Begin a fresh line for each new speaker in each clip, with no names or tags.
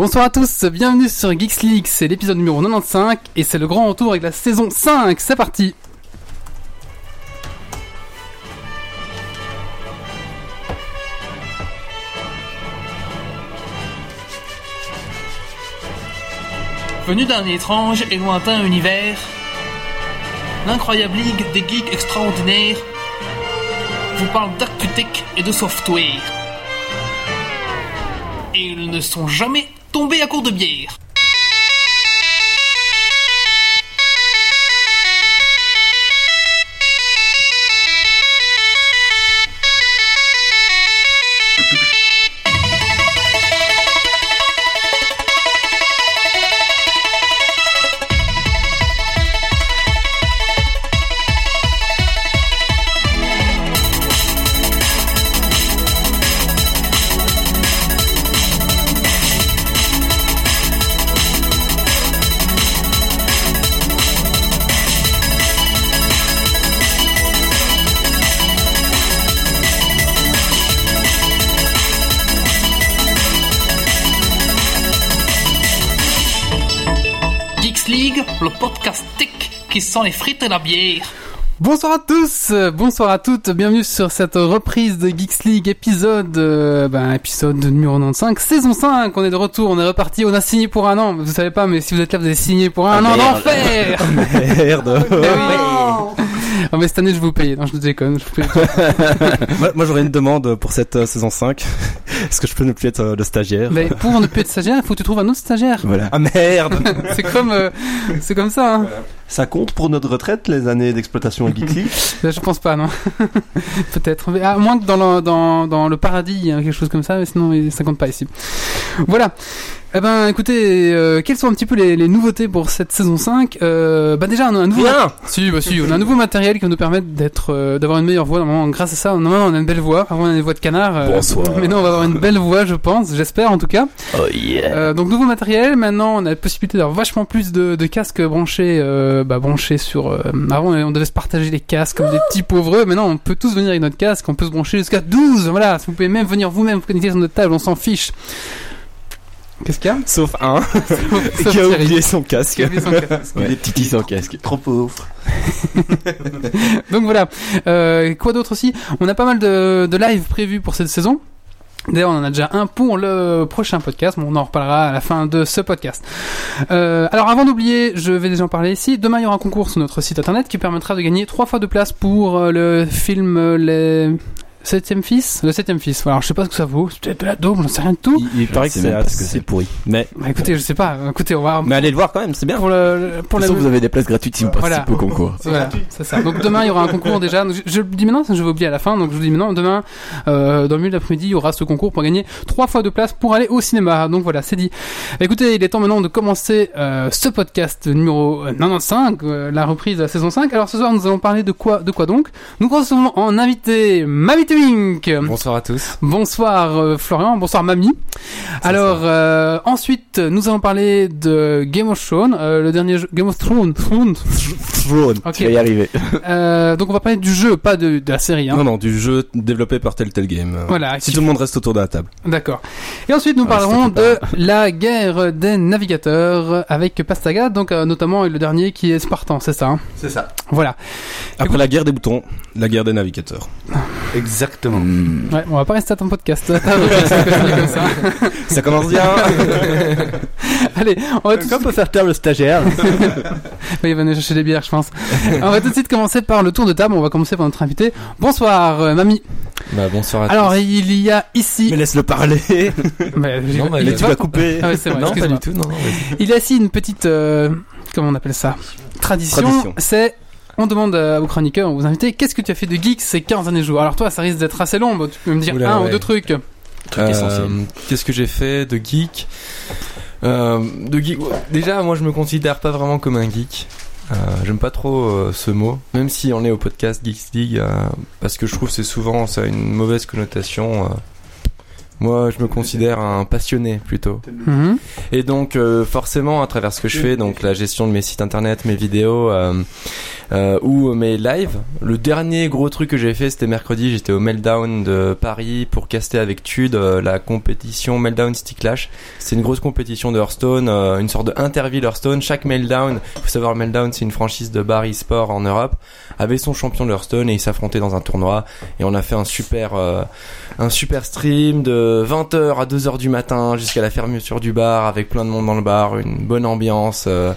Bonsoir à tous, bienvenue sur Geeks League, c'est l'épisode numéro 95 et c'est le grand retour avec la saison 5, c'est parti
Venu d'un étrange et lointain univers, l'incroyable ligue des geeks extraordinaires vous parle d'arcutech et de software. Et ils ne sont jamais tombés à court de bière. Geeks League, le podcast tech qui sent les frites et la bière.
Bonsoir à tous, euh, bonsoir à toutes, bienvenue sur cette reprise de Geeks League épisode, euh, ben, épisode numéro 95, saison 5, on est de retour, on est reparti, on a signé pour un an, vous savez pas, mais si vous êtes là, vous avez signé pour un
Ah, bah
an
merde.
d'enfer
Merde.
Eh oui. Ah, mais cette année, je vous paye, non, je déconne, je vous paye.
moi, moi, j'aurais une demande pour cette euh, saison 5. Est-ce que je peux ne plus être euh, le stagiaire
mais pour ne plus être stagiaire, il faut que tu trouves un autre stagiaire
Voilà. Ah merde
c'est comme, euh, c'est comme ça, hein.
Ça compte pour notre retraite, les années d'exploitation à Geekly
Là, Euh, je pense pas, non. Peut-être. Mais À moins que dans le, dans, dans le paradis, il y a quelque chose comme ça, mais sinon, il- ça compte pas ici. Voilà. Eh ben, écoutez, euh, quelles sont un petit peu les, les nouveautés pour cette saison 5 euh, Bah déjà, on a un nouveau... si, bah, si, on a un nouveau matériel qui va nous permettre d'être, euh, d'avoir une meilleure voix. Normalement, grâce à ça, on, normalement, on a une belle voix. Avant, on a une voix de canard. euh,
Bonsoir.
Mais non, on va avoir une belle voix, je pense. J'espère, en tout cas.
Oh yeah
Euh, donc nouveau matériel, maintenant on a la possibilité d'avoir vachement plus de, de casques branchés, euh, bah, branchés sur... euh, avant on devait se partager les casques comme des petits pauvres, maintenant on peut tous venir avec notre casque, on peut se brancher jusqu'à 12, voilà, vous pouvez même venir vous-même vous connecter sur notre table, on s'en fiche. Qu'est-ce qu'il y a
Sauf un
Sauf- sauf
qui a
Thierry,
oublié son
qui
casque.
a oublié son casque.
Ouais. Des petits qui sans casque.
Trop pauvre.
Donc voilà, Euh, quoi d'autre aussi On a pas mal de, de lives prévus pour cette saison. D'ailleurs, on en a déjà un pour le prochain podcast, mais on en reparlera à la fin de ce podcast. Euh, alors, avant d'oublier, je vais déjà en parler ici. Demain, il y aura un concours sur notre site internet qui permettra de gagner trois fois de place pour euh, le film euh, Les Septième Fils. Le Septième Fils. Voilà, Alors, je sais pas ce que ça vaut. C'est peut-être de la daube, j'en sais rien de tout.
Il, il paraît que
sais même
Ah, c'est
pas ce que
assez pourri. Mais,
Bah, écoutez, je sais pas. Écoutez, on va
mais allez le voir quand même, c'est bien.
pour le le- pour
De
la
toute façon, vous avez des places gratuites si vous
Voilà.
participez au concours.
Voilà, c'est ça. Donc demain, il y aura un concours déjà. Donc, je, je le dis maintenant, ça, je vais oublier à la fin. Donc je vous dis maintenant, demain, euh, dans le milieu de l'après-midi, il y aura ce concours pour gagner trois fois de place pour aller au cinéma. Donc voilà, c'est dit. Écoutez, il est temps maintenant de commencer euh, ce podcast numéro 95, euh, la reprise de la saison 5. Alors ce soir, nous allons parler de quoi, de quoi donc Nous recevons en invité Mamie Twink.
Bonsoir à tous.
Bonsoir euh, Florian, bonsoir Mamie. Alors euh, ensuite, nous allons parler de Game of Thrones, euh, le dernier jeu, Game of Thrones. Thrones.
Throne.
Ok.
Tu vas y arriver.
Euh, donc on va parler du jeu, pas de, de la série. Hein.
Non, non, du jeu développé par Telltale Game.
Voilà.
Si tout le monde reste autour de la table.
D'accord. Et ensuite nous
Ah,
Ouais,
parlerons
c'était
de la guerre des navigateurs avec Pastaga, donc euh, notamment le dernier qui est Spartan, c'est ça. hein
C'est ça.
voilà.
Après la guerre des boutons, la guerre des navigateurs.
Exactement.
Hmm.
Ouais, on va pas rester à ton podcast. T'as raison, que je dis comme ça.
Ça commence bien
Allez, on va tout de
Comme
suite-
peut faire taire le stagiaire.
Il va venir chercher des bières, je pense. on va tout de suite commencer par le tour de table. On va commencer par notre invité. Bonsoir, euh, mamie.
Bah, bonsoir à
Alors il y a ici.
Mais laisse-le parler
Mais,
tous. Non, mais-
Mais tu vas couper
Ah ouais, c'est vrai,
non, pas
excuse-moi.
du tout. Non, non, vas-y.
Il y a aussi une petite, euh, comment on appelle ça Tradition.
Tradition.
C'est, on demande à- aux chroniqueurs, aux invités, qu'est-ce que tu as fait de geek ces 15 années jours Alors toi, ça risque d'être assez long, bon, tu peux me dire
Oula,
un ou
ouais.
deux trucs.
Euh,
essentiel.
Qu'est-ce que j'ai fait de geek Euh, De geek. Déjà, moi, je me considère pas vraiment comme un geek. Euh, J'aime pas trop euh, ce mot, même si on est au podcast Geeks League, euh, parce que je trouve que c'est souvent ça a une mauvaise connotation. euh, Moi, je me considère un passionné plutôt.
Mhm.
Et donc, euh, forcément, à travers ce que je fais, donc la gestion de mes sites internet, mes vidéos euh, euh, ou mes lives, le dernier gros truc que j'ai fait, c'était mercredi, j'étais au Meltdown de Paris pour caster avec Tude euh, la compétition Meltdown City Clash. C'est une grosse compétition de Hearthstone, euh, une sorte de interville Hearthstone. Chaque Meltdown, faut savoir, Meltdown, c'est une franchise de bar e-sport en Europe, avait son champion de Hearthstone et ils s'affrontaient dans un tournoi. Et on a fait un super... euh, un super stream de 20h à 2h du matin jusqu'à la fermeture du bar avec plein de monde dans le bar, une bonne ambiance. euh,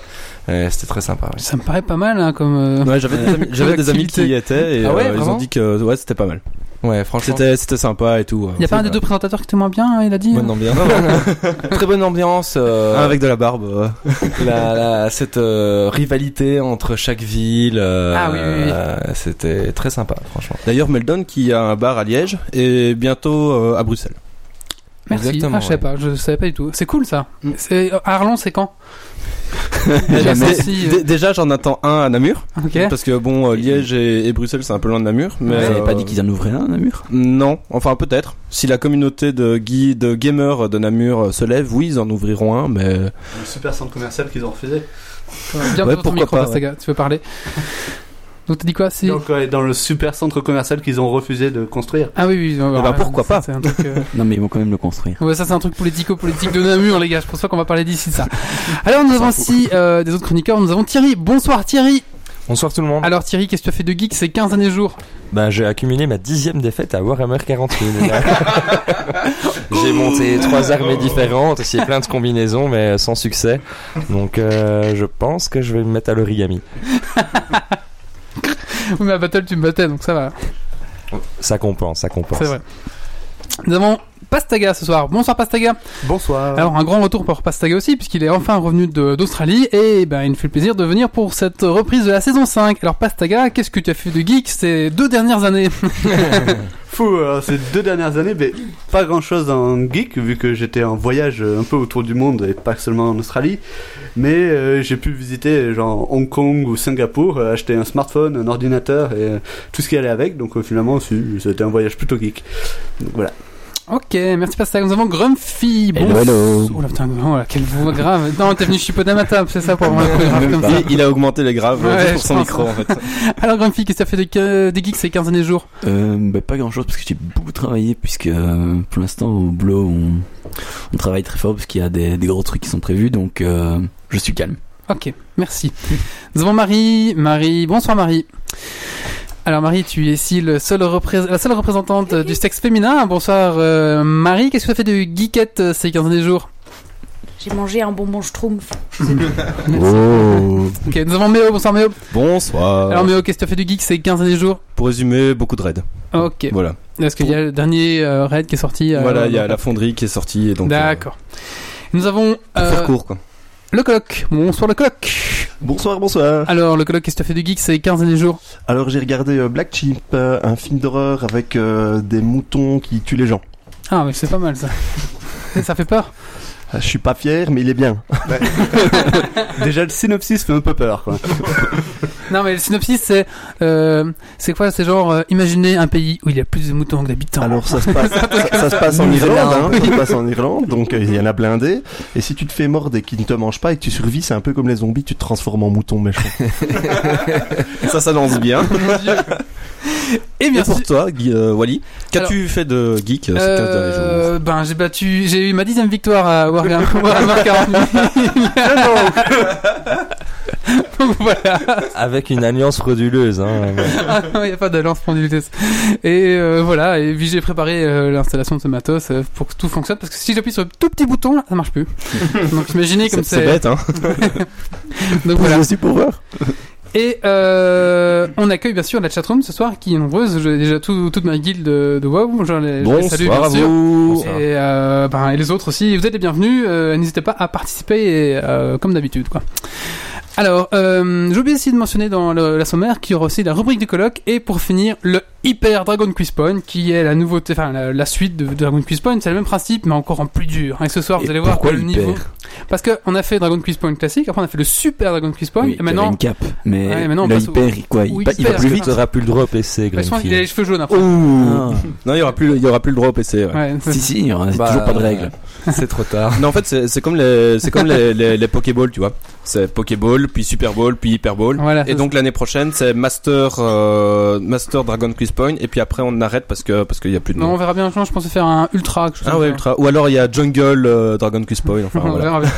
euh, C'était très sympa. ouais.
Ça me paraît pas mal, hein, comme. euh,
Ouais, j'avais des amis, j'avais des amis qui y étaient et
Ah ouais,
euh, ils
vraiment
ont dit que ouais, c'était pas mal.
Ouais, franchement.
C'était c'était sympa et tout.
Il y a pas un des
de
deux présentateurs qui était moins bien, hein, il a dit
Bonne ambiance.
très bonne ambiance. euh,
Ah, avec de la barbe. ouais.
la- la- cette euh, rivalité entre chaque ville. euh,
Ah oui, oui, oui.
euh, C'était très sympa, franchement.
D'ailleurs, Meldon qui a un bar à Liège et bientôt euh, à Bruxelles.
Merci.
Exactement,
ah, je savais
ouais.
pas, je savais pas du tout. C'est cool ça.
Mm.
C'est Arlon, c'est quand
Dé-
jamais.
dé- dé- Déjà, j'en attends un à Namur
Ok.
parce que bon, euh, Liège et, et Bruxelles, c'est un peu loin de Namur. Mais
Vous n'avez
euh,
pas dit qu'ils en ouvraient un, Namur
Non, enfin peut-être. Si la communauté de, gui- de gamers de Namur euh, se lève, oui, ils en ouvriront un, mais
Le super centre commercial qu'ils ont refusé.
Bien dans
Ouais,
ton
pourquoi
micro,
pas,
Tastaga, tu veux parler Donc t'as dit quoi si...
Donc, ouais, dans le super centre commercial qu'ils ont refusé de construire.
Ah oui, oui. bah,
bah,
bah,
pourquoi
ça,
pas
c'est un truc, euh,
Non, mais ils vont quand même le construire.
ouais, ça c'est un truc politico-politique de Namur, les gars. Je pense pas qu'on va parler d'ici de ça. Alors nous avons aussi euh, des autres chroniqueurs. Nous avons Thierry. Bonsoir Thierry.
Bonsoir tout le monde.
Alors Thierry, qu'est-ce que tu as fait de geek ces 15 années jours
Bah, j'ai accumulé ma dixième défaite à Warhammer 40 000. j'ai monté trois armées différentes, essayé plein de combinaisons, mais euh, sans succès. Donc, euh, je pense que je vais me mettre à l'origami.
Oui, mais à Battle, tu me battais, donc ça va.
Ça compense, ça compense.
C'est vrai. Nous avons Pastaga ce soir. Bonsoir Pastaga.
Bonsoir.
Alors un grand retour pour Pastaga aussi puisqu'il est enfin revenu de- d'Australie et ben il me fait le plaisir de venir pour cette reprise de la saison 5. Alors Pastaga, qu'est-ce que tu as fait de geek ces deux dernières années
Fou, alors, ces deux dernières années, mais pas grand chose en geek, vu que j'étais en voyage euh, un peu autour du monde et pas seulement en Australie. Mais euh, j'ai pu visiter euh, genre Hong Kong ou Singapour, euh, acheter un smartphone, un ordinateur et euh, tout ce qui allait avec. Donc euh, finalement, c'est- c'était un voyage plutôt geek. Donc voilà.
Ok, merci Pastaga. Nous avons Grumpy.
Hello, hello.
Oh là putain, oh là, quelle voix grave. Non, t'es venu chipoter ma table, c'est ça pour moi. comme ça.
il, il a augmenté les graves euh,
Ouais,
juste
je
pour son
pense.
micro en fait.
Alors Grumpy, qu'est-ce que tu as fait de, que- des geeks ces 15 années jours
Euh, bah, pas grand chose parce que j'ai beaucoup travaillé puisque euh, pour l'instant au boulot on, on travaille très fort parce qu'il y a des, des gros trucs qui sont prévus donc euh, je suis calme.
Ok, merci. Nous avons Marie. Marie, bonsoir Marie. Alors Marie, tu es ici le seul repré- la seule représentante du sexe féminin. Bonsoir euh, Marie, qu'est-ce que tu as fait de geekette euh, ces 15 derniers jours
J'ai mangé un bonbon schtroumpf.
Ok, nous avons Méo, bonsoir Méo.
Oh. Bonsoir.
Alors Méo, qu'est-ce que tu as fait de geek ces 15 derniers jours
Pour résumer, beaucoup de raids.
Ok,
Voilà.
est-ce qu'il y a le dernier euh, raid qui est sorti euh,
voilà, il y a la fonderie qui est sortie et donc.
D'accord. euh, Nous avons
euh, pour
euh,
faire court quoi.
le coloc. Bonsoir le coloc.
Bonsoir, bonsoir.
Alors le coloc, qu'est-ce que tu as fait de geek ces 15 derniers jours
Alors, j'ai regardé euh, Black Sheep, euh, un film d'horreur avec euh, des moutons qui tuent les gens.
Ah mais c'est pas mal ça. ça fait peur.
Ah, Je suis pas fier, mais il est bien.
Déjà, le synopsis fait un peu peur. Quoi.
Non mais le synopsis c'est euh, c'est quoi c'est genre euh, imaginez un pays où il y a plus de moutons que d'habitants.
Alors ça se passe, ça, ça se passe en Irlande, hein, ça se passe en Irlande, donc euh, il y en a blindé. Et si tu te fais mordre et qu'ils ne te mangent pas et que tu survis, c'est un peu comme les zombies, tu te transformes en mouton méchant.
Ça, ça lance bien.
et Eh bien
et pour
sûr,
toi, Guy- euh, Wally, qu'as-tu fait de geek euh, ces 15 derniers jours
euh, ben j'ai battu j'ai eu ma dixième victoire à Warhammer, Warhammer 40 000. Donc voilà,
Avec une alliance frauduleuse, hein.
Ah, il n'y a pas de lance pendulitesse. Et euh, voilà, et puis j'ai préparé euh, l'installation de ce matos euh, pour que tout fonctionne, parce que si j'appuie sur le tout petit bouton, là, ça marche plus. Donc imaginez comme
C'est
c'est...
bête, hein.
Donc voilà.
Je suis voir.
Et euh, on accueille bien sûr la chatroom ce soir qui est nombreuse. J'ai déjà tout- toute ma guilde de, de WoW. Je les, je les salue bien
Bonsoir à
sûr.
vous.
Et, euh, ben, et les autres aussi, vous êtes les bienvenus. euh, N'hésitez pas à participer et, euh, comme d'habitude. quoi. Alors, euh, j'ai oublié aussi de mentionner dans le- la sommaire qu'il y aura aussi la rubrique du colloque et pour finir le Hyper Dragon Quiz Point qui est la nouveauté, enfin la, la suite de, de Dragon Quiz Point. C'est le même principe mais encore en plus dur. Et ce soir,
Et
vous allez voir que
pourquoi
le
hyper
niveau. Parce que on a fait Dragon Quiz Point classique, après on a fait le super Dragon Quiz Point,
Oui,
et
il avait
maintenant.
une cape, mais
Ouais, maintenant, on
là,
passe
il
au-
perd, quoi.
au
Il, pa- il va
Xpert,
plus
c'est
vite.
ça.
T'auras plus le droit au PC,
De toute façon, il a les
Greenfield.
cheveux jaunes après. Ah.
Ouh.
Non, il y aura plus, il y aura plus le droit au PC. ouais.
Ouais.
Ah, Si, si, il y aura
Bah,
toujours pas de règles.
C'est trop tard.
Non, en fait, c'est c'est comme les, c'est comme les, les, les Pokéball, tu vois. C'est Pokéball, puis Super Bowl, puis Hyper Bowl.
Voilà,
et
ça,
donc l'année prochaine, c'est Master, euh, Master Dragon Quiz Point. Et puis après, on arrête parce que parce qu'il y a plus de.
Non, on
nom.
verra bien. Je pense je pensais faire un ultra. quelque chose
Ah
comme
ouais,
ça.
ultra. Ou alors il y a Jungle euh, Dragon Quiz Point. Enfin
On
voilà.
verra bien.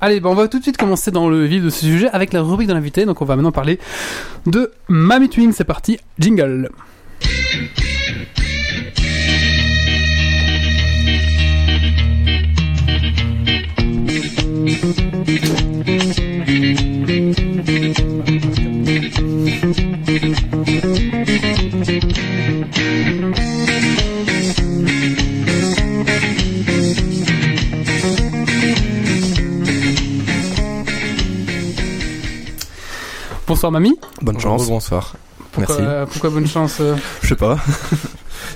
Allez, bah, on va tout de suite commencer dans le vif de ce sujet avec la rubrique de l'invité. Donc, on va maintenant parler de Mammy Twing. C'est parti, jingle. Bonsoir, Mamie.
Bonne chance.
Bonsoir.
Pourquoi,
Merci.
euh, pourquoi bonne chance euh
Je sais pas.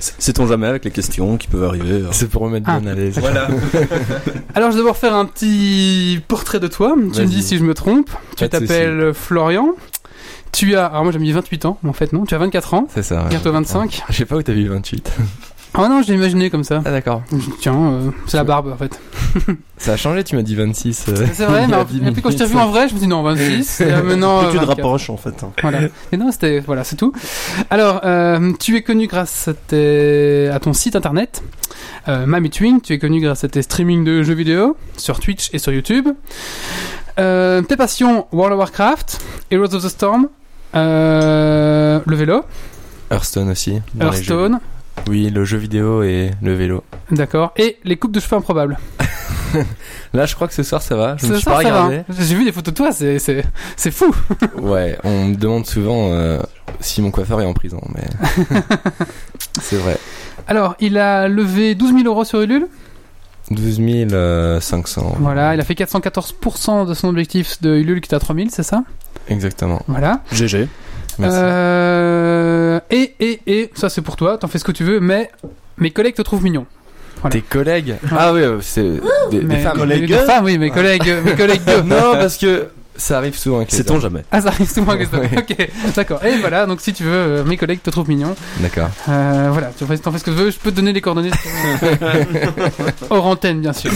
Sait-on jamais avec les questions qui peuvent arriver. euh.
C'est pour me mettre
Ah.
bien à l'aise.
Alors, je vais devoir faire un petit portrait de toi. Tu me
Vas-y.
dis si je me trompe. Tu
Pas de
t'appelles Florian. Tu as. Alors, moi, j'ai mis 28 ans, mais en fait, non. Tu as 24
Ah,
ans.
C'est ça. ouais.
Bientôt 25.
Je sais pas où t'as vu 28.
Ah non, je l'ai imaginé comme ça.
Ah d'accord.
Tiens, euh, c'est la barbe en fait.
Ça a changé, tu m'as dit 26. euh,
C'est vrai,
il y
mais
a
en-
dix
mais puis quand je t'ai vu
minutes.
en vrai, je me dis non, 26. Et, euh,
Ah,
maintenant,
Plus tu te
24.
rapproches en fait. hein.
Voilà. Et non, c'était voilà, c'est tout. Alors, euh, tu es connu grâce à, tes- à ton site internet, euh, Mamitwing. Tu es connu grâce à tes streamings de jeux vidéo sur Twitch et sur YouTube. Euh, tes passions World of Warcraft, Heroes of the Storm, euh, le vélo,
Hearthstone aussi. dans les jeux.
Hearthstone,
Oui, le jeu vidéo et le vélo.
d'accord, et les coupes de cheveux improbables.
Là, je crois que ce soir ça va. Je me
Ce
suis
soir,
pas
ça va,
regardé.
hein. J'ai vu des photos de toi, c'est c'est c'est fou.
Ouais, on me demande souvent euh, si mon coiffeur est en prison, mais c'est vrai.
Alors, il a levé 12 000 euros sur Ulule.
12 500.
Voilà, il a fait 414% de son objectif de Ulule qui était à 3000, c'est ça
Exactement.
Voilà.
GG.
Merci.
Euh, et, et, et, ça c'est pour toi, t'en fais ce que tu veux, mais mes collègues te trouvent mignon. voilà.
Tes collègues Ah oui, euh, c'est des, des
Mais-
femmes. Ah.
mais- des femmes, oui, mes collègues, mes collègues de-
non, parce que ça arrive souvent. avec les
Sait-on jamais.
Ah, ça arrive souvent que ça.
Ouais.
Ok, d'accord. Et voilà, donc si tu veux, euh, mes collègues te trouvent mignon.
hommes. D'accord.
Euh, voilà, tu fais- t'en fais ce que tu veux, je peux te donner les coordonnées. Hors antenne, bien sûr.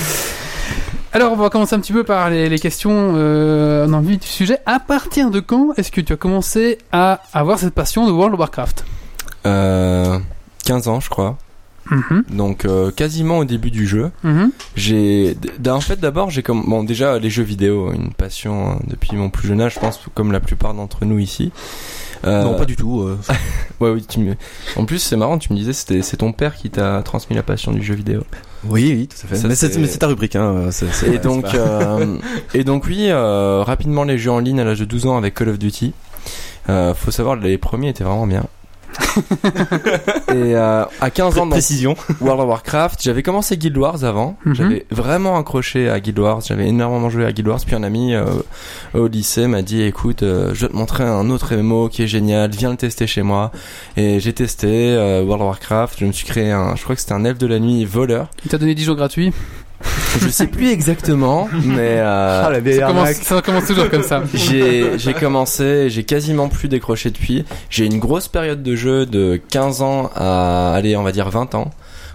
Alors, on va commencer un petit peu par les, les questions euh, dans le vif du sujet. À partir de quand est-ce que tu as commencé à avoir cette passion de World of Warcraft
Euh, 15 ans, je crois.
Mhm,
Donc euh, quasiment au début du jeu.
mhm.
J'ai, d- d- en fait, d'abord, j'ai comme, bon, déjà les jeux vidéo, une passion hein, depuis mon plus jeune âge, je pense, comme la plupart d'entre nous ici. Euh,
Non, pas du tout. euh.
Ouais, oui, tu me... En plus, c'est marrant, tu me disais, c'était, c'est ton père qui t'a transmis la passion du jeu vidéo.
Oui, oui, tout à fait.
Ça,
mais c'est
c'est-
mais c'est ta rubrique. Hein. euh, c'est- c'est-
Et donc,
c'est pas-
euh, et donc oui, euh, rapidement les jeux en ligne à l'âge de 12 ans avec Call of Duty. Euh, faut savoir, les premiers étaient vraiment bien. et euh, à 15 ans, donc,
précision.
World of Warcraft. J'avais commencé Guild Wars avant.
Mhm.
J'avais vraiment accroché à Guild Wars. J'avais énormément joué à Guild Wars. Puis un ami euh, au lycée m'a dit "Écoute, euh, je vais te montrer un autre MMO qui est génial. Viens le tester chez moi." Et j'ai testé euh, World of Warcraft. Je me suis créé un. Je crois que c'était un elfe de la nuit voleur.
Il t'a donné 10 jours gratuits.
Je sais plus exactement, mais euh,
Ah, la vieille
Ça commence,
arnaque.
ça commence toujours comme ça.
j'ai j'ai commencé, et j'ai quasiment plus décroché depuis. J'ai une grosse période de jeu de 15 ans à aller, on va dire 20 ans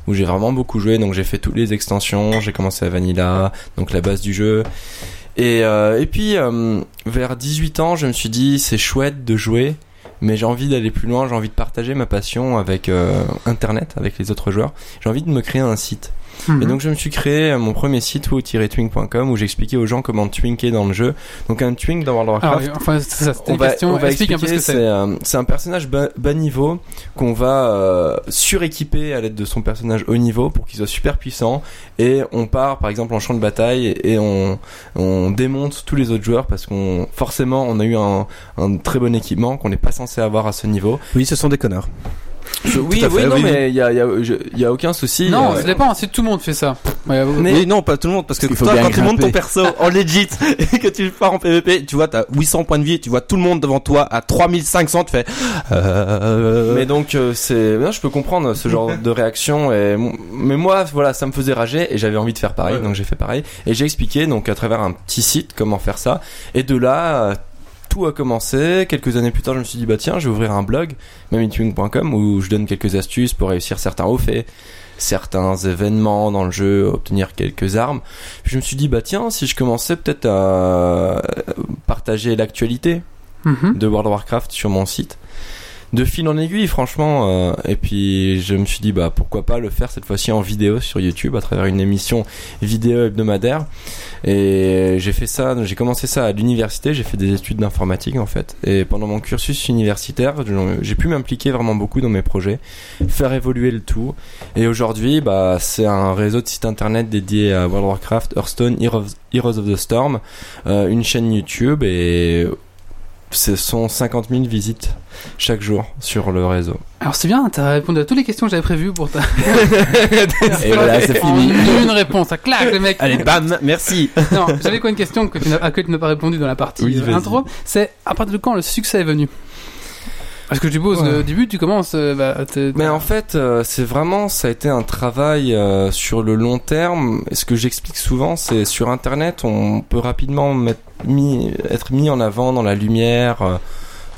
où j'ai vraiment beaucoup joué donc j'ai fait toutes les extensions, j'ai commencé à Vanilla, donc la base du jeu. Et euh, et puis euh, vers 18 ans, je me suis dit c'est chouette de jouer mais j'ai envie d'aller plus loin, j'ai envie de partager ma passion avec euh, internet, avec les autres joueurs. J'ai envie de me créer un site.
Mhm.
Et donc je me suis créé euh, mon premier site wow-twink.com où j'expliquais aux gens comment twinker dans le jeu. Donc un twink dans World of
Alors,
Warcraft.
Ah enfin, c'est ça, c'était
on
une
va,
question.
on va
Explique un peu ce que
expliquer, c'est
c'est.
euh, c'est un personnage bas, bas niveau qu'on va euh, suréquiper à l'aide de son personnage haut niveau pour qu'il soit super puissant et on part par exemple en champ de bataille et, et on, on démonte tous les autres joueurs parce qu'on forcément on a eu un, un très bon équipement qu'on n'est pas censé avoir à ce niveau
Oui, ce sont des connards.
Je- oui,
Tout à
oui,
fait,
non,
oui, oui.
mais il y a, il y a- je- il y a aucun souci.
non,
euh,
ça dépend. Si tout le monde fait ça. Ouais, vous-
mais-
Oui, non, pas tout le monde, parce que
Parce qu'il faut
toi,
bien
quand tu montes ton
grimper.
perso en legit et que tu pars en PvP, tu vois, t'as 800 points de vie, et tu vois tout le monde devant toi à 3500, tu fais. euh,
Mais donc euh, c'est, non, je peux comprendre ce genre de réaction. Et mon- mais moi, voilà, ça me faisait rager et j'avais envie de faire pareil, donc j'ai fait pareil. Et j'ai expliqué donc à travers un petit site comment faire ça. Et de là, euh, tout a commencé. Quelques années plus tard, je me suis dit bah tiens, je vais ouvrir un blog, mamitwing.com, où je donne quelques astuces pour réussir certains hauts faits certains événements dans le jeu, obtenir quelques armes. Puis je me suis dit bah tiens, si je commençais peut-être à euh, partager l'actualité
Mhm.
de World of Warcraft sur mon site. De fil en aiguille, franchement. euh, et puis je me suis dit, bah pourquoi pas le faire cette fois-ci en vidéo sur YouTube à travers une émission vidéo hebdomadaire. Et j'ai fait ça, j'ai commencé ça à l'université, j'ai fait des études d'informatique en fait. Et pendant mon cursus universitaire, j'ai pu m'impliquer vraiment beaucoup dans mes projets, faire évoluer le tout. Et aujourd'hui, bah c'est un réseau de sites internet dédié à World of Warcraft, Hearthstone, Heroes, Heroes of the Storm, euh, une chaîne YouTube et ce sont 50 000 visites chaque jour sur le réseau.
Alors c'est bien, t'as répondu à toutes les questions que j'avais prévues pour ta.
Et voilà, c'est
En
fini.
une réponse, ça claque le mec.
Allez, bam, merci.
Non, j'avais quoi une question que tu n'as, à laquelle tu n'as pas répondu dans la partie
Oui,
euh,
vas-y.
intro. C'est à partir de quand le succès est venu Parce que tu poses
Ouais.
le début, tu commences. euh, bah, t'es-
Mais en fait, euh, c'est vraiment, ça a été un travail euh, sur le long terme. Et ce que j'explique souvent, c'est sur Internet, on peut rapidement mettre- mis- être mis en avant dans la lumière, euh,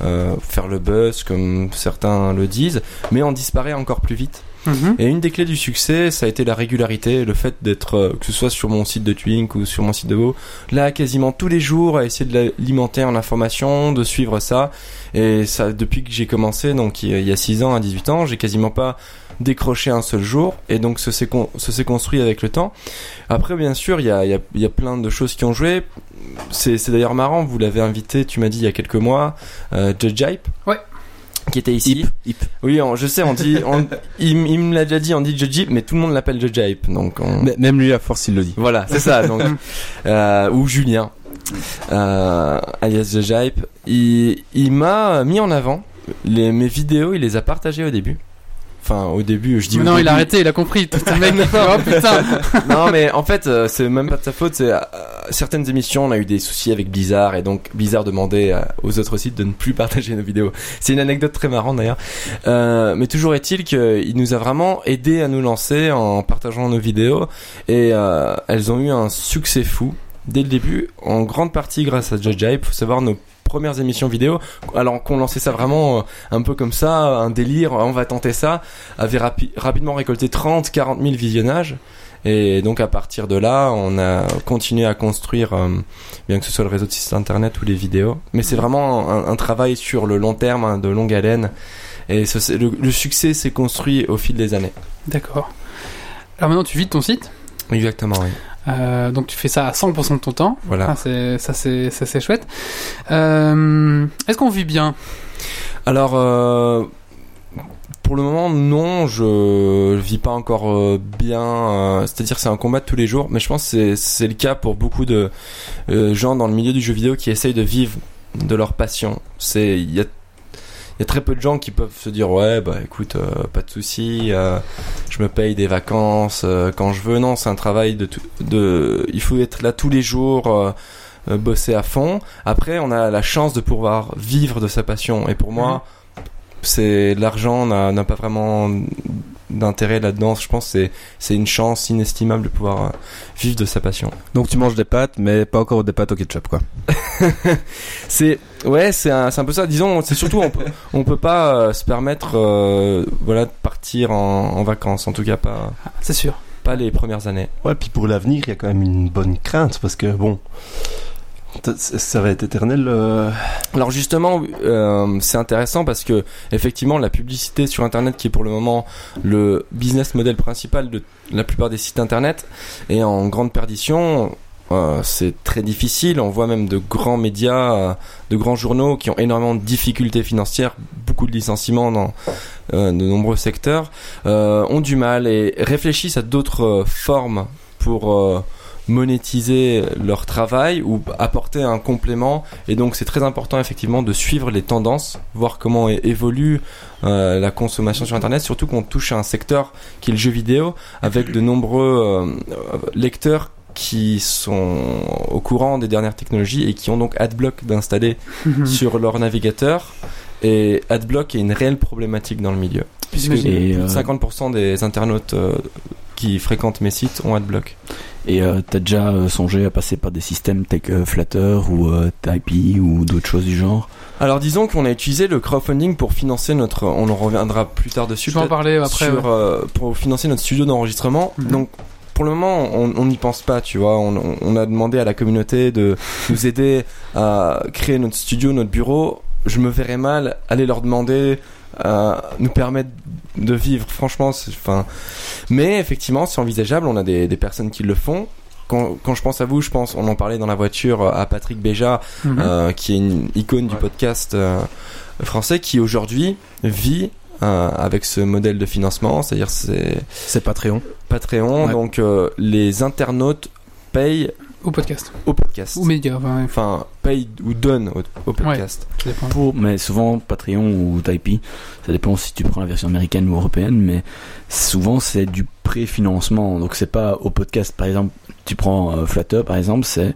euh, faire le buzz, comme certains le disent, mais on disparaît encore plus vite.
Mhm.
Et une des clés du succès, ça a été la régularité, le fait d'être, euh, que ce soit sur mon site de Twink ou sur mon site de Beau, là quasiment tous les jours à essayer de l'alimenter en information, de suivre ça. Et ça, depuis que j'ai commencé, donc il y a- il y a 6 ans à 18 ans, j'ai quasiment pas décroché un seul jour. Et donc ce s'est con- ce s'est construit avec le temps. Après, bien sûr, il y a, il y a- il y a plein de choses qui ont joué. C'est c'est d'ailleurs marrant, vous l'avez invité, tu m'as dit il y a quelques mois, euh, Judge Hype.
Ouais.
Qui était ici. Oui, on- je sais, on dit, on- il, m- il me l'a déjà dit, on dit Judge Hype, mais tout le monde l'appelle Judge Hype, donc on...
Mais Même lui, à force, il le dit.
voilà, c'est ça, donc, euh, ou Julien, euh, alias Judge Hype, il, il m'a mis en avant les, mes vidéos, il les a partagées au début. Enfin, au début, je dis au
non, il
début.
a arrêté, il a compris. Tout un mec, il fait, oh putain.
non, mais en fait, euh, c'est même pas de sa faute. C'est euh, certaines émissions, on a eu des soucis avec Blizzard et donc Blizzard demandait euh, aux autres sites de ne plus partager nos vidéos. C'est une anecdote très marrante d'ailleurs. Euh, mais toujours est-il qu'il nous a vraiment aidé à nous lancer en partageant nos vidéos et euh, elles ont eu un succès fou dès le début, en grande partie grâce à Judge Hype. Faut savoir nos premières émissions vidéo, alors qu'on lançait ça vraiment euh, un peu comme ça, un délire, on va tenter ça, avait rapi- rapidement récolté 30-40 000 visionnages. Et donc à partir de là, on a continué à construire, euh, bien que ce soit le réseau de sites internet ou les vidéos. Mais c'est vraiment un, un travail sur le long terme, hein, de longue haleine. Et ce- c'est- le, le succès s'est construit au fil des années.
D'accord. Alors maintenant, tu vides ton site.
Exactement, oui.
Euh, donc tu fais ça à 100% de ton temps.
Voilà.
Ah, c'est, ça, c'est, ça, c'est chouette. Euh, est-ce qu'on vit bien
Alors, euh, pour le moment, non, je, je vis pas encore euh, bien. euh, C'est-à-dire, c'est un combat de tous les jours. Mais je pense que c'est- c'est le cas pour beaucoup de euh, gens dans le milieu du jeu vidéo qui essayent de vivre de leur passion. C'est il y a il y a très peu de gens qui peuvent se dire ouais bah écoute euh, pas de souci euh, je me paye des vacances euh, quand je veux non c'est un travail de tout- de il faut être là tous les jours euh, euh, bosser à fond après on a la chance de pouvoir vivre de sa passion et pour moi c'est l'argent n'a n'a pas vraiment d'intérêt là-dedans je pense que c'est c'est une chance inestimable de pouvoir euh, vivre de sa passion
Donc tu manges des pâtes, mais pas encore des pâtes au ketchup, quoi.
c'est ouais c'est un, c'est un peu ça disons c'est surtout on peut, on peut pas euh, se permettre euh, voilà de partir en, en vacances en tout cas pas
C'est sûr.
pas les premières années
Ouais, puis pour l'avenir, il y a quand même une bonne crainte parce que bon, t- c- ça va être éternel. euh,
alors justement euh, c'est intéressant parce que effectivement la publicité sur internet qui est pour le moment le business model principal de la plupart des sites internet est en grande perdition Euh, c'est très difficile, on voit même de grands médias, euh, de grands journaux qui ont énormément de difficultés financières, beaucoup de licenciements dans euh, de nombreux secteurs, euh, ont du mal et réfléchissent à d'autres euh, formes pour euh, monétiser leur travail ou apporter un complément. Et donc c'est très important effectivement de suivre les tendances, voir comment é- évolue euh, la consommation sur Internet, surtout qu'on touche à un secteur qui est le jeu vidéo, avec de nombreux euh, euh, lecteurs qui sont au courant des dernières technologies et qui ont donc AdBlock d'installer
Mmh.
sur leur navigateur. Et AdBlock est une réelle problématique dans le milieu. Puisque
J'imagine.
plus
Et, euh,
de 50% des internautes euh, qui fréquentent mes sites ont AdBlock.
Et euh, t'as déjà euh, songé à passer par des systèmes tels que Flutter ou euh, Typee ou d'autres choses du genre
Alors disons qu'on a utilisé le crowdfunding pour financer notre... On en reviendra plus tard dessus.
Je vais en
peut-être,
parler après.
sur, euh, pour financer notre studio d'enregistrement.
Mhm.
Donc pour le moment, on on n'y pense pas, tu vois. On, on- on a demandé à la communauté de nous aider à créer notre studio, notre bureau. Je me verrais mal aller leur demander euh, nous permettre de vivre. Franchement, c'est- enfin, mais effectivement, c'est envisageable. On a des, des personnes qui le font. Quand, quand je pense à vous, je pense, on en parlait dans la voiture euh, à Patrick Béja,
Mhm.
Mmh.
euh, qui est une icône du podcast euh, français, qui aujourd'hui vit euh, avec ce modèle de financement, c'est-à-dire c'est
C'est Patreon.
Patreon,
Ouais.
donc euh, les internautes payent
Au podcast.
au podcast.
Ou médias. Enfin,
Enfin, payent ou donnent au, au podcast.
ça dépend.
Pour, mais souvent Patreon ou Typee, ça dépend si tu prends la version américaine ou européenne, mais souvent c'est du préfinancement, donc c'est pas au podcast. Par exemple, tu prends euh, Flutter, par exemple, c'est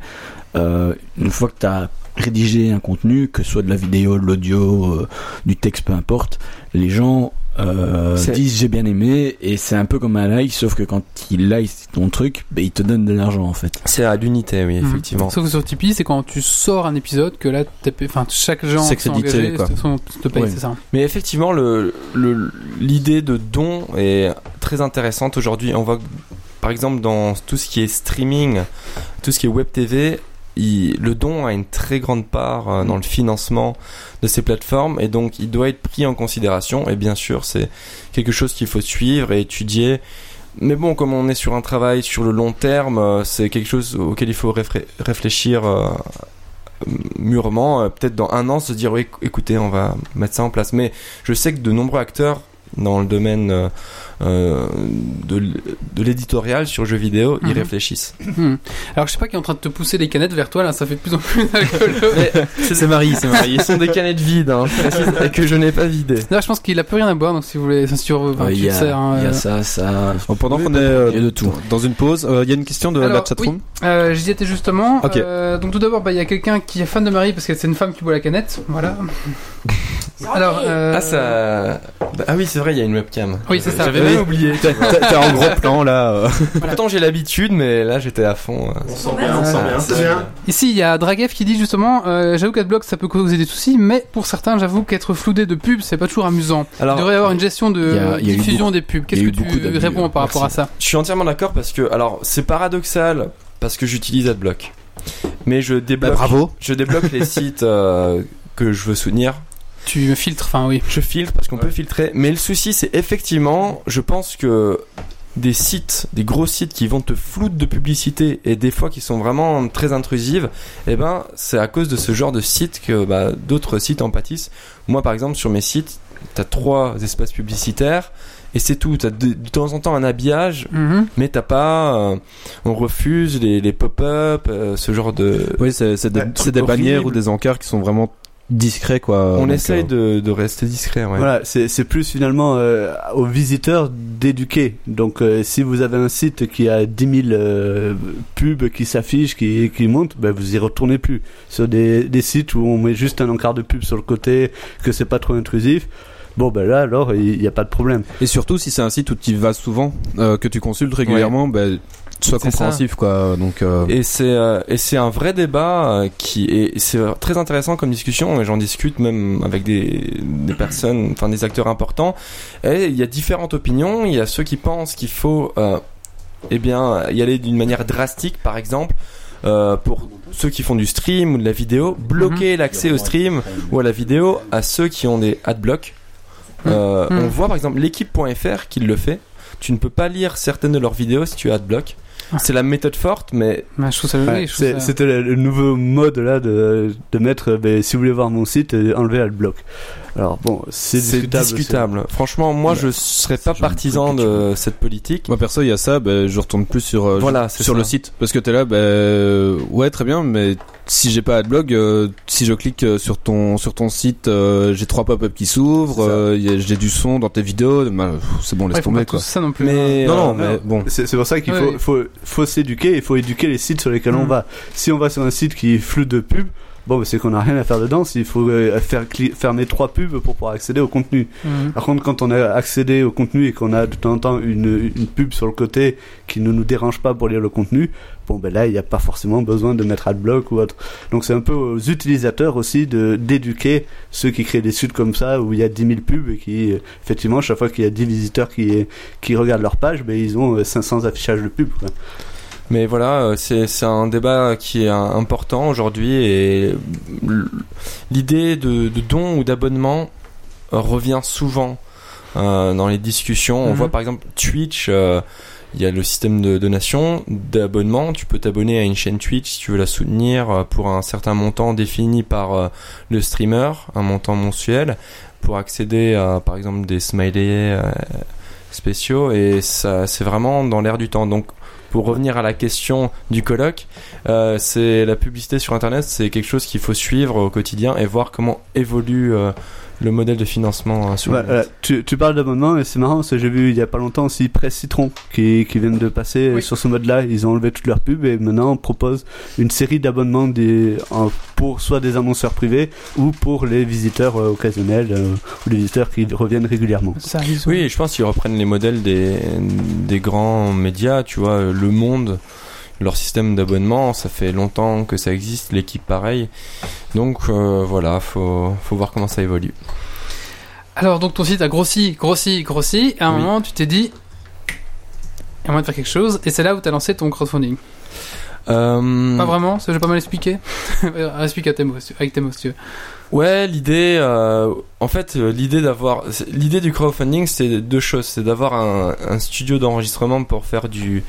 euh, une fois que tu as rédigé un contenu, que ce soit de la vidéo, de l'audio, euh, du texte, peu importe, les gens euh,
C'est-
disent j'ai bien aimé et c'est un peu comme un like, sauf que quand ils like ton truc, ben, ils te donnent de l'argent en fait.
C'est à l'unité, oui,
Mmh.
Mhm.
effectivement.
Sauf que sur Tipeee, c'est quand tu sors un épisode que là, t'es payé- enfin, chaque genre
C'est que
s'est
c'est dicté,
engagé,
quoi.
de toute façon, te paye,
Ouais.
c'est ça.
Mais effectivement, le- le- l'idée de don est très intéressante aujourd'hui. On voit, que, par exemple, dans tout ce qui est streaming, tout ce qui est web TV, il- le don a une très grande part euh, dans le financement de ces plateformes et donc il doit être pris en considération. Et bien sûr, c'est quelque chose qu'il faut suivre et étudier. Mais bon, comme on est sur un travail sur le long terme, euh, c'est quelque chose auquel il faut réfré- réfléchir euh, mûrement. euh, Peut-être dans un an, se dire, oui, écoutez, on va mettre ça en place. Mais je sais que de nombreux acteurs dans le domaine euh, euh, de, l- de l'éditorial sur jeux vidéo, ils
Mhm.
réfléchissent.
Mhm. Alors, je sais pas qui est en train de te pousser les canettes vers toi, là, ça fait de plus en plus alcoolo.
C'est Marie, c'est Marie.
Ils sont des canettes vides, hein, je précise, et que je n'ai pas vidées.
Là, je pense qu'il a plus rien à boire, donc si vous voulez, si tu, enfin,
Euh,
tu
Il
te
y, a-
sers, hein,
il y
euh,
a ça, ça,
Bon, pendant
Oui,
qu'on est
bah,
euh,
il y a de tout.
dans une pause, euh, il y a une question de la
Alors,
chatroom.
Euh, J'y étais justement.
Ok.
Euh, donc tout d'abord, bah, il y a quelqu'un qui est fan de Marie parce que c'est une femme qui boit la canette. Voilà. Alors. euh,
Ah, ça. bah, ah oui, c'est vrai, il y a une webcam.
Oui, c'est ça.
J'avais
Oui.
même oublié.
T'es t'es en gros plan là. euh.
Pourtant, j'ai l'habitude, mais là, j'étais à fond. euh.
On sent bien, on sent
hein.
Ah,
bien.
C'est bien.
Ici, il y a Draguev qui dit justement euh, J'avoue qu'être bloc, ça peut causer des soucis, mais pour certains, j'avoue qu'être floudé de pubs, c'est pas toujours amusant.
Alors,
il devrait y avoir une gestion de
il y a- il y a eu
diffusion des pubs. Qu'est-ce
il y
que
a eu beaucoup
tu
d'abus,
réponds
euh,
par rapport à ça
Je suis entièrement d'accord parce que, alors, c'est paradoxal parce que j'utilise AdBlock, mais je
Bah,
débloque,
bravo.
je débloque les sites euh, que je veux soutenir.
Tu filtres, enfin oui.
Je filtre parce qu'on peut filtrer, mais le souci, c'est effectivement, je pense que des sites, des gros sites qui vont te flouter de publicité et des fois qui sont vraiment très intrusives, eh ben, c'est à cause de ce genre de sites que bah, d'autres sites en pâtissent. Moi, par exemple, sur mes sites, t'as trois espaces publicitaires. Et c'est tout, t'as de, de temps en temps un habillage
Mhm.
mais t'as pas. euh, on refuse les, les pop-up, euh, ce genre de. Bah,
Oui, c'est c'est des,
Ouais,
c'est des
horrible.
bannières ou des encarts qui sont vraiment discrets quoi.
on
Donc,
essaye
euh,
de, de rester discret, ouais.
Voilà, c'est c'est plus finalement euh, aux visiteurs d'éduquer. Donc, euh, si vous avez un site qui a 10 000 euh, pubs qui s'affichent, qui, qui montent, ben, vous y retournez plus. Sur des, des sites où on met juste un encart de pub sur le côté, que c'est pas trop intrusif, bon, ben là, alors, il n'y a pas de problème.
Et surtout si c'est un site où tu vas souvent, euh, que tu consultes régulièrement, bah, sois
C'est ça.
compréhensif quoi. Donc euh,
Et c'est euh, et c'est un vrai débat euh, qui est et c'est euh, très intéressant comme discussion et j'en discute même avec des, des personnes enfin des acteurs importants et il y a différentes opinions il y a ceux qui pensent qu'il faut euh, eh bien y aller d'une manière drastique par exemple euh, pour ceux qui font du stream ou de la vidéo bloquer l'accès au stream ou à la vidéo à ceux qui ont des adblocks Euh,
Mhm.
on voit par exemple l'équipe.fr qui le fait tu ne peux pas lire certaines de leurs vidéos si tu as adblock C'est la méthode forte, mais
Bah, je trouve ça joli. je
Ouais,
trouve
c'est-
ça-
C'était le, le nouveau mode là de, de mettre, euh, ben, si vous voulez voir mon site, euh, enlevez le bloc. Alors bon, c'est
c'est
discutable. c'est-
discutable. Franchement, moi, je serais pas
C'est genre de
partisan
truc que tu
de cette politique.
Moi perso, il y a ça, bah, je retourne plus sur euh,
Voilà, c'est
sur
ça.
le site parce que t'es là, bah, euh, ouais très bien, mais si j'ai pas adblog, euh, si je clique euh, sur ton sur ton site, euh, j'ai trois pop-up qui s'ouvrent,
C'est ça.
euh, y a- j'ai du son dans tes vidéos, bah, pff, c'est bon laisse
Ouais, faut pas
tomber
tout
quoi.
ça non plus. hein.
Mais
Non
euh,
non mais bon.
C'est c'est pour ça qu'il
Ouais,
faut,
ouais.
faut, faut s'éduquer, il faut éduquer les sites sur lesquels on
Mm.
va. Si on va sur un site qui est flou de pubs, bon, ben, c'est qu'on n'a rien à faire dedans. Il faut euh, faire cli- fermer trois pubs pour pouvoir accéder au contenu.
Mhm.
Par contre, quand on a accédé au contenu et qu'on a de temps en temps une, une pub sur le côté qui ne nous dérange pas pour lire le contenu, bon ben là, il n'y a pas forcément besoin de mettre adblock ou autre. Donc c'est un peu aux utilisateurs aussi de d'éduquer ceux qui créent des sites comme ça où il y a 10 000 pubs et qui, euh, effectivement, chaque fois qu'il y a 10 visiteurs qui, qui regardent leur page, ben ils ont euh, 500 affichages de pubs. quoi.
Mais voilà, euh, c'est c'est un débat qui est un- important aujourd'hui et l- l'idée de, de don ou d'abonnement euh, revient souvent euh, dans les discussions. On
Mhm.
voit par exemple Twitch, euh, il y a le système de donation, d'abonnement. Tu peux t'abonner à une chaîne Twitch si tu veux la soutenir euh, pour un certain montant défini par euh, le streamer, un montant mensuel, pour accéder à par exemple des smileys euh, spéciaux et ça c'est vraiment dans l'air du temps. Donc pour revenir à la question du colloque, euh, c'est la publicité sur internet, c'est quelque chose qu'il faut suivre au quotidien et voir comment évolue euh, le modèle de financement euh, sur
Ouais,
le net.
euh, tu, tu parles d'abonnement et c'est marrant parce que j'ai vu il y a pas longtemps aussi Presse Citron qui, qui viennent de passer euh,
Oui.
sur ce mode-là. Ils ont enlevé toutes leurs pubs et maintenant on propose une série d'abonnements des- en- pour soit des annonceurs privés ou pour les visiteurs euh, occasionnels euh, ou les visiteurs qui reviennent régulièrement.
Ça arrive souvent.
Oui, je pense qu'ils reprennent les modèles des, des grands médias, tu vois, euh, Le Monde, leur système d'abonnement, ça fait longtemps que ça existe, l'équipe pareil. Donc euh, voilà, faut, faut voir comment ça évolue.
Alors donc ton site a grossi, grossi, grossi. Et à un
Oui.
moment, tu t'es dit, il y a moyen de faire quelque chose. Et c'est là où t'as lancé ton crowdfunding.
Euh,
Pas vraiment, ça j'ai pas mal expliqué. Explique à tes mots, si tu- avec tes mots, si tu veux. Ah,
Ouais, l'idée, euh, en fait, euh, l'idée d'avoir, c'est- l'idée du crowdfunding, c'est deux choses, c'est d'avoir un, un studio d'enregistrement pour faire du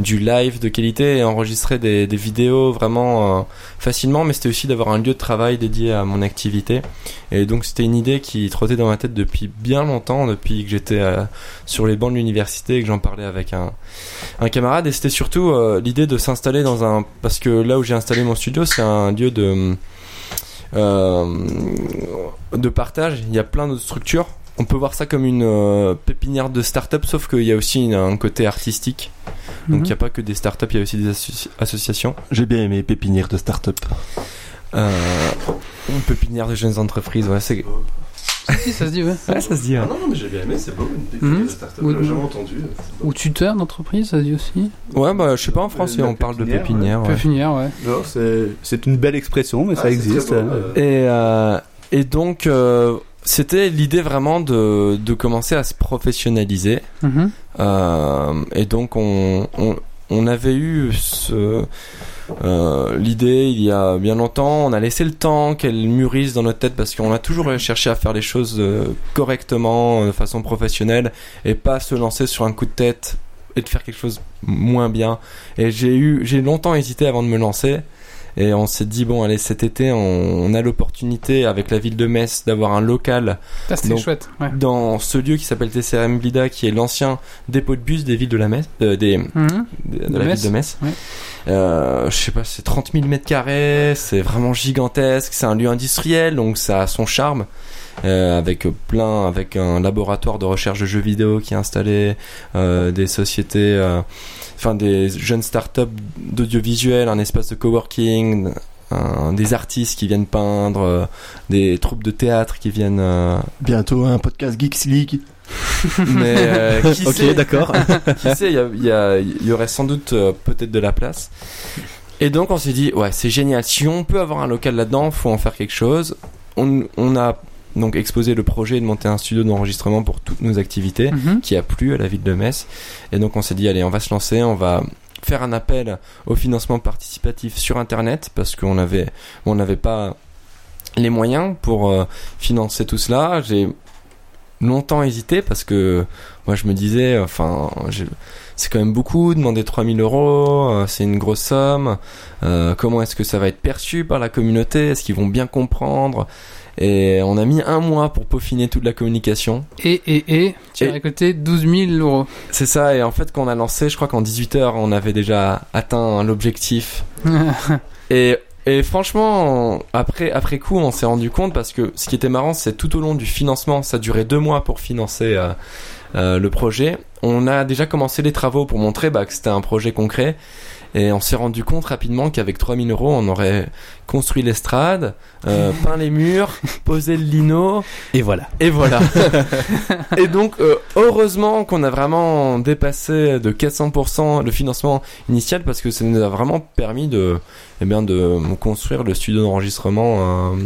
du live de qualité et enregistrer des, des vidéos vraiment euh, facilement, mais c'était aussi d'avoir un lieu de travail dédié à mon activité. Et donc c'était une idée qui trottait dans ma tête depuis bien longtemps, depuis que j'étais euh, sur les bancs de l'université et que j'en parlais avec un, un camarade. Et c'était surtout euh, l'idée de s'installer dans un... Parce que là où j'ai installé mon studio, c'est un lieu de... Euh, de partage. Il y a plein d'autres structures. On peut voir ça comme une euh, pépinière de start-up, sauf qu'il y a aussi une- un côté artistique. Donc il n'y a pas que des start-up, il y a aussi des associ- associations.
J'ai bien aimé Pépinière de Startup.
Euh, une pépinière de jeunes entreprises, ouais, c'est.
Si, ça se dit, ouais.
ça se dit. hein.
non, mais j'ai bien aimé, c'est beau, une
Pépinière de
Startup,
j'avais jamais
entendu.
Mhm. Ou tuteur d'entreprise, ça se dit aussi.
Ouais, bah je sais pas en français,
La
on parle de
pépinière,
pépinière.
Peut
ouais.
finir, ouais.
Alors, c'est- C'est une belle expression mais ça existe. hein.
Et, euh, et donc, euh, c'était l'idée vraiment de, de commencer à se professionnaliser.
Mhm.
Euh, et donc on, on, on avait eu ce, euh, l'idée il y a bien longtemps, on a laissé le temps qu'elle mûrisse dans notre tête parce qu'on a toujours cherché à faire les choses euh, correctement, euh, de façon professionnelle et pas se lancer sur un coup de tête et de faire quelque chose moins bien. Et j'ai eu, j'ai longtemps hésité avant de me lancer. Et on s'est dit bon allez cet été on, on a l'opportunité avec la ville de Metz d'avoir un local
Ça, c'était
Donc-
chouette, ouais.
dans ce lieu qui s'appelle TCRM Blida, qui est l'ancien dépôt de bus des villes de la Metz, euh, des,
Mhm.
de, de
De
la
Metz.
ville de Metz.
Ouais.
Euh, je sais pas, c'est 30 000 mètres carrés, c'est vraiment gigantesque, c'est un lieu industriel, donc ça a son charme. euh, avec plein, avec un laboratoire de recherche de jeux vidéo qui est installé, euh, des sociétés, euh, enfin des jeunes startups d'audiovisuel, un espace de coworking, un- des artistes qui viennent peindre, euh, des troupes de théâtre qui viennent euh,
Bientôt un podcast Geeks League.
mais euh, qui
ok,
sait,
d'accord.
qui sait, il y, a- il y a- il y aurait sans doute euh, peut-être de la place. Et donc on s'est dit, ouais, c'est génial. Si on peut avoir un local là-dedans, faut en faire quelque chose. On, on a donc exposé le projet de monter un studio d'enregistrement pour toutes nos activités
Mhm.
qui a plu à la ville de Metz. Et donc on s'est dit, allez, on va se lancer, on va faire un appel au financement participatif sur Internet parce qu'on avait, on n'avait pas les moyens pour euh, financer tout cela. J'ai
longtemps hésité parce que moi je me disais, enfin, j'ai- c'est quand même beaucoup, demander 3000 euros, euh, c'est une grosse somme. Euh, comment est-ce que ça va être perçu par la communauté Est-ce qu'ils vont bien comprendre Et on a mis un mois pour peaufiner toute la communication.
Et, et, et, tu as
Et-
récolté 12 000 euros.
C'est ça, et en fait, quand on a lancé, je crois qu'en 18h, on avait déjà atteint l'objectif. Et, et franchement, on- après, après coup, on s'est rendu compte parce que ce qui était marrant, c'est tout au long du financement, ça durait deux mois pour financer euh, euh, le projet. On a déjà commencé les travaux pour montrer bah, que c'était un projet concret. Et on s'est rendu compte rapidement qu'avec 3000 euros, on aurait construit l'estrade, euh, peint les murs, posé le lino,
Et voilà.
et voilà. et donc, euh, heureusement qu'on a vraiment dépassé de 400% le financement initial parce que ça nous a vraiment permis de, eh bien, de construire le studio d'enregistrement euh,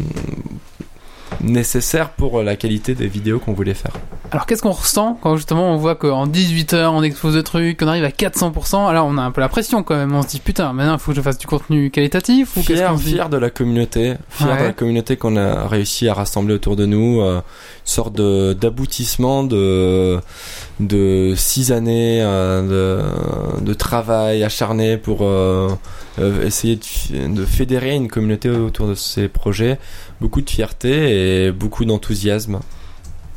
nécessaire pour la qualité des vidéos qu'on voulait faire.
Alors qu'est-ce qu'on ressent quand justement on voit qu'en 18 heures on expose de trucs, qu'on arrive à 400% Alors on a un peu la pression quand même, on se dit putain, maintenant il faut que je fasse du contenu qualitatif ou qu'est-ce qu'on
Fier,
se dit Ah,
fier de la communauté,
Ah
fier
Ouais.
de la communauté qu'on a réussi à rassembler autour de nous, euh, une sorte de- d'aboutissement de de six années euh, de, de travail acharné pour euh, euh, essayer de, fi- de fédérer une communauté autour de ces projets, beaucoup de fierté et beaucoup d'enthousiasme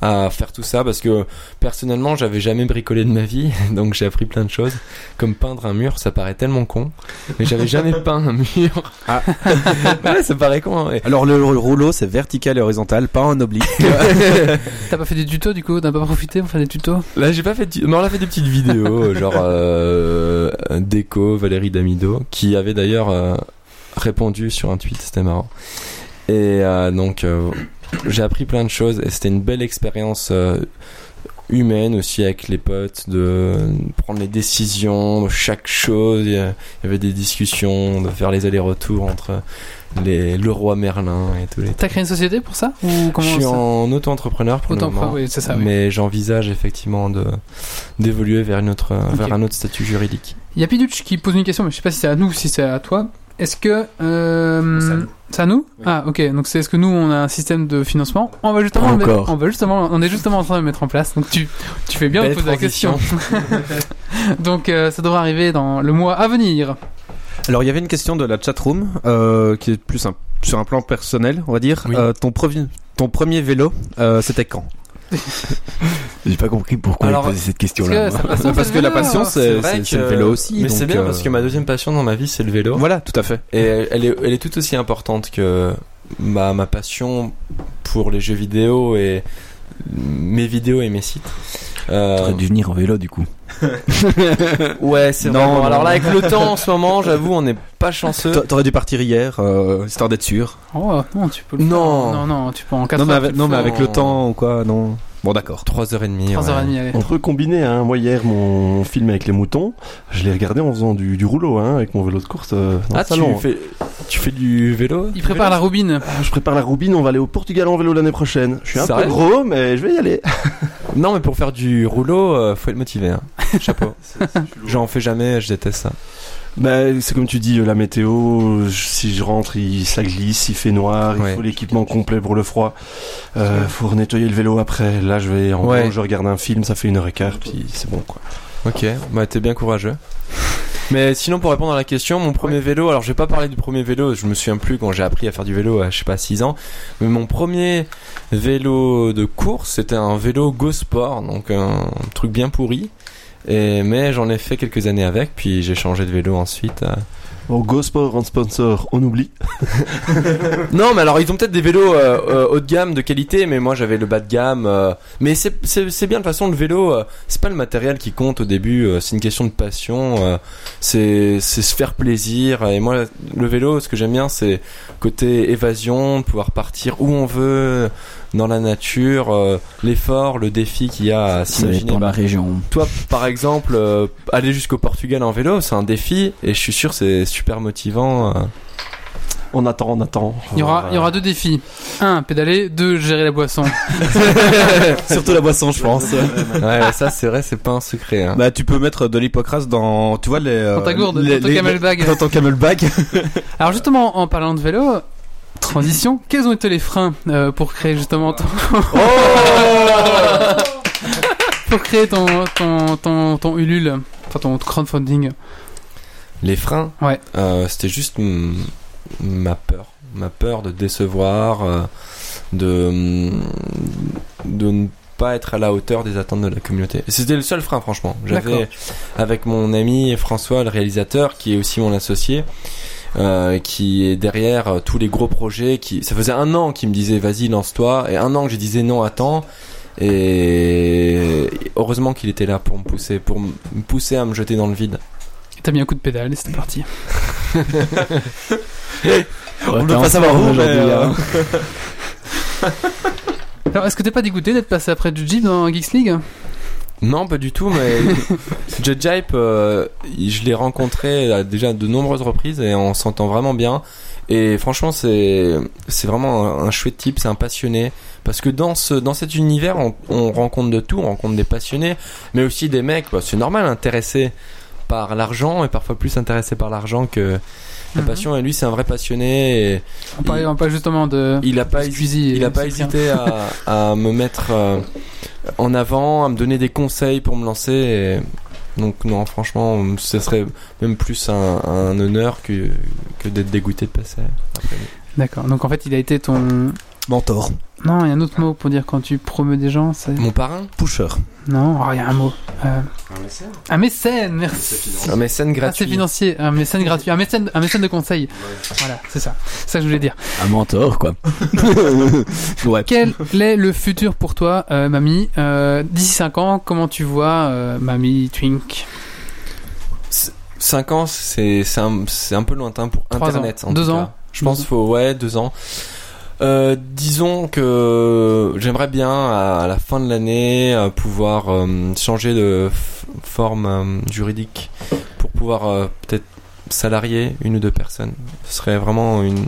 à faire tout ça parce que personnellement j'avais jamais bricolé de ma vie donc j'ai appris plein de choses comme peindre un mur ça paraît tellement con mais j'avais jamais peint un mur Ouais, ça paraît con. hein, ouais.
Alors le rouleau c'est vertical et horizontal, pas en oblique.
T'as pas fait des tutos du coup T'as pas profité pour faire des tutos
Là, j'ai pas fait. du- Mais on a fait des petites vidéos, euh, genre euh, déco Valérie Damido, qui avait d'ailleurs euh, répondu sur un tweet. C'était marrant. Et euh, donc, euh, j'ai appris plein de choses. Et c'était une belle expérience euh, humaine aussi avec les potes, de prendre les décisions de chaque chose. Il y a- il y avait des discussions, de faire les allers-retours entre les le roi Merlin et tous les.
T'as créé une société pour ça Ou
Je
comment
suis
ça
en auto-entrepreneur pour
Autant
le moment.
pro- oui, c'est ça. oui.
mais j'envisage effectivement de d'évoluer vers une autre vers un autre statut juridique.
Il y a Piduch qui pose une question, mais je sais pas si c'est à nous ou si c'est à toi. Est-ce que. euh, c'est à nous Ah, ok. Donc, c'est est-ce que nous, on a un système de financement On va justement
Pas
le mettre-
encore.
on va justement, on est justement en train de le mettre en place. Donc, tu, tu fais bien de
Belle
poser la question.
transition. Euh,
donc, euh, ça devrait arriver dans le mois à venir.
Alors il y avait une question de la chatroom euh, qui est plus un- sur un plan personnel, on va dire.
Oui.
Euh, ton, previ- ton premier vélo, euh, c'était quand
J'ai pas compris pourquoi
Alors,
il posait cette
Parce
question-là.
que
moi.
sa passion, c'est
Parce
le
que la
vélo.
passion c'est c'est- c'est le vélo aussi.
Mais c'est
donc,
bien
euh,
parce que ma deuxième passion dans ma vie c'est le vélo
Voilà, tout à fait.
et elle est elle est tout aussi importante que ma ma passion pour les jeux vidéo et mes vidéos et mes sites. Euh,
T'aurais dû venir en vélo du coup.
ouais, c'est
Non,
vraiment-
non.
Alors là, avec le temps en ce moment, j'avoue, on n'est pas chanceux.
T'a- T'aurais dû partir hier, euh, histoire d'être sûr.
Oh, non, tu peux le
Non.
faire. Non, non, tu peux en 4
Non mais,
heures.
avec,
tu
non,
le
mais
fais
avec le temps ou quoi, non. Bon d'accord.
3h30.
en 3h30, allez.
On peut combiner, hein. moi hier, mon film avec les moutons, je l'ai regardé en faisant du, du rouleau hein, avec mon vélo de course euh, dans
Ah,
le
tu
salon.
fais, tu fais du vélo
Il prépare la roubine.
Ah, Je prépare la roubine, on va aller au Portugal en vélo l'année prochaine. Je suis un peu
Sérieux
gros, mais je vais y aller.
Non, mais pour faire du rouleau, euh, faut être motivé. hein. Chapeau. J'en fais jamais, je déteste ça.
Bah, c'est comme tu dis, euh, la météo, je- si je rentre, il, ça glisse, il fait noir, il
Ouais.
faut l'équipement complet pour le froid. Euh, faut nettoyer le vélo après. Là, je vais en
Ouais.
gros, je regarde un film, ça fait une heure et quart, puis c'est bon quoi.
Ok, bah t'es bien courageux. Mais sinon, pour répondre à la question, mon premier vélo, alors je vais pas parler du premier vélo, je me souviens plus quand j'ai appris à faire du vélo à je sais pas 6 ans, mais mon premier vélo de course, c'était un vélo Go Sport, donc un truc bien pourri. Et, mais j'en ai fait quelques années avec, puis j'ai changé de vélo ensuite. euh.
Bon, Go Sport en sponsor, on oublie.
Non, mais alors ils ont peut-être des vélos euh, euh, haut de gamme, de qualité, mais moi j'avais le bas de gamme. euh, mais c'est, c'est, c'est bien de toute façon le vélo, euh, c'est pas le matériel qui compte au début, euh, c'est une question de passion, euh, c'est, c'est se faire plaisir. Et moi le vélo, ce que j'aime bien, c'est côté évasion, de pouvoir partir où on veut, dans la nature, euh, l'effort, le défi qu'il y a à
Ça
s'imaginer.
dépend de la
Bah,
région.
toi, par exemple, euh, aller jusqu'au Portugal en vélo, c'est un défi, et je suis sûr c'est super motivant. euh.
On attend, on attend.
Il y aura, il y aura
Euh,
deux défis. Un, pédaler. Deux, gérer la boisson.
Surtout la boisson, je pense.
Ouais, ça c'est vrai, c'est pas un secret. hein.
bah tu peux mettre de l'hypocrase dans, tu vois les.
Dans ta gourde, dans ton camel bag.
Dans ton camel bag.
Alors justement, en parlant de vélo, Transition. Quels ont été les freins euh, pour créer justement ton... pour créer ton, ton, ton, ton Ulule, enfin ton crowdfunding
Les freins
Ouais.
Euh, C'était juste mm, ma peur. Ma peur de décevoir, euh, de, mm, de ne pas être à la hauteur des attentes de la communauté. Et C'était le seul frein, franchement.
D'accord.
J'avais, avec mon ami François, le réalisateur, qui est aussi mon associé, euh, qui est derrière euh, tous les gros projets. Qui, ça faisait un an qu'il me disait vas-y lance-toi, et un an que je disais non attends. Et heureusement qu'il était là pour me pousser, pour me pousser à me jeter dans le vide.
T'as mis un coup de pédale et c'était parti.
On veut pas savoir où aujourd'hui. hein. là.
Alors, est-ce que t'es pas dégoûté d'être passé après du Jeep dans Geeks League
Non, pas du tout, mais Judge Hype, euh, je l'ai rencontré à déjà de nombreuses reprises et on s'entend vraiment bien. Et franchement, c'est c'est vraiment un, un chouette type, c'est un passionné. Parce que dans ce dans cet univers, on, on rencontre de tout, on rencontre des passionnés, mais aussi des mecs. bah, c'est normal, intéressés par l'argent et parfois plus intéressés par l'argent que la
Mhm.
passion. Et lui, c'est un vrai passionné. Et
On parlait on parlait justement de.
il a pas hésité
Squeezie et
il a pas
Cyprien.
hésité à, à me mettre euh, en avant, à me donner des conseils pour me lancer. et Donc non, franchement, ce serait même plus un, un honneur que, que d'être dégoûté de passer. après lui.
D'accord. Donc en fait, il a été ton.
Mentor.
Non, il y a un autre mot pour dire quand tu promeux des gens. C'est...
Mon parrain,
Pusher.
Non, oh, il y a un mot. Euh, Un mécène. merci.
un mécène
Ah, c'est
gratuit.
financier, un mécène gratuit, un mécène, un mécène de conseil. Voilà, c'est ça. C'est ça que je voulais dire.
Un mentor, quoi. ouais.
Quel est le futur pour toi, euh, mamie Euh, D'ici 5 ans, comment tu vois euh, mamie Twink
5 ans, c'est c'est un, c'est un peu lointain pour
Trois
Internet.
ans.
en
Deux
tout
ans.
cas. Je
Deux
pense
ans.
qu'il faut, ouais, deux ans. Euh, disons que j'aimerais bien à la fin de l'année euh, pouvoir euh, changer de f- forme euh, juridique pour pouvoir euh, peut-être salarier une ou deux personnes. Ce serait vraiment une,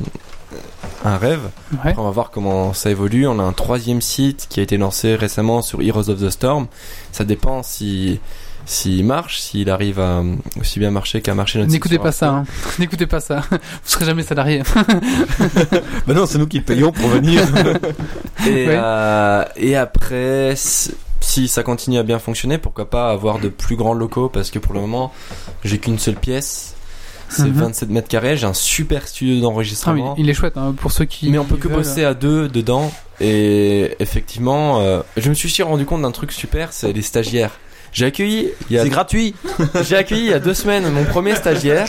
un rêve.
Ouais.
Après, on va voir comment ça évolue. On a un troisième site qui a été lancé récemment sur Heroes of the Storm. Ça dépend si s'il marche, s'il arrive à euh, aussi bien marcher qu'à marcher notre site
N'écoutez
sur
pas
Arte.
ça, hein. n'écoutez pas ça. Vous serez jamais salarié.
Bah non, c'est nous qui payons pour venir.
Ouais.
Et, euh, et après, si si ça continue à bien fonctionner, pourquoi pas avoir de plus grands locaux Parce que pour le moment, j'ai qu'une seule pièce. C'est
Mhm.
27 mètres carrés. J'ai un super studio
Ah, mais
d'enregistrement.
il est chouette hein, pour ceux qui.
mais on peut que
veulent.
bosser à deux dedans. Et effectivement, euh, je me suis aussi rendu compte d'un truc super, c'est les stagiaires. J'ai accueilli, il y a-
C'est gratuit.
j'ai accueilli il y a deux semaines mon premier stagiaire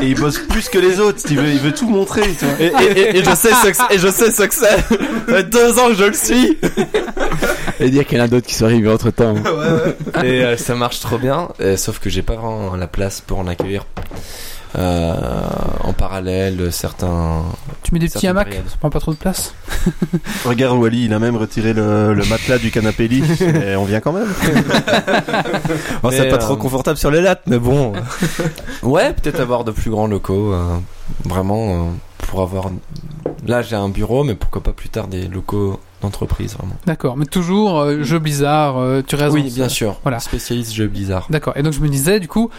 Et il bosse plus que les autres, il veut, il veut tout montrer. tu vois.
et, et- et- et je sais ce que c'est- et je sais ce que c'est. Ça fait deux ans que je le suis.
Et dire qu'il y en a d'autres qui sont arrivés entre temps.
et euh, ça marche trop bien euh, sauf que j'ai pas vraiment la place pour en accueillir euh, en parallèle certains
Tu mets des petits
certaines
hamacs,
périodes.
ça prend pas trop de place.
Regarde Wally, il a même retiré le, le matelas du canapé lit. Et on vient quand même.
Bon, Oh, c'est
Mais,
pas
euh,
trop confortable sur les lattes, mais bon.
ouais peut-être avoir de plus grands locaux euh, vraiment euh, pour avoir là j'ai un bureau mais pourquoi pas plus tard des locaux d'entreprise vraiment
D'accord, mais toujours euh, jeu Blizzard, euh, tu raison.
oui bien sûr
Voilà.
spécialiste jeu Blizzard
D'accord. Et donc je me disais, du coup,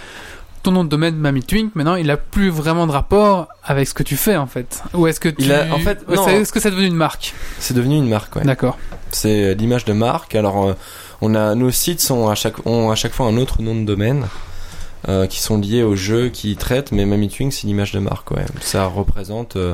ton nom de domaine Mamie Twink, maintenant, il a plus vraiment de rapport avec ce que tu fais en fait. Ou est-ce que tu...
Il a- en fait,
Ouais,
non.
c'est- Est-ce que c'est devenu une marque
c'est devenu une marque ouais.
D'accord.
c'est l'image de marque alors euh, on a nos sites sont à chaque ont à chaque fois un autre nom de domaine euh, qui sont liés au jeu qui traitent mais Mami Twing c'est l'image de marque ouais. ça représente euh,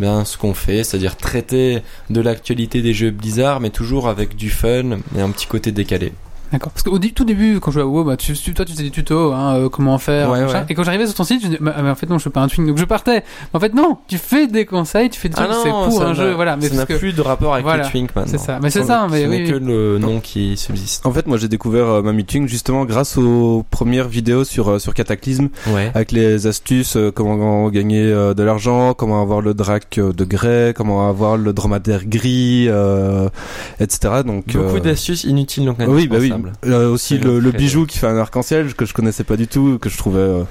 bien ce qu'on fait c'est-à-dire traiter de l'actualité des jeux Blizzard mais toujours avec du fun et un petit côté décalé
D'accord. Parce qu'au dé- tout début, quand je jouais à WoW, bah, tu, tu- toi, tu faisais des tutos, hein, euh, comment faire,
Ouais,
machin.
ouais.
Et quand j'arrivais sur ton site, je disais, bah, mais en fait, non, je suis pas un Twink, donc je partais. Mais en fait, non, tu fais des conseils, tu fais des trucs, Ah c'est pour
Ah ça
un
n'a-
jeu, voilà. Mais
ça n'a
parce que-
plus de rapport avec
voilà.
les Twink maintenant
C'est ça. Mais c'est ça, mais
ce
oui,
n'est que
oui.
le nom qui subsiste
En fait, moi j'ai découvert euh, ma meeting justement grâce aux premières vidéos sur, euh, sur Cataclysme
ouais
avec les astuces, euh, comment gagner euh, de l'argent, comment avoir le drac euh, de grès, comment avoir le dromadaire gris, euh, etc. Donc,
beaucoup
euh,
d'astuces inutiles donc
oui, bah oui.
indispensables.
Euh, aussi
C'est
le, le
très-
bijou qui fait un arc-en-ciel que je connaissais pas du tout, que je trouvais euh,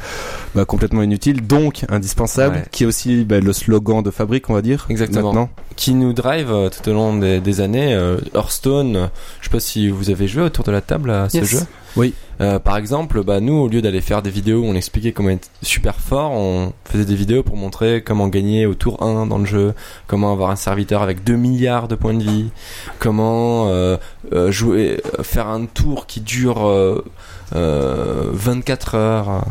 bah, complètement inutile, donc indispensable,
Ouais.
qui est aussi bah, le slogan de fabrique, on va dire.
Exactement.
Maintenant.
qui nous drive euh, tout au long des, des années. Euh, Hearthstone, euh, je sais pas si vous avez joué autour de la table à ce
Yes.
jeu.
Oui.
Euh, par exemple, bah, nous, au lieu d'aller faire des vidéos où on expliquait comment être super fort, on faisait des vidéos pour montrer comment gagner au tour 1 dans le jeu, comment avoir un serviteur avec 2 milliards de points de vie, comment euh, euh, jouer, euh, faire un tour qui dure euh, euh, 24 heures.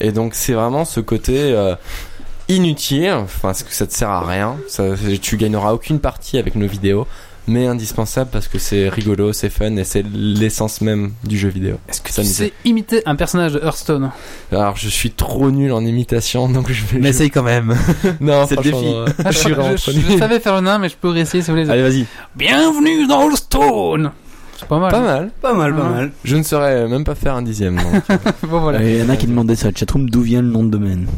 Et donc c'est vraiment ce côté euh, inutile, enfin parce que ça te sert à rien, ça, tu gagneras aucune partie avec nos vidéos, mais indispensable parce que c'est rigolo, c'est fun et c'est l'essence même du jeu vidéo.
Est-ce que
Ça
tu
me
sais imiter un personnage de Hearthstone
Alors je suis trop nul en imitation donc je vais...
essaye quand même.
non,
c'est le
franchement, euh,
défi.
non.
Ah, Je, je- je savais faire le nain, mais je peux réessayer si vous voulez.
Allez, vas-y.
Bienvenue dans Hearthstone C'est pas mal.
Pas mal,
Pas mal, pas
Ah.
mal.
je ne saurais même pas faire un dixième. donc.
bon, voilà.
Il y en a qui demandaient sur le chatroom d'où vient le nom de domaine.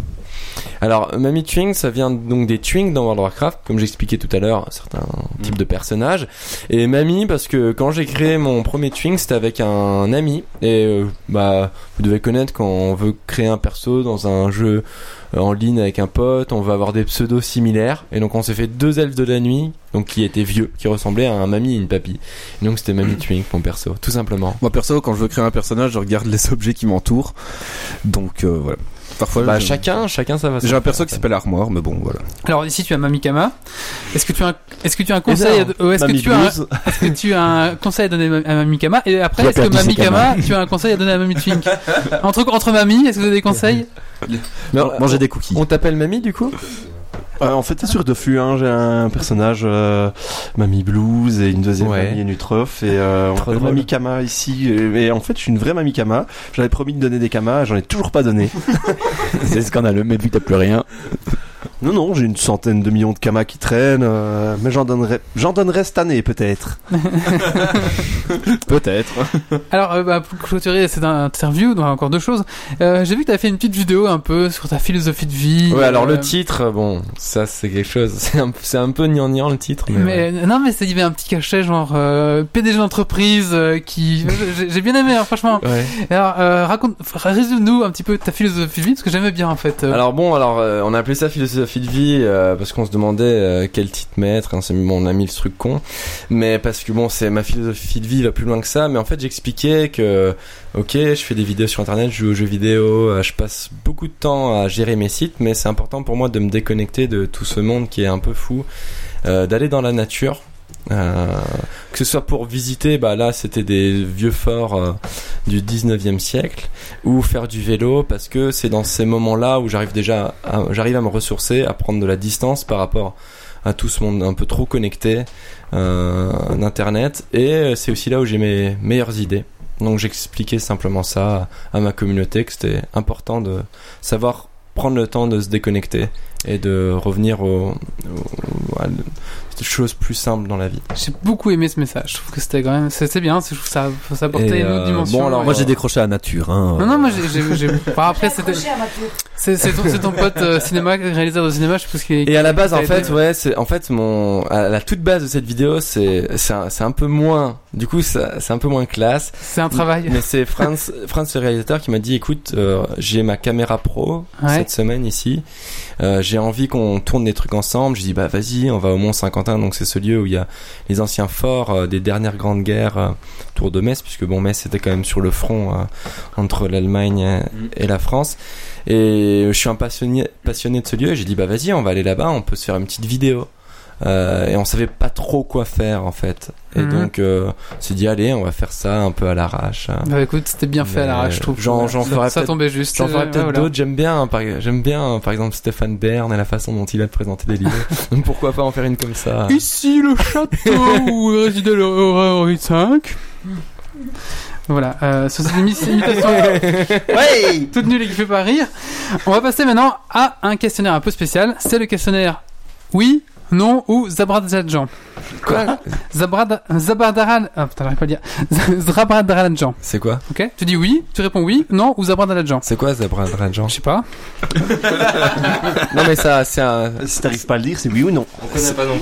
Alors, Mammy Twing, ça vient donc des Twing dans World of Warcraft, comme j'expliquais tout à l'heure, certains types de personnages. Et Mamie, parce que quand j'ai créé mon premier Twing, c'était avec un ami. Et euh, bah, vous devez connaître quand on veut créer un perso dans un jeu euh, en ligne avec un pote, on va avoir des pseudos similaires. Et donc, on s'est fait deux elfes de la nuit, donc qui étaient vieux, qui ressemblaient à un Mamie et une Papy. Et donc, c'était Mamie Twing, mon perso, tout simplement.
Moi perso, quand je veux créer un personnage, je regarde les objets qui m'entourent. Donc euh, voilà. Parfois,
Bah,
je-
chacun, chacun ça va.
j'ai un perso qui s'appelle Armoire, mais bon voilà.
Alors ici tu as Mamikama. Est-ce que tu as un, est-ce que tu as un conseil à, euh, est-ce que tu as un- est-ce que tu as un conseil à donner à Mamikama et après
J'ai
est-ce que
perdu ses
Mamikama tu as un conseil à donner à Mamie Twink Entre entre Mamie, est-ce que vous avez des conseils
Non, manger des cookies.
On t'appelle Mamie du coup
Euh, en fait, t'es sûr de fût, hein, j'ai un personnage euh, Mamie Blues et une deuxième
Ouais.
Mamie Enutrof et euh, on
Trop
appelle
drôle.
Mamie Kama ici. Et, et en fait, je suis une vraie Mamie Kama. J'avais promis de donner des Kamas, j'en ai toujours pas donné.
C'est scandaleux, mais vu que t'as plus rien.
Non, non, j'ai une centaine de millions de Kamas qui traînent, euh, mais j'en donnerai, j'en donnerai cette année peut-être.
Peut-être.
Alors euh, bah, pour clôturer cette interview, donc encore deux choses. Euh, j'ai vu que tu as fait une petite vidéo un peu sur ta philosophie de vie.
Ouais, alors
Euh,
le titre, bon, ça c'est quelque chose. C'est un, c'est un peu gnangnan le titre. Mais ouais.
Mais non, mais c'est- il y avait un petit cachet genre euh, PDG d'entreprise euh, qui j'ai- j'ai bien aimé hein, franchement.
Ouais.
Alors euh, raconte résume-nous un petit peu ta philosophie de vie parce que j'aimais bien en fait. euh,
Alors bon, alors euh, on a appelé ça philosophie de vie euh, parce qu'on se demandait euh, quel titre mettre. hein, c'est- bon, on a mis le truc con, mais parce que bon, c'est ma philosophie de vie va plus loin que ça. Mais en fait, j'expliquais que ok, je fais des vidéos sur internet, je joue aux jeux vidéo, euh, je passe beaucoup de temps à gérer mes sites, mais c'est important pour moi de me déconnecter de tout ce monde qui est un peu fou, euh, d'aller dans la nature. euh, que ce soit pour visiter, bah là c'était des vieux forts euh, du 19e siècle, ou faire du vélo parce que c'est dans ces moments-là où j'arrive déjà à, j'arrive à me ressourcer, à prendre de la distance par rapport à tout ce monde un peu trop connecté euh, d'internet et c'est aussi là où j'ai mes meilleures idées. Donc j'expliquais simplement ça à ma communauté que c'était important de savoir prendre le temps de se déconnecter et de revenir aux, aux- à des choses plus simples dans la vie.
J'ai beaucoup aimé ce message. Je trouve que c'était quand même, c'est c'est bien. c'est- Je trouve que ça, ça apportait
Et,
une autre
euh,
dimension.
bon, alors,
Et-
Moi j'ai décroché à nature. Hein.
non, non, moi j'ai, j'ai, j'ai- enfin, après c'était,
Accroché à ma tour.
c'est, c'est ton, c'est ton pote euh, cinéma, réalisateur de cinéma, je pense qu'il est.
Et à la base, en
T'as
fait,
été-
ouais, c'est en fait mon à la toute base de cette vidéo, c'est c'est un, c'est un peu moins. Du coup, ça- c'est un peu moins classe.
C'est un travail.
Mais c'est Franz, Franz le réalisateur qui m'a dit, écoute, euh, j'ai ma caméra pro
Ouais.
cette semaine ici. Euh, j'ai envie qu'on tourne des trucs ensemble. Je dis bah vas-y, on va au Mont Saint-Quentin. Donc c'est ce lieu où il y a les anciens forts euh, des dernières grandes guerres euh, autour de Metz, puisque bon Metz était quand même sur le front euh, entre l'Allemagne euh, et la France. Et je suis un passionné, passionné de ce lieu. et J'ai dit bah vas-y, on va aller là-bas. On peut se faire une petite vidéo. Euh, et on savait pas trop quoi faire en fait. Et
Mhm.
donc euh, on s'est dit allez, on va faire ça un peu à l'arrache. hein.
Bah écoute, c'était bien fait à
Mais,
l'arrache, je trouve.
Euh, j'en- j'en
ça,
ferai
ça
peut-être-
tombait juste. euh,
J'en ferai
Ouais,
peut-être
voilà.
d'autres. J'aime bien, hein, par, j'aime bien, hein, par exemple, Stéphane Bern et la façon dont il a présenté des livres. Donc pourquoi pas en faire une comme ça
Ici le château où résidait le roi Henri V. Voilà, euh, ça, c'est une imitation toute nulle et qui fait pas rire. On va passer maintenant à un questionnaire un peu spécial. C'est le questionnaire oui, non ou Zabradjan.
Quoi
Zabrad... Zabadaran. Ah putain, j'arrive pas à le dire. Zabadaranjan.
C'est quoi
Ok Tu dis oui, tu réponds oui, non ou Zabadaranjan.
C'est quoi Zabra Radjan
Je sais pas.
Non mais ça, c'est un,
Si t'arrives pas à le dire, c'est oui ou non.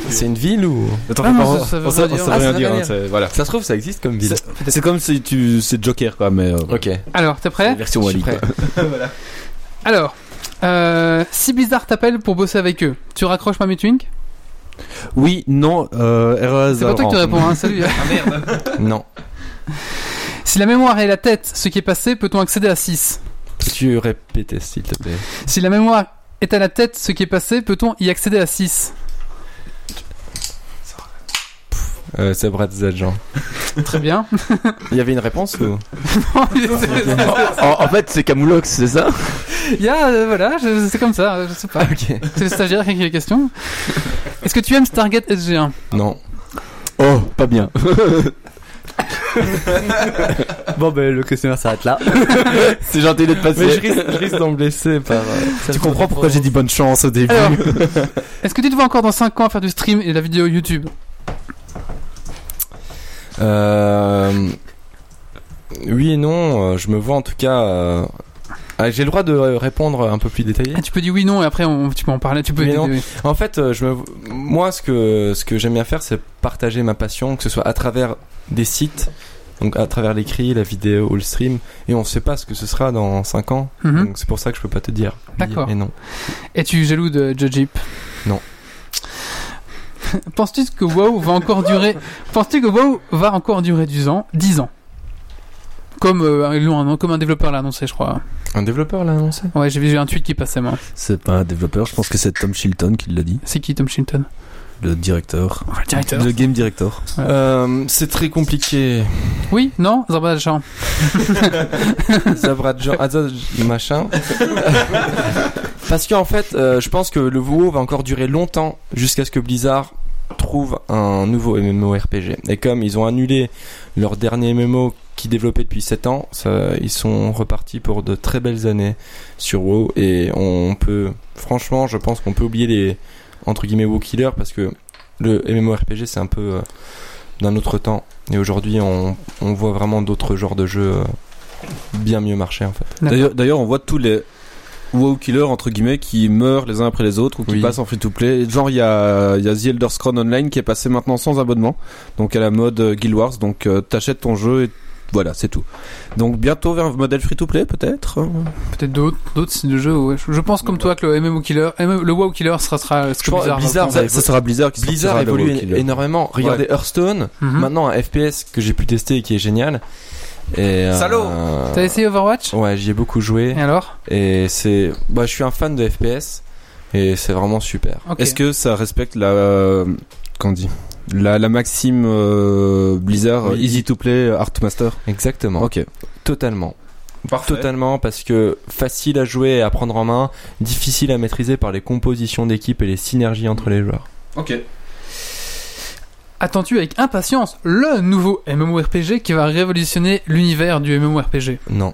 c'est une ville ou
Attends,
Ah,
faut
non,
pas-
ça- ça veut
on sait-
pas
on
dire.
sait
Ah, ça
rien
veut
dire.
rien
hein, c'est- Voilà.
Ça se trouve, ça existe comme ville.
C'est comme si tu c'est Joker quoi, mais euh,
Ok.
Alors, t'es prêt
version
je
Wally.
suis
quoi.
prêt.
Alors, euh, si Blizzard t'appelle pour bosser avec eux, tu raccroches Mamie Twink
Oui, non, euh, erreur
C'est pas toi qui te
hasard.
réponds, hein, salut.
Non.
si la mémoire est la tête, ce qui est passé, peut-on accéder à 6
Tu répétais s'il te plaît.
Si la mémoire est à la tête, ce qui est passé, peut-on y accéder à 6
Euh, c'est Brad Zadjan.
Très bien.
Il y avait une réponse ou
En, en fait, c'est Camoulox, c'est ça
Il y a, euh, voilà, je- c'est comme ça, euh, je sais pas. C'est le stagiaire qui a écrit la question. Est-ce que tu aimes Stargate SG1
Non.
Oh, pas bien.
Bon, ben le questionnaire s'arrête là.
C'est gentil de passer.
risque, d'en blesser par.
Tu comprends pourquoi j'ai dit bonne chance au début
Alors, est-ce que tu te vois encore dans 5 ans à faire du stream et de la vidéo YouTube
Euh... Oui et non, euh, je me vois en tout cas. euh, ah, J'ai le droit de euh, répondre un peu plus détaillé.
Ah, Tu peux dire oui, non, et après on, tu peux en parler, tu peux.
Mais non.
oui.
En fait, euh, je me... moi, ce que, ce que j'aime bien faire, c'est partager ma passion, que ce soit à travers des sites, donc à travers l'écrit, la vidéo ou le stream, et on sait pas ce que ce sera dans 5 ans,
Mhm.
donc c'est pour ça que je peux pas te dire. oui
D'accord.
Et non.
Es-tu jaloux de Jojip
Non.
Penses-tu que WoW va encore durer Penses-tu que WoW va encore durer 10 ans 10 ans. Comme euh, ils l'ont annon- comme un développeur l'a annoncé, je crois.
Un développeur l'a annoncé
Ouais, j'ai vu j'ai un tweet qui passait moi.
C'est pas un développeur, je pense que c'est Tom Shilton qui l'a dit,
C'est qui Tom Shilton
le directeur.
Oh, le directeur.
Le game director.
Euh, C'est très compliqué.
Oui, non, Zabadjan.
Zabradjan, Azad, ah, machin. Parce qu'en fait, euh, je pense que le WoW va encore durer longtemps jusqu'à ce que Blizzard trouve un nouveau MMORPG. Et comme ils ont annulé leur dernier MMO qui développait depuis 7 ans, ça- ils sont repartis pour de très belles années sur WoW. Et on peut, franchement, je pense qu'on peut oublier les entre guillemets WoW killers parce que le MMORPG c'est un peu euh, d'un autre temps. Et aujourd'hui, on, on voit vraiment d'autres genres de jeux euh, bien mieux marcher en fait.
D'accord.
D'ailleurs, d'ailleurs, on voit tous les WoW killers entre guillemets qui meurent les uns après les autres ou qui
Oui.
passent en free to play. Genre il y a il y a The Elder Scrolls Online qui est passé maintenant sans abonnement, donc à la mode euh, Guild Wars. Donc euh, t'achètes ton jeu et voilà, c'est tout. Donc bientôt vers un modèle free to play peut-être. hein.
Peut-être d'autres d'autres styles de jeu. ouais. Je je pense comme toi que le MMO Killer, MM le WoW Killer sera, sera ce que
Je pense-
Blizzard. va
Blizzard,
prendre.
Ça, ça sera Blizzard qui
Blizzard
sortira le
évolue
WoW
é-
killer.
énormément. Regardez Hearthstone,
Hmm
Mhm.
maintenant un FPS que j'ai pu tester et qui est génial. Et euh,
Salaud
T'as essayé Overwatch
Ouais, j'y ai beaucoup joué
Et alors
et c'est bah je suis un fan de FPS et c'est vraiment super.
Ok.
Est-ce que ça respecte la euh, qu'on dit la, la maxime euh, Blizzard
Oui.
easy to play art master.
Exactement.
Ok.
Totalement. Totalement parce que facile à jouer et à prendre en main, difficile à maîtriser par les compositions d'équipe et les synergies entre les joueurs.
Ok.
Attends-tu avec impatience le nouveau MMORPG qui va révolutionner l'univers du MMORPG
Non.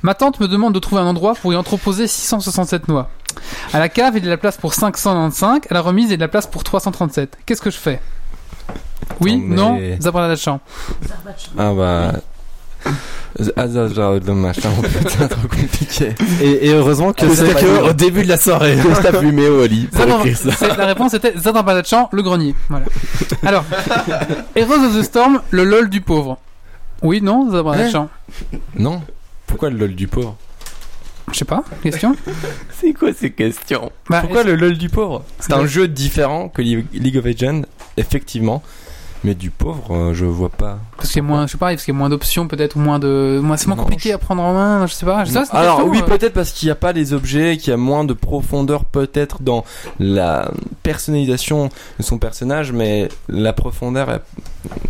Ma tante me demande de trouver un endroit pour y entreposer 667 noix. À la cave, il y a de la place pour 595, à la remise, il y a de la place pour 337. Qu'est-ce que je fais Oui,
Attends, mais-
non, Zabradachan.
Ah bah ah, ça, genre, le machin, putain, trop compliqué.
Et, heureusement que
c'est pas nous.
au début de la soirée. Costa Fumeo au lit pour
Zadar-
écrire ça.
c'est- La réponse était Zabradachan, le grenier. Voilà. Alors, Heroes of the Storm, le lol du pauvre. Oui, non, Zabradachan.
Non. Pourquoi le lol du pauvre
Je sais pas, question.
C'est quoi ces questions
Bah,
Pourquoi le LOL du pauvre C'est un jeu différent que Li- League of Legends, effectivement. Mais du pauvre, euh, je vois pas.
Parce qu'il y a moins, je sais pas, parce qu'il y a moins d'options peut-être, ou moins de, moins, c'est moins
Non,
compliqué à prendre en main, je sais pas. Je sais pas, c'est une
Alors
question,
oui,
euh.
peut-être parce qu'il n'y a pas les objets, qu'il y a moins de profondeur peut-être dans la personnalisation de son personnage, mais la profondeur est,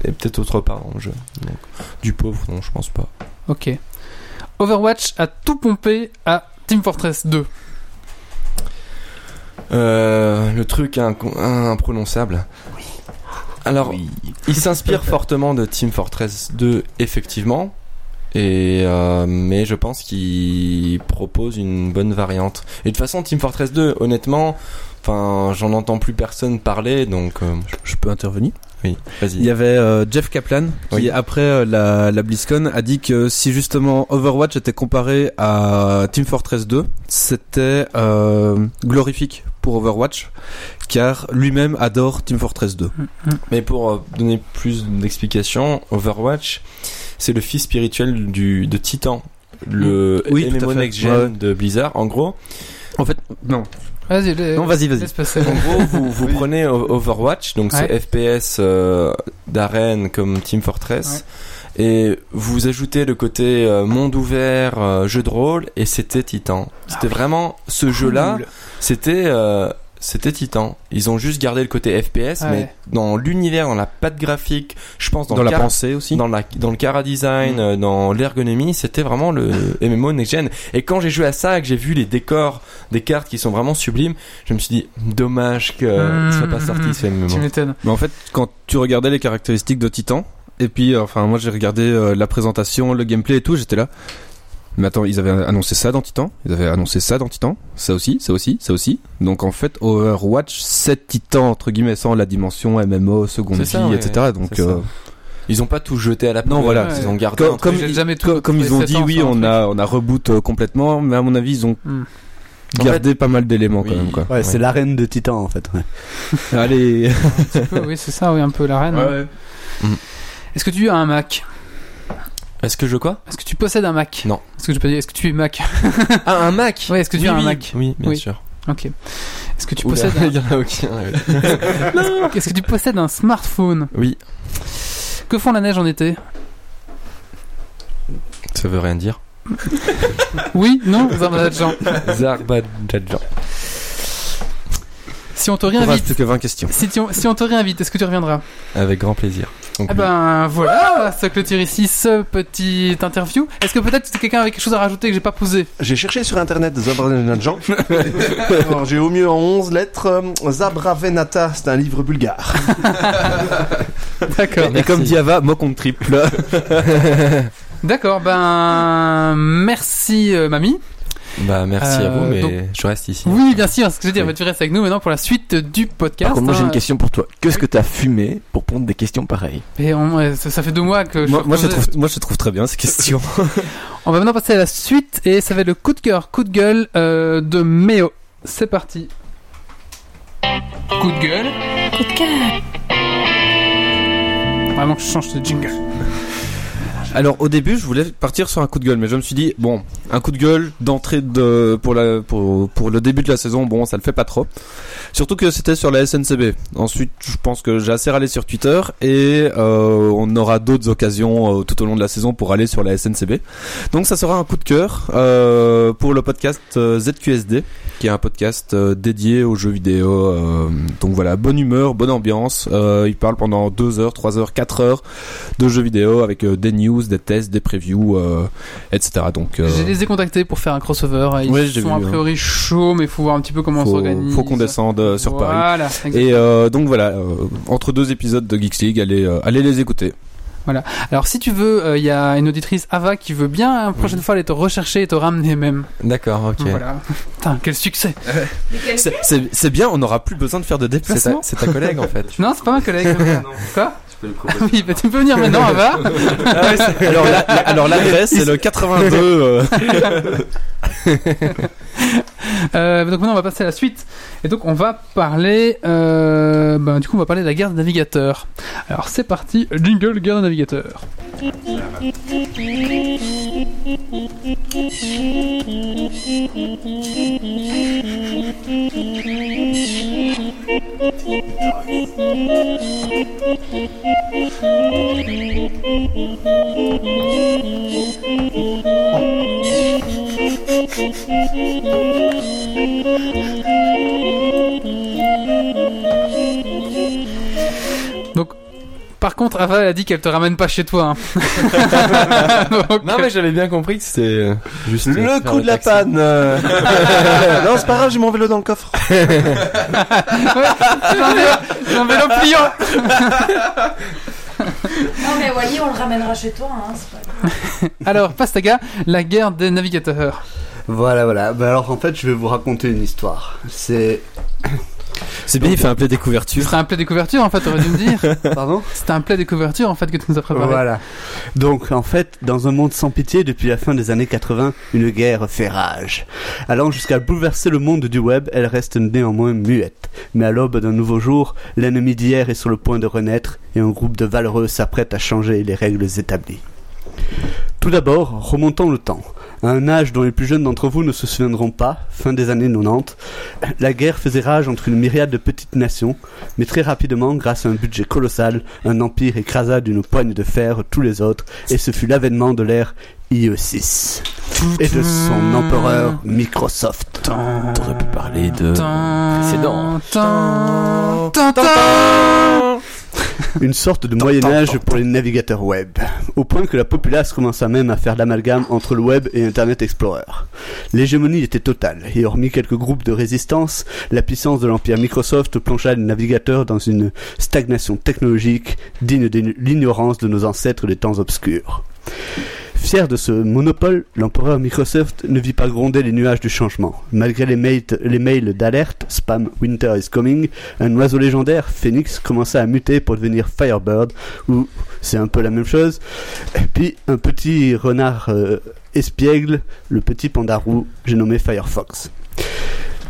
est peut-être autre part dans le jeu. Donc, du pauvre, non, je pense pas.
Ok. Overwatch a tout pompé à Team Fortress 2.
Euh, le truc inco- imprononçable. Alors, il s'inspire fortement de Team Fortress 2, effectivement. Et euh, mais je pense qu'il propose une bonne variante. Et de toute façon, Team Fortress 2, honnêtement, enfin, j'en entends plus personne parler, donc euh,
Je peux intervenir
oui,
Il y
vas-y.
avait euh, Jeff Kaplan qui
Oui.
après euh, la, la BlizzCon a dit que si justement Overwatch était comparé à Team Fortress 2, c'était euh, glorifique pour Overwatch car lui-même adore Team Fortress 2.
Mais pour euh, donner plus d'explications, Overwatch, c'est le fils spirituel du de Titan, le
Mm. Oui, tout à
MMO
fait.
next gen
Ouais.
de Blizzard. En gros,
En fait, non.
Vas-y, le-
Non, vas-y, vas-y.
laisse passer.
En gros, vous, vous prenez O- Overwatch, donc
Ouais.
ce FPS euh, d'arène comme Team Fortress, et vous ajoutez le côté euh, monde ouvert, euh, jeu de rôle, et c'était Titan.
Ah
C'était vraiment ce jeu-là, c'était euh, c'était Titan. Ils ont juste gardé le côté FPS,
Ah Ouais.
mais dans l'univers, dans la patte graphique, je pense dans,
Dans, Mm.
le
la
chara-
pensée aussi.
Dans, la, dans le chara design, euh, dans l'ergonomie, c'était vraiment le MMO next gen. Et quand j'ai joué à ça, et que j'ai vu les décors des cartes qui sont vraiment sublimes, je me suis dit dommage que
Mmh,
ce soit pas sorti
mmh,
ce MMO.
Tu m'étonnes.
Mais en fait, quand tu regardais les caractéristiques de Titan, et puis, euh, enfin, moi j'ai regardé euh, la présentation, le gameplay et tout, j'étais là. Mais attends, ils avaient annoncé ça dans Titan, ils avaient annoncé ça dans Titan, ça aussi, ça aussi, ça aussi. Donc en fait, Overwatch, c'est Titan, entre guillemets, sans la dimension MMO, seconde
C'est
vie,
ça, ouais,
etc. Donc,
c'est ça.
euh,
Ils ont pas tout jeté à la
Non, voilà.
ils ont gardé un
comme,
truc.
comme
j'ai
ils-
jamais tout
comme- comme ils ont
trouvé
dit,
sept ans,
oui,
sur un
on
truc.
a, on a reboot euh, complètement, mais à mon avis, ils ont
Hmm.
En
gardé pas mal d'éléments quand
Oui.
même, quoi.
Ouais, c'est l'arène de Titan en fait. ouais.
Allez.
Un petit peu, oui, c'est ça, oui, un peu la reine.
Mm.
Est-ce que tu as un Mac
Est-ce que je quoi
Est-ce que tu possèdes un Mac
Non.
Est-ce que je peux dire Est-ce que tu es Mac
Ah un Mac.
Ouais, est-ce que tu
oui,
as un
oui,
Mac
Oui, bien
Oui.
sûr.
Ok. Est-ce que tu
Oula,
possèdes
Il y en a aucun. ouais.
un... Est-ce que tu possèdes un smartphone
Oui,
Que font la neige en été
ça veut rien dire.
Oui, non, Zarbadjan.
Zarbadjan.
Si on te
Il reste
réinvite,
plus que 20 questions.
si, tu- si on te réinvite, est-ce que tu reviendras
Avec grand plaisir. Donc,
Ah ben voilà, ça clôture ici ce petit interview. Est-ce que peut-être quelqu'un avait quelque chose à rajouter que j'ai pas posé
J'ai cherché sur internet Zabravenatjan. Alors, J'ai au mieux en 11 lettres. euh, Zabravenata, c'est un livre bulgare.
D'accord.
Et comme Diava, moi contre triple.
D'accord, ben merci euh, mamie.
Bah merci à
Euh,
vous, mais
donc-
je reste ici.
Oui, bien sûr, c'est ce que je veux dire,
Oui.
mais tu restes avec nous maintenant pour la suite du podcast.
Par contre, moi j'ai
hein.
une question pour toi. Qu'est-ce que t'as fumé pour pondre des questions pareilles
Et on- euh, ça ça fait deux mois que je
moi, moi, je
faisais-
trouve, moi je trouve très bien ces questions.
On va maintenant passer à la suite et ça va être le coup de cœur, coup de gueule euh, de Méo. C'est parti.
Coup de gueule,
Coup de cœur.
Vraiment que je change de jingle.
Alors au début, je voulais partir sur un coup de gueule, mais je me suis dit bon, un coup de gueule d'entrée de pour la pour, pour le début de la saison, bon, ça le fait pas trop. Surtout que c'était sur la SNCB. Ensuite, je pense que j'ai assez râlé sur Twitter et euh, on aura d'autres occasions euh, tout au long de la saison pour aller sur la SNCB. Donc ça sera un coup de cœur euh, pour le podcast euh, ZQSD, qui est un podcast euh, dédié aux jeux vidéo. euh, donc voilà, bonne humeur, bonne ambiance. Euh, il parle pendant 2 heures, 3 heures, 4 heures de jeux vidéo avec euh, des news, des tests, des previews, euh, etc. Donc euh,
Je les ai contactés pour faire un crossover. Ils
Ouais, j'ai
sont
vu, hein.
a priori chauds, mais il faut voir un petit peu comment on
faut,
s'organise.
faut qu'on descende euh, sur Paris.
Voilà, exactement.
Et euh, donc voilà, euh, entre deux épisodes de Geeks League, allez, euh, allez les écouter.
Alors si tu veux, euh, il y a une auditrice Ava qui veut bien la prochaine fois aller te rechercher et te ramener même.
D'accord, ok.
Voilà. Putain, quel succès.
C'est- C'est c'est bien, on n'aura plus besoin de faire de
C'est ta,
déplacements.
c'est ta collègue en fait.
Non, c'est pas ma collègue. Quoi Ah oui, bah, tu peux venir maintenant, Ava.
alors là, là- alors l'adresse c'est le 82. euh.
Euh, donc maintenant on va passer à la suite. Et donc on va parler, euh, ben, du coup on va parler de la guerre des navigateurs. Alors c'est parti, jingle guerre des navigateurs. Par contre Ava elle a dit qu'elle te ramène pas chez toi. hein. Donc,
Non mais j'avais bien compris que c'était euh, juste
Le coup de la
pâte
panne. euh. non, c'est pas grave, j'ai mon vélo dans le coffre.
j'ai un vélo- j'ai un vélo pliant.
Non, mais Wally, on le ramènera chez toi. Hein, c'est pas... grave.
Alors Pastaga, la guerre des navigateurs.
Voilà, voilà. Bah alors en fait, je vais vous raconter une histoire. C'est
C'est bien, il fait un play des couvertures.
C'était un plat des couvertures en fait, t'aurais dû me dire.
pardon.
C'était un plat des couvertures en fait que tu nous as préparé.
Voilà. Donc, en fait, dans un monde sans pitié, depuis la fin des années 80, une guerre fait rage. Allant jusqu'à bouleverser le monde du web, elle reste néanmoins muette. Mais à l'aube d'un nouveau jour, l'ennemi d'hier est sur le point de renaître et un groupe de valeureux s'apprête à changer les règles établies. Tout d'abord, remontons le temps. à un âge dont les plus jeunes d'entre vous ne se souviendront pas, fin des années 90, la guerre faisait rage entre une myriade de petites nations, mais très rapidement, grâce à un budget colossal, un empire écrasa d'une poigne de fer tous les autres, et ce fut l'avènement de l'ère IE6 et de son empereur Microsoft.
T'aurais pu parler de.
Précédent.
Une sorte de Moyen-Âge pour les navigateurs web. Au point que la populace commença même à faire l'amalgame entre le web et Internet Explorer. L'hégémonie était totale, et hormis quelques groupes de résistance, la puissance de l'empire Microsoft plongea les navigateurs dans une stagnation technologique digne de l'ignorance de nos ancêtres des temps obscurs. Fier de ce monopole, l'empereur Microsoft ne vit pas gronder les nuages du changement. Malgré les mails, les mails d'alerte, spam Winter is coming, un oiseau légendaire, Phoenix, commença à muter pour devenir Firebird, ou c'est un peu la même chose. Puis un petit renard euh, espiègle, le petit panda roux, j'ai nommé Firefox.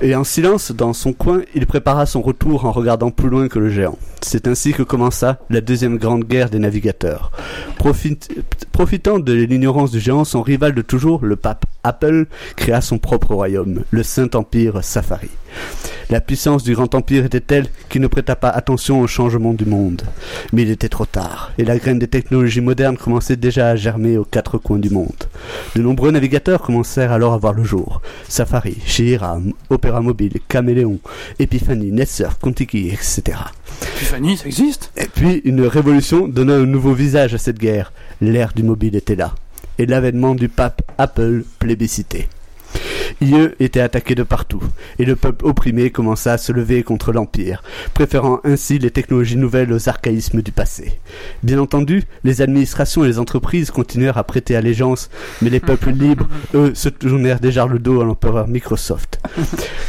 Et en silence, dans son coin, il prépara son retour en regardant plus loin que le géant. C'est ainsi que commença la deuxième grande guerre des navigateurs. Profit- profitant de l'ignorance du géant, son rival de toujours, le pape Apple, créa son propre royaume, le Saint-Empire Safari. La puissance du Grand Empire était telle qu'il ne prêta pas attention au changement du monde. Mais il était trop tard, et la graine des technologies modernes commençait déjà à germer aux quatre coins du monde. De nombreux navigateurs commencèrent alors à voir le jour. Safari, Shira, Opéra Mobile, Caméléon, Epiphany, NetSurf, Contiki, etc.
Fanny, ça existe
Et puis, une révolution donna un nouveau visage à cette guerre. L'ère du mobile était là. Et l'avènement du pape Apple plébiscité. IE était attaqué de partout, et le peuple opprimé commença à se lever contre l'Empire, préférant ainsi les technologies nouvelles aux archaïsmes du passé. Bien entendu, les administrations et les entreprises continuèrent à prêter allégeance, mais les peuples libres, eux, se tournèrent déjà le dos à l'empereur Microsoft.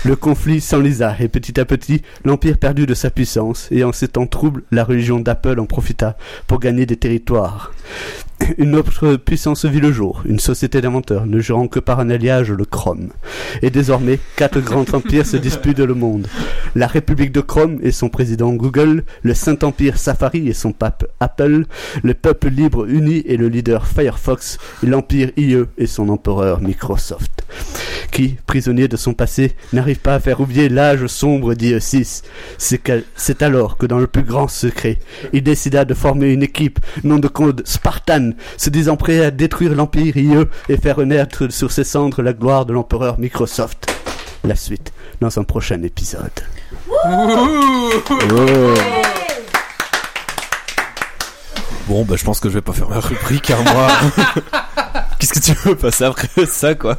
Le conflit s'enlisa, et petit à petit, l'Empire perdut de sa puissance, et en ces temps troubles, la religion d'Apple en profita pour gagner des territoires. Une autre puissance vit le jour, une société d'inventeurs ne jurant que par un alliage le Chrome. Et désormais, quatre grands empires se disputent le monde. La République de Chrome et son président Google, le Saint-Empire Safari et son pape Apple, le peuple libre uni et le leader Firefox, et l'Empire IE et son empereur Microsoft, qui, prisonnier de son passé, n'arrive pas à faire oublier l'âge sombre d'IE6. C'est qu'à- c'est alors que dans le plus grand secret, il décida de former une équipe, nom de code Spartan, se disant prêt à détruire l'Empire IE et faire renaître sur ses cendres la gloire de l'empereur Microsoft. La suite dans un prochain épisode.
Bon, bah, je pense que je vais pas faire ma rubrique, à moi. Qu'est-ce que tu veux passer après ça, quoi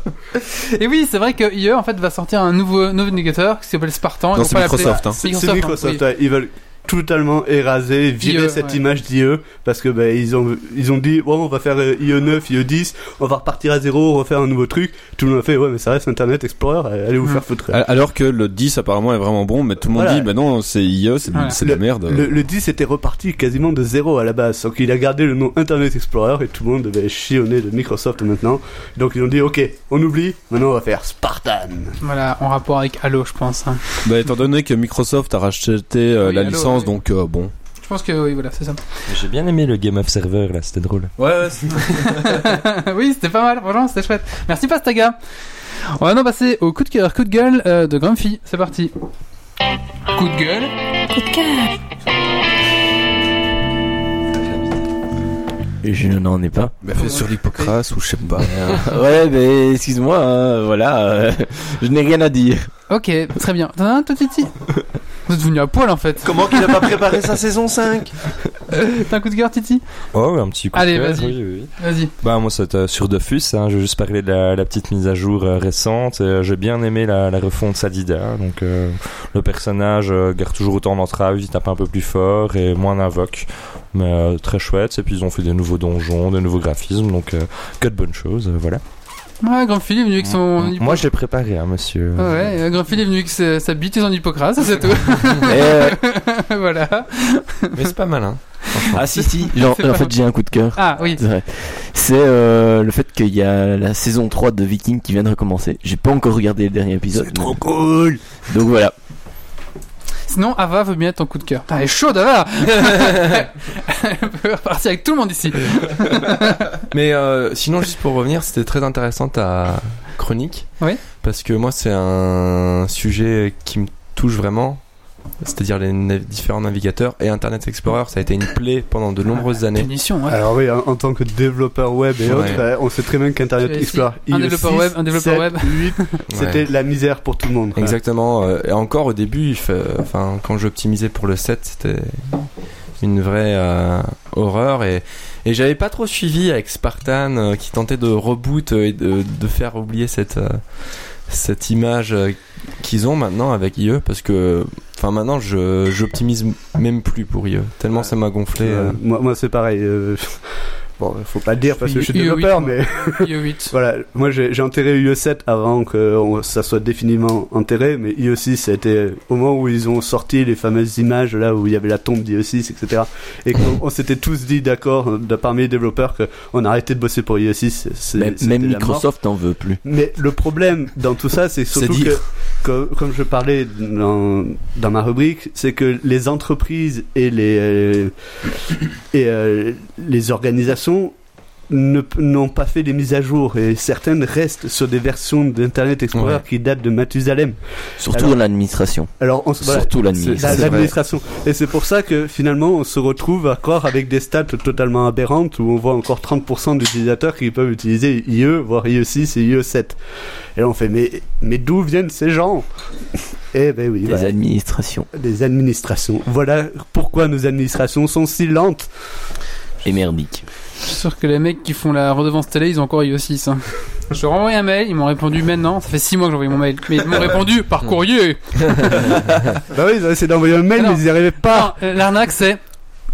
Et oui, c'est vrai que IE en fait va sortir un nouveau nouveau navigateur qui s'appelle Spartan.
Non,
ils vont
c'est
pas l'appeler-
Microsoft, hein.
C'est
C'est c'est
Microsoft. hein,
Microsoft,
oui.
ouais, ils veulent totalement éraser, virer
IE,
cette
ouais.
image d'IE parce que ben ils ont ils ont dit ouais on va faire euh, IE 9, IE 10, on va repartir à zéro, refaire un nouveau truc. Tout le monde a fait ouais mais ça reste Internet Explorer, euh, allez vous
Mm.
faire foutre.
Alors que le 10 apparemment est vraiment bon, mais tout le monde
Voilà.
dit, bah non, c'est IE, c'est
Voilà.
c'est de la merde.
Le, le 10 était reparti quasiment de zéro à la base, sauf qu'il a gardé le nom Internet Explorer et tout le monde devait chionner de Microsoft maintenant. Donc ils ont dit ok, on oublie, maintenant on va faire Spartan.
Voilà, en rapport avec Halo, je pense. hein.
Bah, étant donné que Microsoft a racheté euh,
Oui,
la
allô,
licence,
oui.
donc euh, bon.
Je pense que oui, voilà, c'est ça.
J'ai bien aimé le Game of Server là, c'était drôle.
oui, c'était pas mal, franchement, c'était chouette. Merci Pastaga. On va maintenant passer au coup de cœur, coup de gueule euh, de Grumpy. C'est parti.
Coup de gueule.
Coup de cœur.
Je n'en ai pas.
Bah, fait sur l'hypocras ou je sais pas.
ouais, mais excuse-moi, hein, voilà, euh, je n'ai rien à dire.
Ok, très bien. T'en as un tout petit Vous êtes venu à poil en fait.
Comment qu'il a pas préparé sa saison 5
T'as un coup de cœur, Titi
Oh, un petit coup de
Allez,
cœur,
vas-y.
oui, oui.
Vas-y.
Bah moi c'est euh, sur Dofus, hein, je vais juste parler de la, la petite mise à jour euh, récente. Euh, J'ai bien aimé la, la refonte Sadida, donc euh, le personnage euh, garde toujours autant d'entraves, il tape un peu plus fort et moins d'invoque. Mais euh, très chouette, et puis ils ont fait des nouveaux donjons, des nouveaux graphismes, donc euh, que de bonnes choses, euh, voilà.
Ouais, Grumpy il est venu avec son.
Moi j'ai préparé, hein, monsieur.
Ah Ouais, euh, Grumpy il est venu avec sa sa bite et son hypocras, ça, c'est tout.
Mais, euh,
voilà.
Mais c'est pas hein. malin.
ah si, si, j'en-
C'est pas
en fait
mal.
j'ai un coup de cœur.
Ah oui.
C'est vrai. C'est euh, le fait qu'il y a la saison 3 de Viking qui vient de recommencer. J'ai pas encore regardé le dernier épisode.
Trop cool.
mais- Donc voilà.
Sinon, Ava veut bien être ton coup de cœur. Putain, elle est chaude, Ava Elle peut repartir avec tout le monde ici.
Mais euh, sinon, juste pour revenir, c'était très intéressant ta chronique.
Oui.
Parce que moi, c'est un sujet qui me touche vraiment. C'est-à-dire les na- différents navigateurs et Internet Explorer, ça a été une plaie pendant de nombreuses années.
Punition, ouais.
Alors oui, en, en tant que développeur web et
Ouais.
autres, euh, on sait très bien qu'Internet E
Euh, si,
Explorer,
un
IE6,
développeur web, un développeur
7,
web.
8, c'était
Ouais.
la misère pour tout le monde.
Exactement. euh, Et encore au début, il fait- euh, enfin, quand j'optimisais pour le 7, c'était une vraie euh, horreur. Et, et j'avais pas trop suivi avec Spartan euh, qui tentait de reboot euh, et de, de faire oublier cette, euh, cette image euh, qu'ils ont maintenant avec IE. Parce que enfin, maintenant, je j'optimise même plus pour IE. Tellement ça m'a gonflé.
Euh,
euh.
moi, moi, c'est pareil. euh, bon, faut pas le dire parce que je suis
Oui, oui,
développeur,
oui.
mais
IE8.
Voilà, moi j'ai j'ai enterré UE7 avant que on- ça soit définitivement enterré, mais IE6 ça a été euh, au moment où ils ont sorti les fameuses images là où il y avait la tombe d'IE6, etc. Et qu'on on s'était tous dit d'accord euh, de- parmi les développeurs qu'on arrêtait de bosser pour IE6. c'est-
Même,
c'était
même
la mort.
Microsoft n'en veut plus.
Mais le problème dans tout ça, c'est surtout
dire.
que, que- comme je parlais dans, dans ma rubrique, c'est que les entreprises et les euh, et euh, les organisations ne p- n'ont pas fait des mises à jour et certaines restent sur des versions d'Internet Explorer
Ouais.
qui datent de Mathusalem.
Surtout
Alors-
dans l'administration.
Alors on se voilà,
Surtout
c'est la-
l'administration.
l'administration. Et c'est pour ça que finalement on se retrouve encore avec des stats totalement aberrantes où on voit encore 30% d'utilisateurs qui peuvent utiliser IE, voire IE6 et IE7. Et là on fait mais, mais d'où viennent ces gens Eh ben oui,
Les
voilà,
administrations.
des administrations. Voilà pourquoi nos administrations sont si lentes.
Et merdique.
Je suis sûr que les mecs qui font la redevance télé, ils ont encore IE6. hein. Je leur ai envoyé un mail, ils m'ont répondu maintenant. Ça fait 6 mois que j'ai envoyé mon mail. Mais ils m'ont répondu par courrier.
Bah oui, ils ont essayé d'envoyer un mail
Alors-
mais ils n'y arrivaient pas.
Non, euh, L'arnaque, c'est.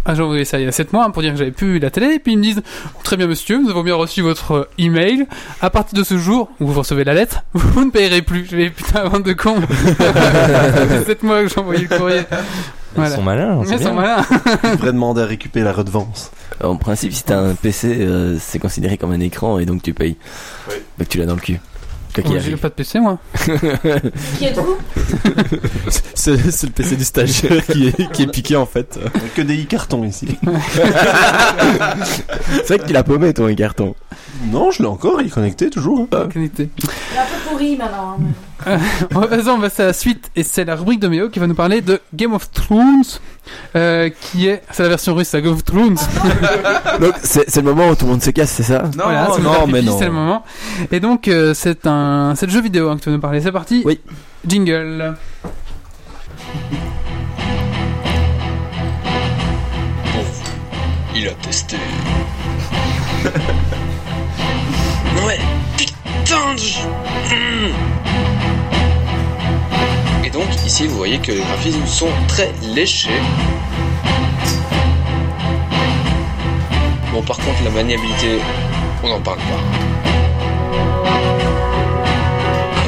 Ah, j'ai envoyé ça il y a 7 mois hein, pour dire que j'avais plus la télé. Et puis ils me disent Très bien, monsieur, nous avons bien reçu votre euh, email. À partir de ce jour où vous recevez la lettre, vous ne payerez plus. Je vais putain, bande de cons. Ça fait 7 mois que j'ai envoyé le courrier.
Ils
Voilà.
sont malins. hein,
Mais
c'est
ils sont
bien.
malins.
Tu devrais demander à récupérer la redevance.
En principe, si t'as un PC, euh, c'est considéré comme un écran et donc tu payes. Donc tu l'as dans le cul. Quoi qu'il
Moi, J'ai
arrive.
pas de PC, moi.
Qui êtes-vous
C'est c'est le PC du stagiaire qui est, qui est piqué en fait.
On a Que des e-cartons ici.
C'est vrai que tu l'as paumé, ton carton.
non, je l'ai encore, il est connecté toujours. hein.
Connecté.
Il est un peu pourri maintenant. hein, mais-
Bon, vas-y, on va passer à la suite. Et c'est la rubrique de Méo qui va nous parler de Game of Thrones. euh, qui est. C'est la version russe, à Game of Thrones.
Donc c'est c'est le moment où tout le monde se casse, c'est ça
Non,
Voilà, ça vous fait
non, mais
pipi,
non.
C'est le moment. Et donc, euh, c'est un, c'est le jeu vidéo hein, que tu veux nous parler. C'est parti.
Oui.
Jingle.
Il a testé. ouais, putain de... jeu. Mm. Et donc ici vous voyez que les graphismes sont très léchés. Bon par contre la maniabilité, on n'en parle pas.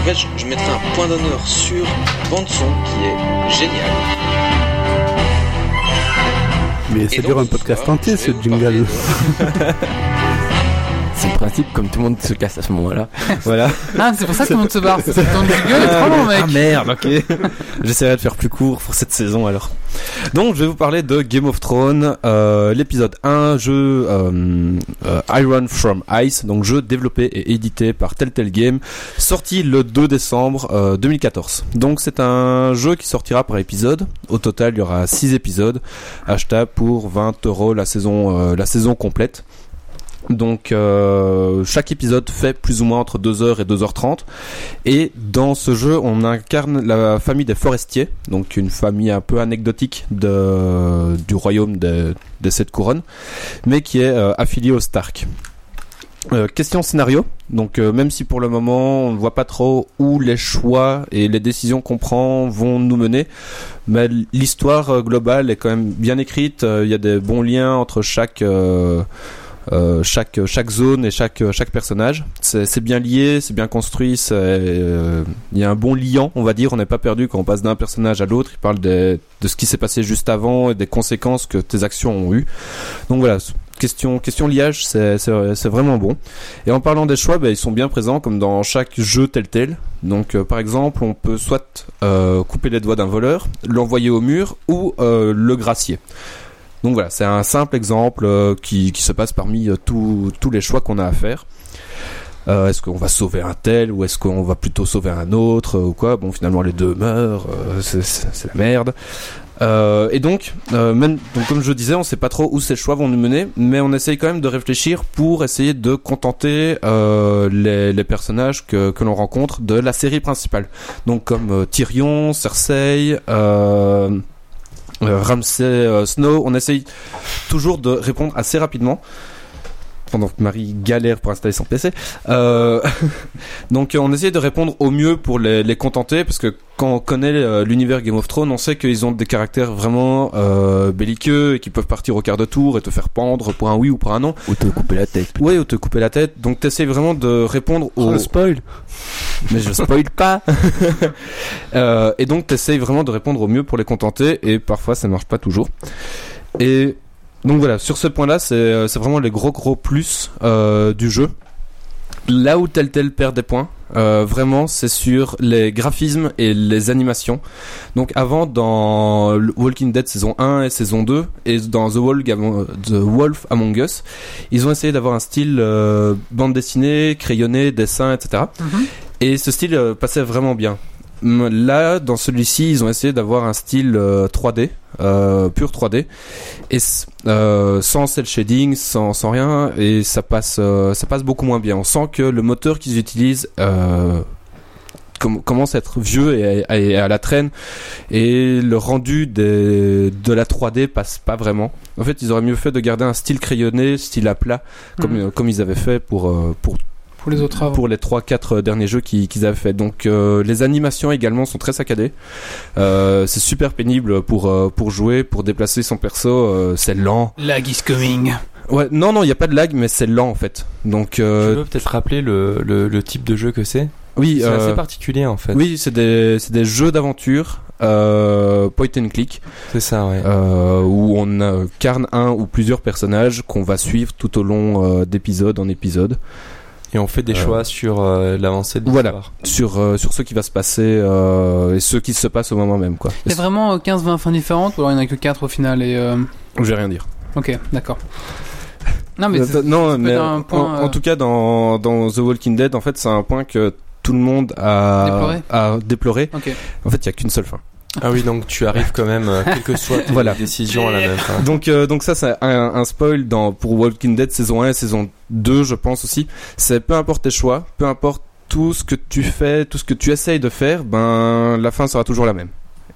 En fait je, je mettrai un point d'honneur sur la bande son qui est géniale.
Mais
Et
c'est
donc,
dur un podcast
soir,
entier
je
ce
vais vous parler
Euh,
jingle.
de-
C'est le principe, comme tout le monde se casse à ce moment-là.
Voilà.
Ah, c'est pour ça que tout le monde se barre. C'est que ton jingle est trop long, mec.
Ah merde, ok. J'essaierai de faire plus court pour cette saison alors. Donc je vais vous parler de Game of Thrones, euh, l'épisode 1, jeu euh, euh, Iron from Ice, donc jeu développé et édité par Telltale Game, sorti le 2 décembre euh, 2014. Donc c'est un jeu qui sortira par épisode. Au total, il y aura 6 épisodes, achetable pour 20 euros la saison, euh, la saison complète. Donc euh, chaque épisode fait plus ou moins entre 2h et 2h30. Et dans ce jeu, on incarne la famille des forestiers, donc une famille un peu anecdotique de, du royaume des des sept couronnes, mais qui est euh, affiliée aux Stark. Euh, question scénario, donc euh, même si pour le moment on ne voit pas trop où les choix et les décisions qu'on prend vont nous mener, mais l- l'histoire euh, globale est quand même bien écrite, euh, il y a des bons liens entre chaque... euh, euh, chaque chaque zone et chaque chaque personnage c'est c'est bien lié c'est bien construit c'est, euh, il y a un bon liant on va dire on n'est pas perdu quand on passe d'un personnage à l'autre il parle des- de ce qui s'est passé juste avant et des conséquences que tes actions ont eues donc voilà c- question, question liage, c'est c'est- c'est vraiment bon. Et en parlant des choix, bah, ils sont bien présents comme dans chaque jeu tel tel. Donc euh, par exemple, on peut soit euh, couper les doigts d'un voleur, l'envoyer au mur ou euh, le gracier. Donc voilà, c'est un simple exemple euh, qui, qui se passe parmi euh, tous- tous les choix qu'on a à faire. Euh, est-ce qu'on va sauver un tel ou est-ce qu'on va plutôt sauver un autre euh, ou quoi Bon, finalement, les deux meurent, euh, c'est- c'est c'est la merde. Euh, et donc, euh, même, donc, comme je disais, on sait pas trop où ces choix vont nous mener, mais on essaye quand même de réfléchir pour essayer de contenter euh, les, les personnages que, que l'on rencontre de la série principale. Donc, comme euh, Tyrion, Cersei, euh, Ramsay euh, Snow, on essaye toujours de répondre assez rapidement. Pendant que Marie galère pour installer son PC. Euh, donc euh, on essaie de répondre au mieux pour les, les contenter, parce que quand on connaît euh, l'univers Game of Thrones, on sait qu'ils ont des caractères vraiment euh, belliqueux et qui peuvent partir au quart de tour et te faire pendre pour un oui ou pour un non.
Ou te couper la tête. Oh,
Ouais, ou te couper la tête. Donc t'essayes vraiment de répondre au...
spoil
Mais je spoil pas Euh, Et donc t'essayes vraiment de répondre au mieux pour les contenter, et parfois ça marche pas toujours. Et donc voilà, sur ce point-là, c'est euh, c'est vraiment les gros gros plus euh, du jeu. Là où tel tel perd des points, euh, vraiment, c'est sur les graphismes et les animations. Donc avant, dans le Walking Dead saison 1 et saison 2, et dans The Wolf, Amo- The Wolf Among Us, ils ont essayé d'avoir un style euh, bande dessinée, crayonné, dessin, etc. Et ce style euh, passait vraiment bien. Hum, Là, dans celui-ci, ils ont essayé d'avoir un style euh, 3D, euh, pur 3D, et c- euh, sans cel shading, sans, sans rien, et ça passe, euh, ça passe beaucoup moins bien. On sent que le moteur qu'ils utilisent euh, com- commence à être vieux et à, et à la traîne, et le rendu des- de la 3D passe pas vraiment. En fait, ils auraient mieux fait de garder un style crayonné, style à plat, comme,
Mhm.
euh, comme ils avaient fait pour, euh, pour
pour les autres avant.
pour les 3-4 derniers jeux qui- qu'ils avaient fait. Donc euh, les animations également sont très saccadées. Euh, c'est super pénible pour, euh, pour jouer, pour déplacer son perso, euh, c'est lent.
Lag is coming.
Ouais, non, non, il n'y a pas de lag, mais c'est lent en fait. Donc
Tu
euh,
peux peut-être rappeler le, le, le type de jeu que c'est
oui,
C'est
euh,
assez particulier en fait.
oui c'est des, c'est des jeux d'aventure. Euh, point and click
C'est ça, ouais.
euh, où on incarne un ou plusieurs personnages qu'on va suivre tout au long euh, d'épisode en épisode
Et on fait des
Euh,
choix sur euh, l'avancée de
voilà.
l'histoire.
sur euh, sur ce qui va se passer euh, et ce qui se passe au moment même quoi
Il y a vraiment euh, 15-20 fins différentes, ou alors il n'y en a que 4 au final et. euh,
je vais rien dire
Ok, d'accord. Non, Ah, mais.
Euh,
c'est-
non, mais
être un point,
en,
euh,
en tout cas dans, dans The Walking Dead, en fait, c'est un point que tout le monde a
Déploré.
a déploré.
Ok.
En fait, il y a qu'une seule fin.
Ah oui, donc tu arrives quand même, euh, quelle que soit tes
Voilà.
décisions à la même fin.
Donc, euh, donc ça, c'est un, un spoil dans, pour Walking Dead saison 1 et saison 2, je pense aussi. C'est peu importe tes choix, peu importe tout ce que tu fais, tout ce que tu essayes de faire, ben la fin sera toujours la même.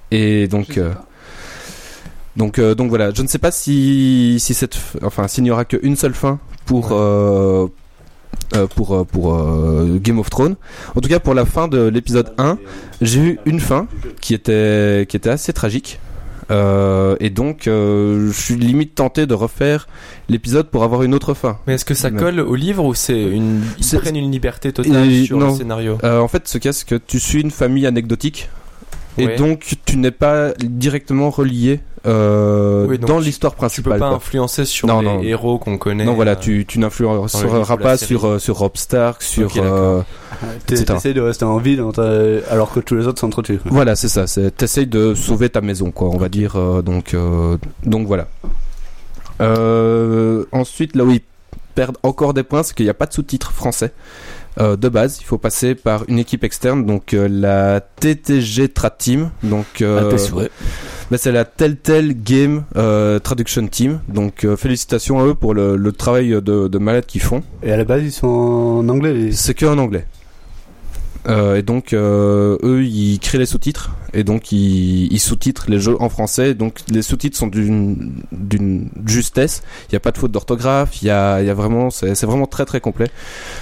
Et donc.
Je sais
euh,
pas.
Donc, euh, donc voilà, je ne sais pas si, si cette, f- enfin, s'il n'y aura qu'une seule fin pour, euh, euh, pour, euh, pour euh, Game of Thrones. En tout cas, pour la fin de l'épisode 1, j'ai eu une fin qui était, qui était assez tragique. Euh, et donc, euh, je suis limite tenté de refaire l'épisode pour avoir une autre fin.
Mais est-ce que ça
Mais-
colle au livre ou c'est une. Ils
C'est-
prennent une liberté totale
Et-
sur
non.
le scénario
Euh, en fait, ce cas, c'est que tu suis une famille anecdotique. Et
Ouais.
donc, tu n'es pas directement relié euh,
Oui, donc
dans
tu-
l'histoire
Tu
principale.
peux pas
quoi.
influencer sur
Non,
les
non.
héros qu'on connaît.
Non,
euh,
voilà, tu, tu
dans le livre
n'influenceras
ou la
pas
série.
sur, euh, sur Rob Stark, sur.
Ok, d'accord.
euh,
T'es-
etc.
T'essayes de rester en vie dans ta- alors que tous les autres s'entretuent.
Voilà, c'est ça. c'est- T'essayes de sauver ta maison, quoi, on va dire. euh, donc, euh, donc voilà. Euh, ensuite, là où ils perdent encore des points, c'est qu'il n'y a pas de sous-titres français. Euh, de base, il faut passer par une équipe externe, donc euh, la TTG Trad Team. Donc, euh, bah, c'est la Telltale Game euh, Traduction Team. Donc euh, félicitations à eux pour le, le travail de, de malade qu'ils font.
Et à la base, ils sont en anglais. les-
C'est que en anglais. Euh, et donc, euh, eux, ils créent les sous-titres. Et donc, ils, ils sous-titrent les jeux en français. Et donc, les sous-titres sont d'une d'une justesse. Il n'y a pas de faute d'orthographe. Il y a, il y a vraiment, c'est c'est vraiment très très complet.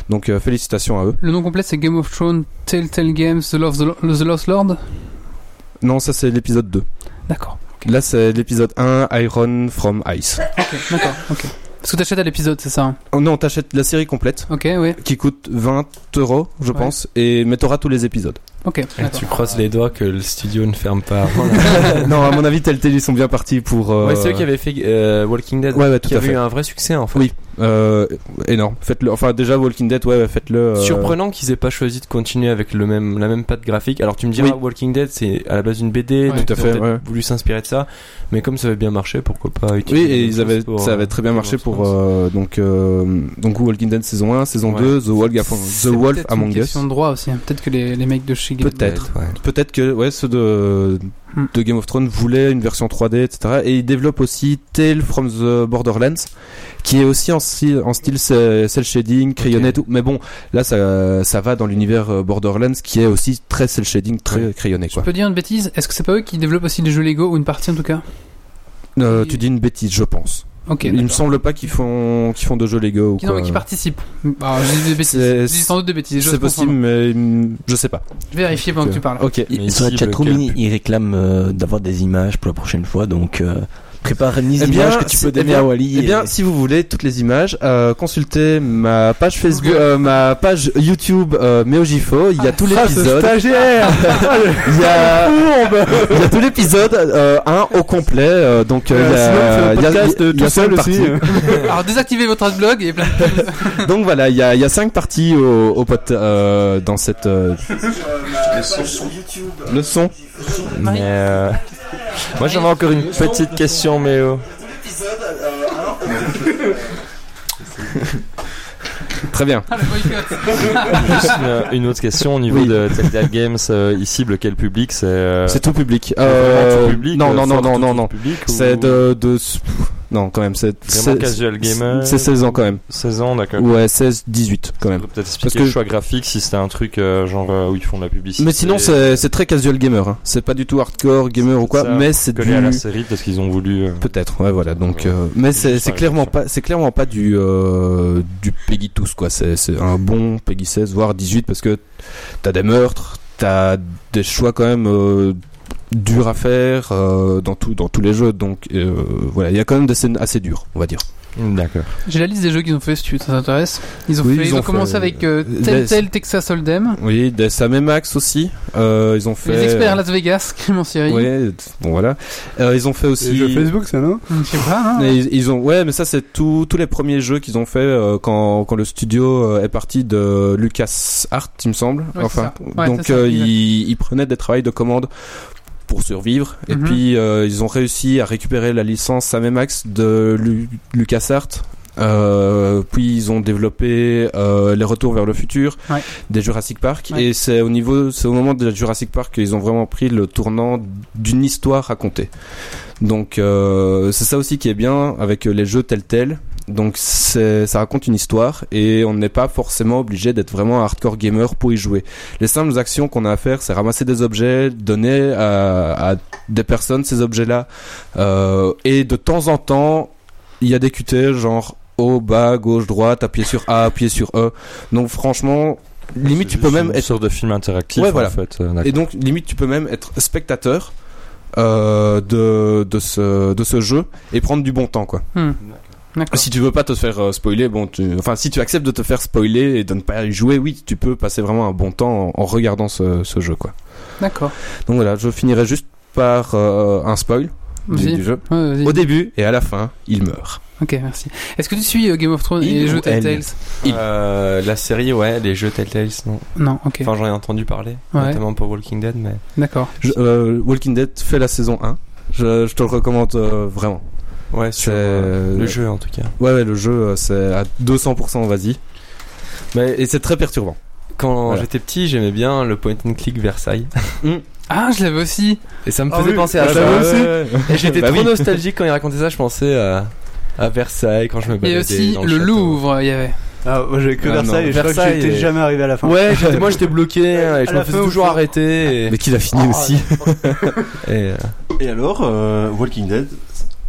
Donc, euh, félicitations à eux.
Le nom complet c'est Game of Thrones, Telltale Games, The, Lost- The Lost Lord
Non, ça, c'est l'épisode 2.
D'accord.
Là, c'est l'épisode 1, Iron from Ice.
Ok, d'accord, ok. Parce que t'achètes à l'épisode, c'est ça hein
Oh, non, t'achètes la série complète
Ok, oui.
qui coûte 20 euros, je
Ouais.
pense. Et mais t'auras tous les épisodes.
Ok. d'accord.
Tu croises les doigts que le studio ne ferme pas.
non, à mon avis, Telltale, ils sont bien partis pour. euh,
Ouais, c'est eux qui avaient fait euh, Walking Dead.
Ouais, ouais,
qui
tout à
avait eu
fait.
un vrai succès en fait.
Oui. Euh, énorme. Faites-le. Enfin, déjà, Walking Dead, ouais, ouais, faites-le. euh,
Surprenant qu'ils aient pas choisi de continuer avec le même, la même patte graphique. Alors tu me diras,
Oui.
Walking Dead c'est à la base une BD,
Ouais.
donc
Tout à
ils ont
fait,
peut-être
ouais.
voulu s'inspirer de ça, mais comme ça avait bien marché, pourquoi pas
Oui,
utiliser
et
la
ils
même
avaient,
chose pour,
ça avait
euh,
très bien
pour
marché
leur
pour
sens.
euh, donc euh, donc Walking Dead saison 1, saison
Ouais.
2, The Wolf, Among- The
C'est
Wolf
peut-être une
Among Us.
question de droit aussi. hein. Peut-être que les, les mecs de chez Gilbert-
Peut-être.
Ouais.
Peut-être que ouais, ceux de,
Hmm.
de Game of Thrones voulaient une version 3D, etc. Et ils développent aussi Tale from the Borderlands, qui est aussi en style, en style cel cel shading, crayonné. et Tout. Mais bon, là, ça, ça va dans l'univers euh, Borderlands, qui est aussi très cel shading, très crayonné.
Je
Quoi.
peux dire une bêtise Est-ce que c'est pas eux qui développent aussi les jeux Lego ou une partie en tout cas
Euh, tu dis une bêtise, je pense.
Ok.
Il me
d'accord.
semble pas qu'ils font qu'ils font de jeux Lego ou
Qui, non, mais
quoi.
qui participent. Ah, je dis des bêtises.
C'est-
Je dis sans doute des bêtises. je
C'est possible, mais hum, je sais pas.
Je vais vérifier pendant que tu parles.
Ok.
Mais
Sur la
ici,
chatroom,
lequel
ils, ils réclament euh, d'avoir des images pour la prochaine fois, donc euh, prépare une
Eh
images
bien,
que tu
c'est-
peux
eh
donner
bien-
à Wally.
Eh bien,
et-
si vous voulez toutes les images, euh, consultez ma page Facebook, euh, ma page YouTube euh, Meojifo. Il y a
Ah,
tout l'épisode.
Stagiaire
Il y a, il y a tout l'épisode euh, un au complet. euh, donc euh, il y a,
Euh, sinon,
il y
c'est un
a-
podcast
il y a
euh, tout
cinq
seul aussi.
parties.
Alors désactivez votre blog et plein de
Donc voilà, il y a, il y a cinq parties au, au pot- euh, dans cette euh, le son.
Mais euh, Moi j'avais encore une petite question, Méo.
Très bien.
Ah, le boycott.
Juste une, une autre question au niveau
Oui.
de Telltale Games. euh, ils ciblent quel public C'est euh,
C'est tout public.
vraiment
Euh,
tout public,
non,
euh,
non, non,
fort
non,
tout
non, non.
public ou-
C'est de, de- Non, quand même, c'est.
Vraiment
c'est-
casual gamer.
C'est 16 ans quand même.
16 ans, d'accord.
Ouais, 16, 18 quand
On
même.
peut peut-être expliquer
que
le
je-
choix graphique si c'était un truc euh, genre euh, où ils font de la publicité.
Mais sinon, c'est c'est très casual gamer. hein. C'est pas du tout hardcore gamer ou quoi,
Ça,
mais c'est
collé à la
du.
série parce qu'ils ont voulu. euh,
Peut-être, ouais, voilà. Donc,
Ouais.
euh, mais c'est
Juste
c'est
la
clairement
réflexion.
pas, c'est clairement pas du euh, du Peggy 12 quoi. C'est c'est un bon Peggy 16 voire 18 parce que t'as des meurtres, t'as des choix quand même euh, durs à faire euh, dans tout dans tous les jeux. Donc euh, voilà, il y a quand même des scènes assez dures, on va dire.
D'accord.
J'ai la liste des jeux qu'ils ont fait si tu ça t'intéresse. Ils ont
Oui,
fait-
ils
ils ont
ont
commencé
fait-
avec euh,
Des-
Telltale Texas Hold'em,
Oui, des Sam et Max aussi. Euh, ils ont fait. euh,
les experts Las Vegas, crime en série.
Ouais, bon voilà. Euh, ils ont fait aussi.
C'est jeu Facebook, ça, non
Je sais pas. hein.
Mais ils, ils ont ouais mais ça c'est tous tous les premiers jeux qu'ils ont fait euh, quand quand le studio euh, est parti de Lucas Art il me semble
Ouais,
enfin
c'est ça. Ouais,
donc
c'est ça,
euh,
exact.
ils, ils prenaient des travails de commande pour survivre et
Mhm.
puis euh, ils ont réussi à récupérer la licence Sam et Max de Lu- Lucas Art puis ils ont développé euh, les retours vers le futur
Ouais.
des Jurassic Park
Ouais.
et c'est au niveau c'est au moment de Jurassic Park qu'ils ont vraiment pris le tournant d'une histoire racontée donc euh, c'est ça aussi qui est bien avec les jeux tels tels. Donc c'est- ça raconte une histoire et on n'est pas forcément obligé d'être vraiment un hardcore gamer pour y jouer. Les simples actions qu'on a à faire, c'est ramasser des objets, donner à, à des personnes ces objets-là. Euh, et de temps en temps, il y a des QT genre haut, bas, gauche, droite, appuyer sur A, appuyer sur E. Donc franchement, limite tu peux même
être sur de film interactif.
Ouais, voilà.
En fait. euh, d'accord.
et donc, limite, tu peux même être spectateur euh, de, de, ce, de ce jeu et prendre du bon temps, quoi.
D'accord.
Si tu veux pas te faire euh, spoiler, bon, tu... enfin, si tu acceptes de te faire spoiler et de ne pas y jouer, oui, tu peux passer vraiment un bon temps en, en regardant ce, ce jeu, quoi.
D'accord.
Donc voilà, je finirai juste par euh, un spoil du,
Vas-y.
du jeu.
Ouais, vas-y.
Au début et à la fin, il meurt.
Ok, merci. Est-ce que tu suis euh, Game of Thrones et
Il
les
ou
jeux
elle
Telltale
Il-
Euh, la série, ouais, les jeux Telltale, non.
Non, ok.
Enfin, j'en ai entendu parler,
Ouais.
notamment pour Walking Dead, mais.
D'accord.
Je- euh, Walking Dead fait la saison 1. Je, je te le recommande euh, vraiment.
Ouais,
sur,
sur
euh,
le
le
jeu en tout cas.
Ouais, ouais, le jeu, euh, c'est à 200%, vas-y. Mais, et c'est très perturbant.
Quand
Voilà.
j'étais petit, j'aimais bien le point and click Versailles.
Ah, je l'avais aussi.
Et ça me
Ah
faisait
oui,
penser à
bah,
ça.
j'avais
Ouais,
aussi.
ouais, ouais. Et j'étais
Bah
trop
oui.
nostalgique quand il racontait ça, je pensais à, à Versailles quand je me
Et
baladais.
aussi
ben, dans
le
château.
Louvre, il y avait.
Ah, moi j'avais que
Ah,
Versailles
non.
et je crois que
Versailles
j'étais
et-
jamais arrivé à la fin.
Ouais, j'étais- moi j'étais bloqué hein, et je
À
me
la
faisais
fin,
toujours
on-
arrêter. Et...
Ah,
Mais qu'il a fini aussi.
et, euh,
Et alors, euh, Walking Dead,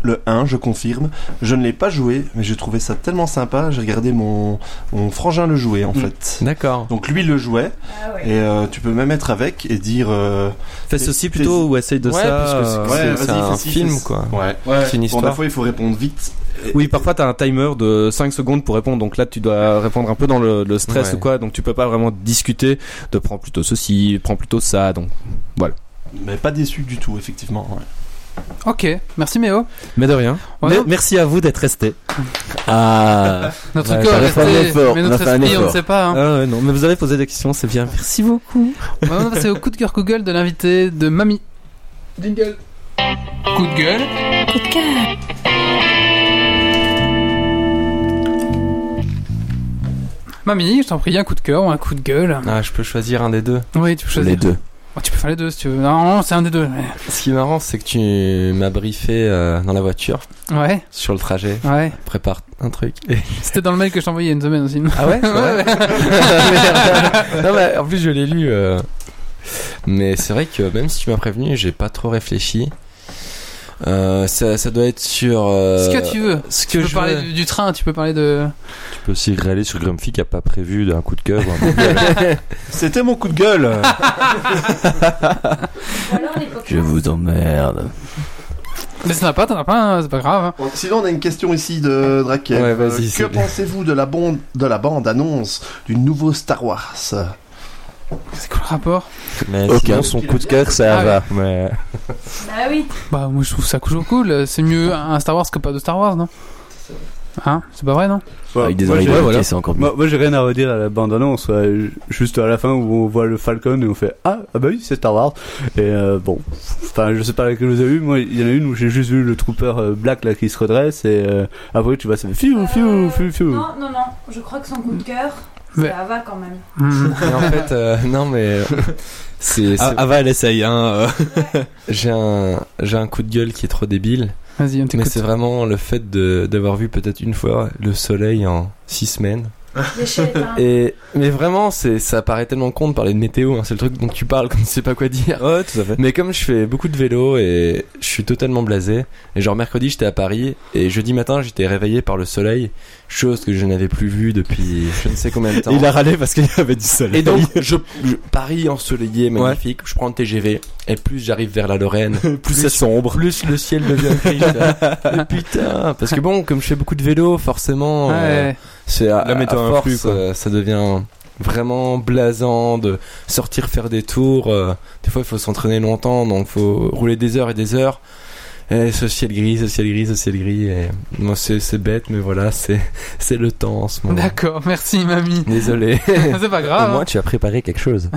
le 1, je confirme. Je ne l'ai pas joué, mais j'ai trouvé ça tellement sympa. J'ai regardé mon, mon frangin le jouer,
Mm.
en fait.
D'accord.
Donc lui le jouait,
Ah ouais.
et euh, tu peux même être avec et dire. euh,
Fais ceci plutôt ou essaye de ça.
Ouais, Ah, parce que c'est-
euh,
Ouais,
vas-y,
c'est un
fais ci,
film,
fais ci.
quoi.
Ouais.
C'est une
Bon,
histoire.
la fois, il faut répondre vite.
Oui, parfois t'as un timer de 5 secondes pour répondre, donc là tu dois répondre un peu dans le, le stress
Ouais.
ou quoi, donc tu peux pas vraiment discuter de prends plutôt ceci, prends plutôt ça, donc.
Mais pas déçu du tout, effectivement. ouais.
Ok, merci Méo.
Mais de rien.
Ouais,
Mais-
non.
merci à vous d'être resté.
Ah,
Notre
Ouais,
cœur
on a
est
fait un
resté,
effort,
mais
on a
notre
fait un
esprit, on ne
effort.
sait pas. hein.
Ah ouais, non, mais vous avez posé des questions, c'est bien. Merci beaucoup.
On va passer au coup de cœur Google de l'invité de Mamie. Jingle.
Coup de gueule.
Coup de cœur.
Mamie, je t'en prie, un coup de cœur ou un coup de gueule.
Ah, je peux choisir un des deux.
Oui, tu peux choisir.
les deux.
Oh, tu peux faire les deux si tu veux. Non, non, c'est un des deux. Ouais,
Ce qui est marrant, c'est que tu m'as briefé euh, dans la voiture
ouais.
sur le trajet.
ouais.
Prépare un truc. Et-
C'était dans le mail que je t'ai envoyé il y a une semaine aussi.
Ah ouais,
Ouais,
Non, mais en plus, je l'ai lu. euh, Mais c'est vrai que même si tu m'as prévenu, j'ai pas trop réfléchi. Euh, ça, ça doit être sur. euh,
Ce que tu veux.
Ce que
Tu peux
je
parler
veux.
du, du train, tu peux parler de.
Tu peux aussi râler sur Grumpy qui a pas prévu d'un coup de cœur. ou un coup de-
C'était mon coup de gueule.
Ou alors les copains.
Je vous emmerde.
Mais ça n'a pas, t'en as pas, hein, c'est pas grave. hein.
Bon, Sinon, on a une question ici de Draken.
Ouais, vas-y,
Euh,
c'est
que
bien.
pensez-vous de la bande de la bande annonce du nouveau Star Wars
C'est quoi le rapport
Mais
Ok.
sinon, son coup de cœur, ça
Ah
va. Mais...
Bah oui.
Bah, moi je trouve ça toujours cool. C'est mieux un Star Wars que pas de Star Wars, non Hein C'est pas vrai, non
Ouais,
Avec des
moi,
oreilles
j'ai-
bloquées, c'est encore mieux.
Moi, moi, j'ai rien à redire à la bande-annonce, ouais. J- juste à la fin où on voit le Falcon et on fait Ah, ah bah oui, c'est Star Wars. Et euh, bon, enfin, je sais pas laquelle vous avez vu, moi, il y en a une où j'ai juste vu le Trooper euh, Black là qui se redresse et euh, après tu vois, ça fait fiou, fiou, fiou, fiou.
Non, non, non. Je crois que son coup de cœur,
Mais-
c'est Ava quand même.
Hmm.
Mais en fait, euh, non, mais. C'est. c'est-
Ah, Ava, elle essaye, hein. euh.
J'ai un, j'ai un coup de gueule qui est trop débile.
Vas-y, on
Mais
t'écoute.
c'est vraiment le fait de- d'avoir vu peut-être une fois le soleil en six semaines.
Les chèvres, hein.
Et mais vraiment, c'est ça paraît tellement con de parler de météo. hein, c'est le truc dont tu parles quand tu sais pas quoi dire.
Ouais, tout à fait.
Mais comme je fais beaucoup de vélo et je suis totalement blasé, et genre mercredi j'étais à Paris et jeudi matin j'étais réveillé par le soleil, chose que je n'avais plus vue depuis je ne sais combien de temps.
Il a râlé parce qu'il y avait du soleil.
Et donc je, je- Paris ensoleillé magnifique, je prends le TGV et plus j'arrive vers la Lorraine,
plus c'est sombre.
plus le ciel devient gris. Et putain, parce que bon, comme je fais beaucoup de vélo, forcément, euh,
Ouais.
c'est à,
La
à
météo
force,
influe, quoi.
euh, ça devient vraiment blasant de sortir faire des tours. euh, des fois, il faut s'entraîner longtemps, donc faut rouler des heures et des heures. Et ce ciel gris, ce ciel gris, ce ciel gris. Et moi, c'est c'est bête, mais voilà, c'est c'est le temps en ce moment.
D'accord, merci mamie.
Désolé.
c'est pas
Au
grave.
moins,
hein.
tu as préparé quelque chose.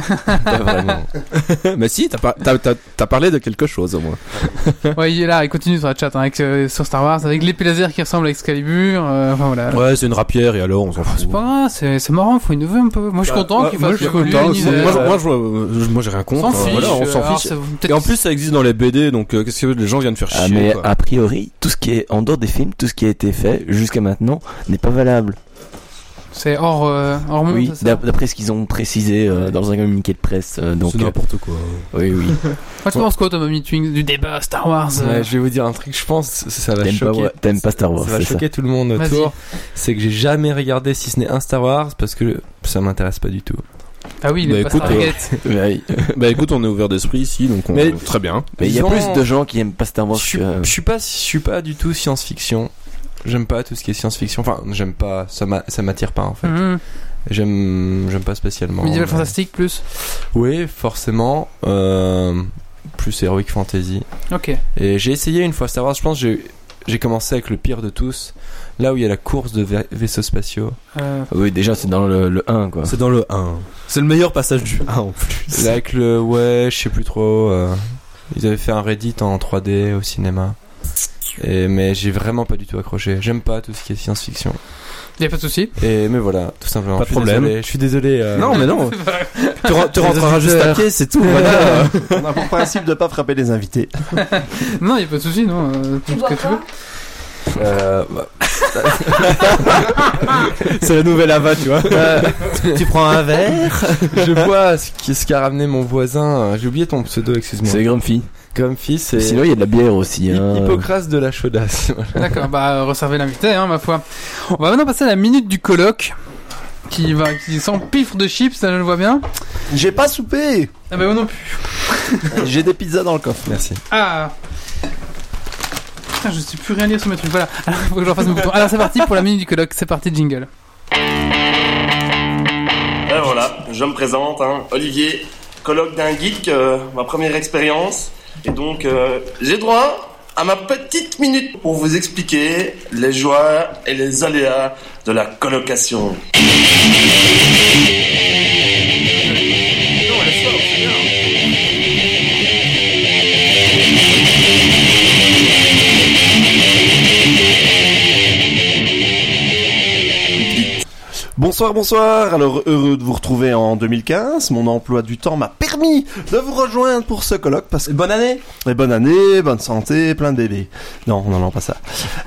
Pas vraiment.
Mais si, t'as, par- t'as- t'as- t'as parlé de quelque chose au moins.
hein. Ouais, il est là, il continue sur la chat hein, avec, euh, sur Star Wars avec l'épée laser qui ressemble à Excalibur. euh, enfin voilà.
Ouais, c'est une rapière et alors on s'en fout.
Ah, C'est pas grave, c'est c'est marrant, faut innover un peu. Moi je suis
Bah,
content
bah,
qu'il
moi,
fasse
je suis
le
content.
Lune,
Moi, je-
euh,
moi, je, euh, je- moi, j'ai rien
on
contre.
s'en
euh,
fiche.
voilà, on s'en
alors,
fiche.
ça- peut-être
Et en plus, ça existe dans les BD, donc euh, qu'est-ce que les gens viennent faire
Ah,
chier
mais
quoi.
a priori, tout ce qui est en dehors des films, tout ce qui a été fait jusqu'à maintenant n'est pas valable.
C'est hors, euh, hors monde,
Oui,
c'est ça
d'ap- d'après ce qu'ils ont précisé euh, dans un communiqué de presse. euh, donc,
c'est n'importe quoi.
euh, oui, oui.
Moi, je pense quoi, Thomas Mitwing, du débat Star Wars euh,
Ouais, je vais vous dire un truc, je pense, ça, ça va
T'aimes pas,
choquer.
t'aimes pas Star Wars,
ça va
c'est ça.
choquer tout le monde
Vas-y.
autour. C'est que j'ai jamais regardé si ce n'est un Star Wars parce que ça m'intéresse pas du tout.
Ah oui, il
Bah,
est
écoute,
pas Stargate.
Ouais, oui.
bah écoute, on est ouvert d'esprit ici, donc on...
Mais-
très bien.
Mais il y a
Disons-
plus de gens qui aiment pas Star Wars
Je suis,
euh,
que.
je suis pas, je suis pas du tout science-fiction. J'aime pas tout ce qui est science-fiction. Enfin, j'aime pas. Ça m'a- ça m'attire pas en fait.
Mm-hmm.
Mhm.
J'aime, j'aime pas spécialement.
Medieval
mais-
Fantastique plus.
Oui, forcément. euh, plus heroic fantasy.
Ok.
Et j'ai essayé une fois Star Wars. Je pense que j'ai, j'ai commencé avec le pire de tous. Là où il y a la course de vai- vaisseaux spatiaux.
Euh,
Ah
Oui, déjà, c'est dans le, le 1, quoi.
C'est dans le 1. C'est le meilleur passage du 1 en plus.
Là avec le ouais, je sais plus trop. euh, ils avaient fait un Reddit en 3D au cinéma. Et, mais j'ai vraiment pas du tout accroché. J'aime pas tout ce qui est science-fiction.
y a pas de souci.
Et mais voilà, tout simplement.
Pas
je
de
suis
problème.
désolé, je suis désolé. euh,
Ah,
Non, mais non. tu, re- tu rentreras juste à pied, c'est tout. voilà.
Voilà. On a pour principe de pas frapper les invités.
Non, y a pas de souci, non. euh,
Tu
tout ce
bois
que tu
quoi
veux.
euh, bah,
c'est la nouvelle Ava, tu vois.
tu prends un verre
je vois ce qui- ce qu'a ramené mon voisin. euh, J'ai oublié ton pseudo, excuse-moi.
C'est Grumpy.
comme fils. Et...
Sinon, il y a de la bière aussi.
Hi-
Hein.
Hippocrate de la chaudasse.
D'accord, bah euh, resservez l'invité, hein, ma foi. On va maintenant passer à la minute du colloque. Qui va, qui s'empiffre de chips, ça je le vois bien.
J'ai pas soupé
Ah bah moi non plus.
J'ai des pizzas dans le coffre.
Merci.
Ah Putain, je sais plus rien lire sur mes trucs, voilà. Alors, faut que je refasse mes boutons. Alors c'est parti pour la minute du colloque, c'est parti, jingle.
Ben voilà, je me présente, hein, Olivier, colloque d'un geek, euh, ma première expérience. Et donc, euh, j'ai droit à ma petite minute pour vous expliquer les joies et les aléas de la colocation.
Bonsoir, bonsoir. Alors, heureux de vous retrouver en 2015. Mon emploi du temps m'a permis de vous rejoindre pour ce colloque parce que. Bonne année Et bonne année, bonne santé, plein de bébés. Non, non, non, pas ça.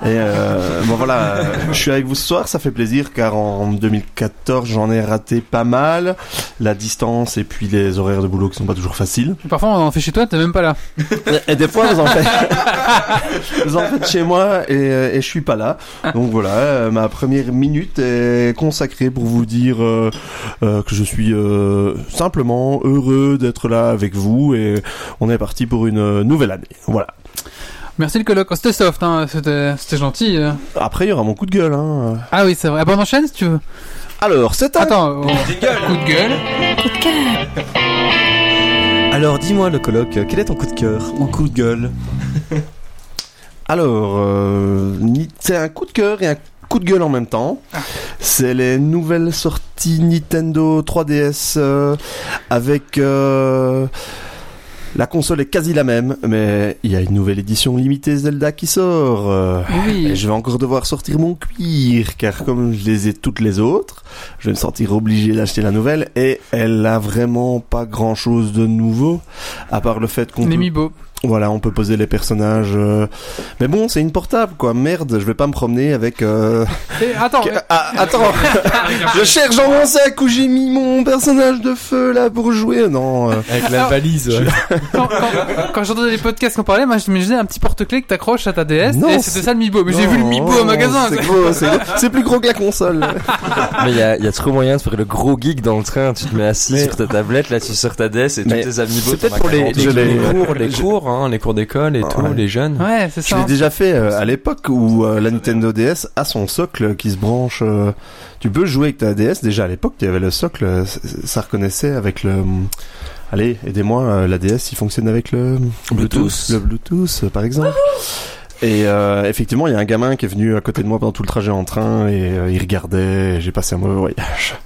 Et euh, bon, voilà, euh, je suis avec vous ce soir, ça fait plaisir car en 2014, j'en ai raté pas mal. La distance et puis les horaires de boulot qui sont pas toujours faciles.
Parfois on en fait chez toi, t'es même pas là.
Et des fois, vous en faites, vous en faites chez moi et, euh, et je suis pas là. Donc voilà, euh, ma première minute est consacrée pour vous dire euh, euh, que je suis euh, simplement heureux d'être là avec vous et on est parti pour une euh, nouvelle année. Voilà.
Merci le colloque, Oh, c'était soft, hein, c'était c'était gentil. euh.
Après, il y aura mon coup de gueule. Hein.
Ah oui, c'est vrai. Ah bah on enchaîne si tu veux.
Alors, c'est un...
Attends, on- coup de gueule.
Alors dis-moi le colloque, quel est ton coup de cœur ou coup de gueule
Alors, euh, ni- c'est un coup de cœur et un coup de gueule en même temps.
Ah.
C'est les nouvelles sorties Nintendo 3DS euh, avec... euh, la console est quasi la même, mais il y a une nouvelle édition limitée Zelda qui sort. euh, et
Oui.
je vais encore devoir sortir mon cuir, car comme je les ai toutes les autres, je vais me sentir obligé d'acheter la nouvelle, et elle a vraiment pas grand chose de nouveau, à part le fait qu'on
Les
peut-
Mibo.
voilà, on peut poser les personnages. euh, Mais bon, c'est une portable, quoi. Merde, je vais pas me promener avec. euh,
Et attends,
que- Ah, attends, je cherche dans mon sac où j'ai mis mon personnage de feu là pour jouer. Non, euh,
Avec la
Alors,
valise.
quand, quand- quand j'entendais les podcasts qu'on parlait, moi je m'imaginais un petit porte-clés que t'accroches à ta DS
Non,
et c'était
c'est-
ça le Mibo. Mais j'ai vu le
non,
Mibo au magasin.
C'est
c'est-
gros, c'est gros. C'est plus gros que la console.
Mais il y a, y a trop moyen de faire le gros geek dans le train. Tu te mets assis sur ta tablette, là tu sors ta DS et tous
Mais
tes amis
c'est peut-être pour les- je
les,
l'ai-
cours, les
Les cours, hein, les cours d'école et tout,
ouais.
les jeunes.
Ouais, c'est
Je
ça.
l'ai
hein.
déjà fait euh, à l'époque où euh, la Nintendo DS a son socle qui se branche. euh, tu peux jouer avec ta DS. Déjà à l'époque, tu avais le socle. euh, c- Ça reconnaissait avec le. Allez, aidez-moi. euh, La DS, il fonctionne avec le
Bluetooth.
le Bluetooth, euh, par exemple. Et euh, effectivement, il y a un gamin qui est venu à côté de moi pendant tout le trajet en train et euh, il regardait. et J'ai passé un mauvais voyage.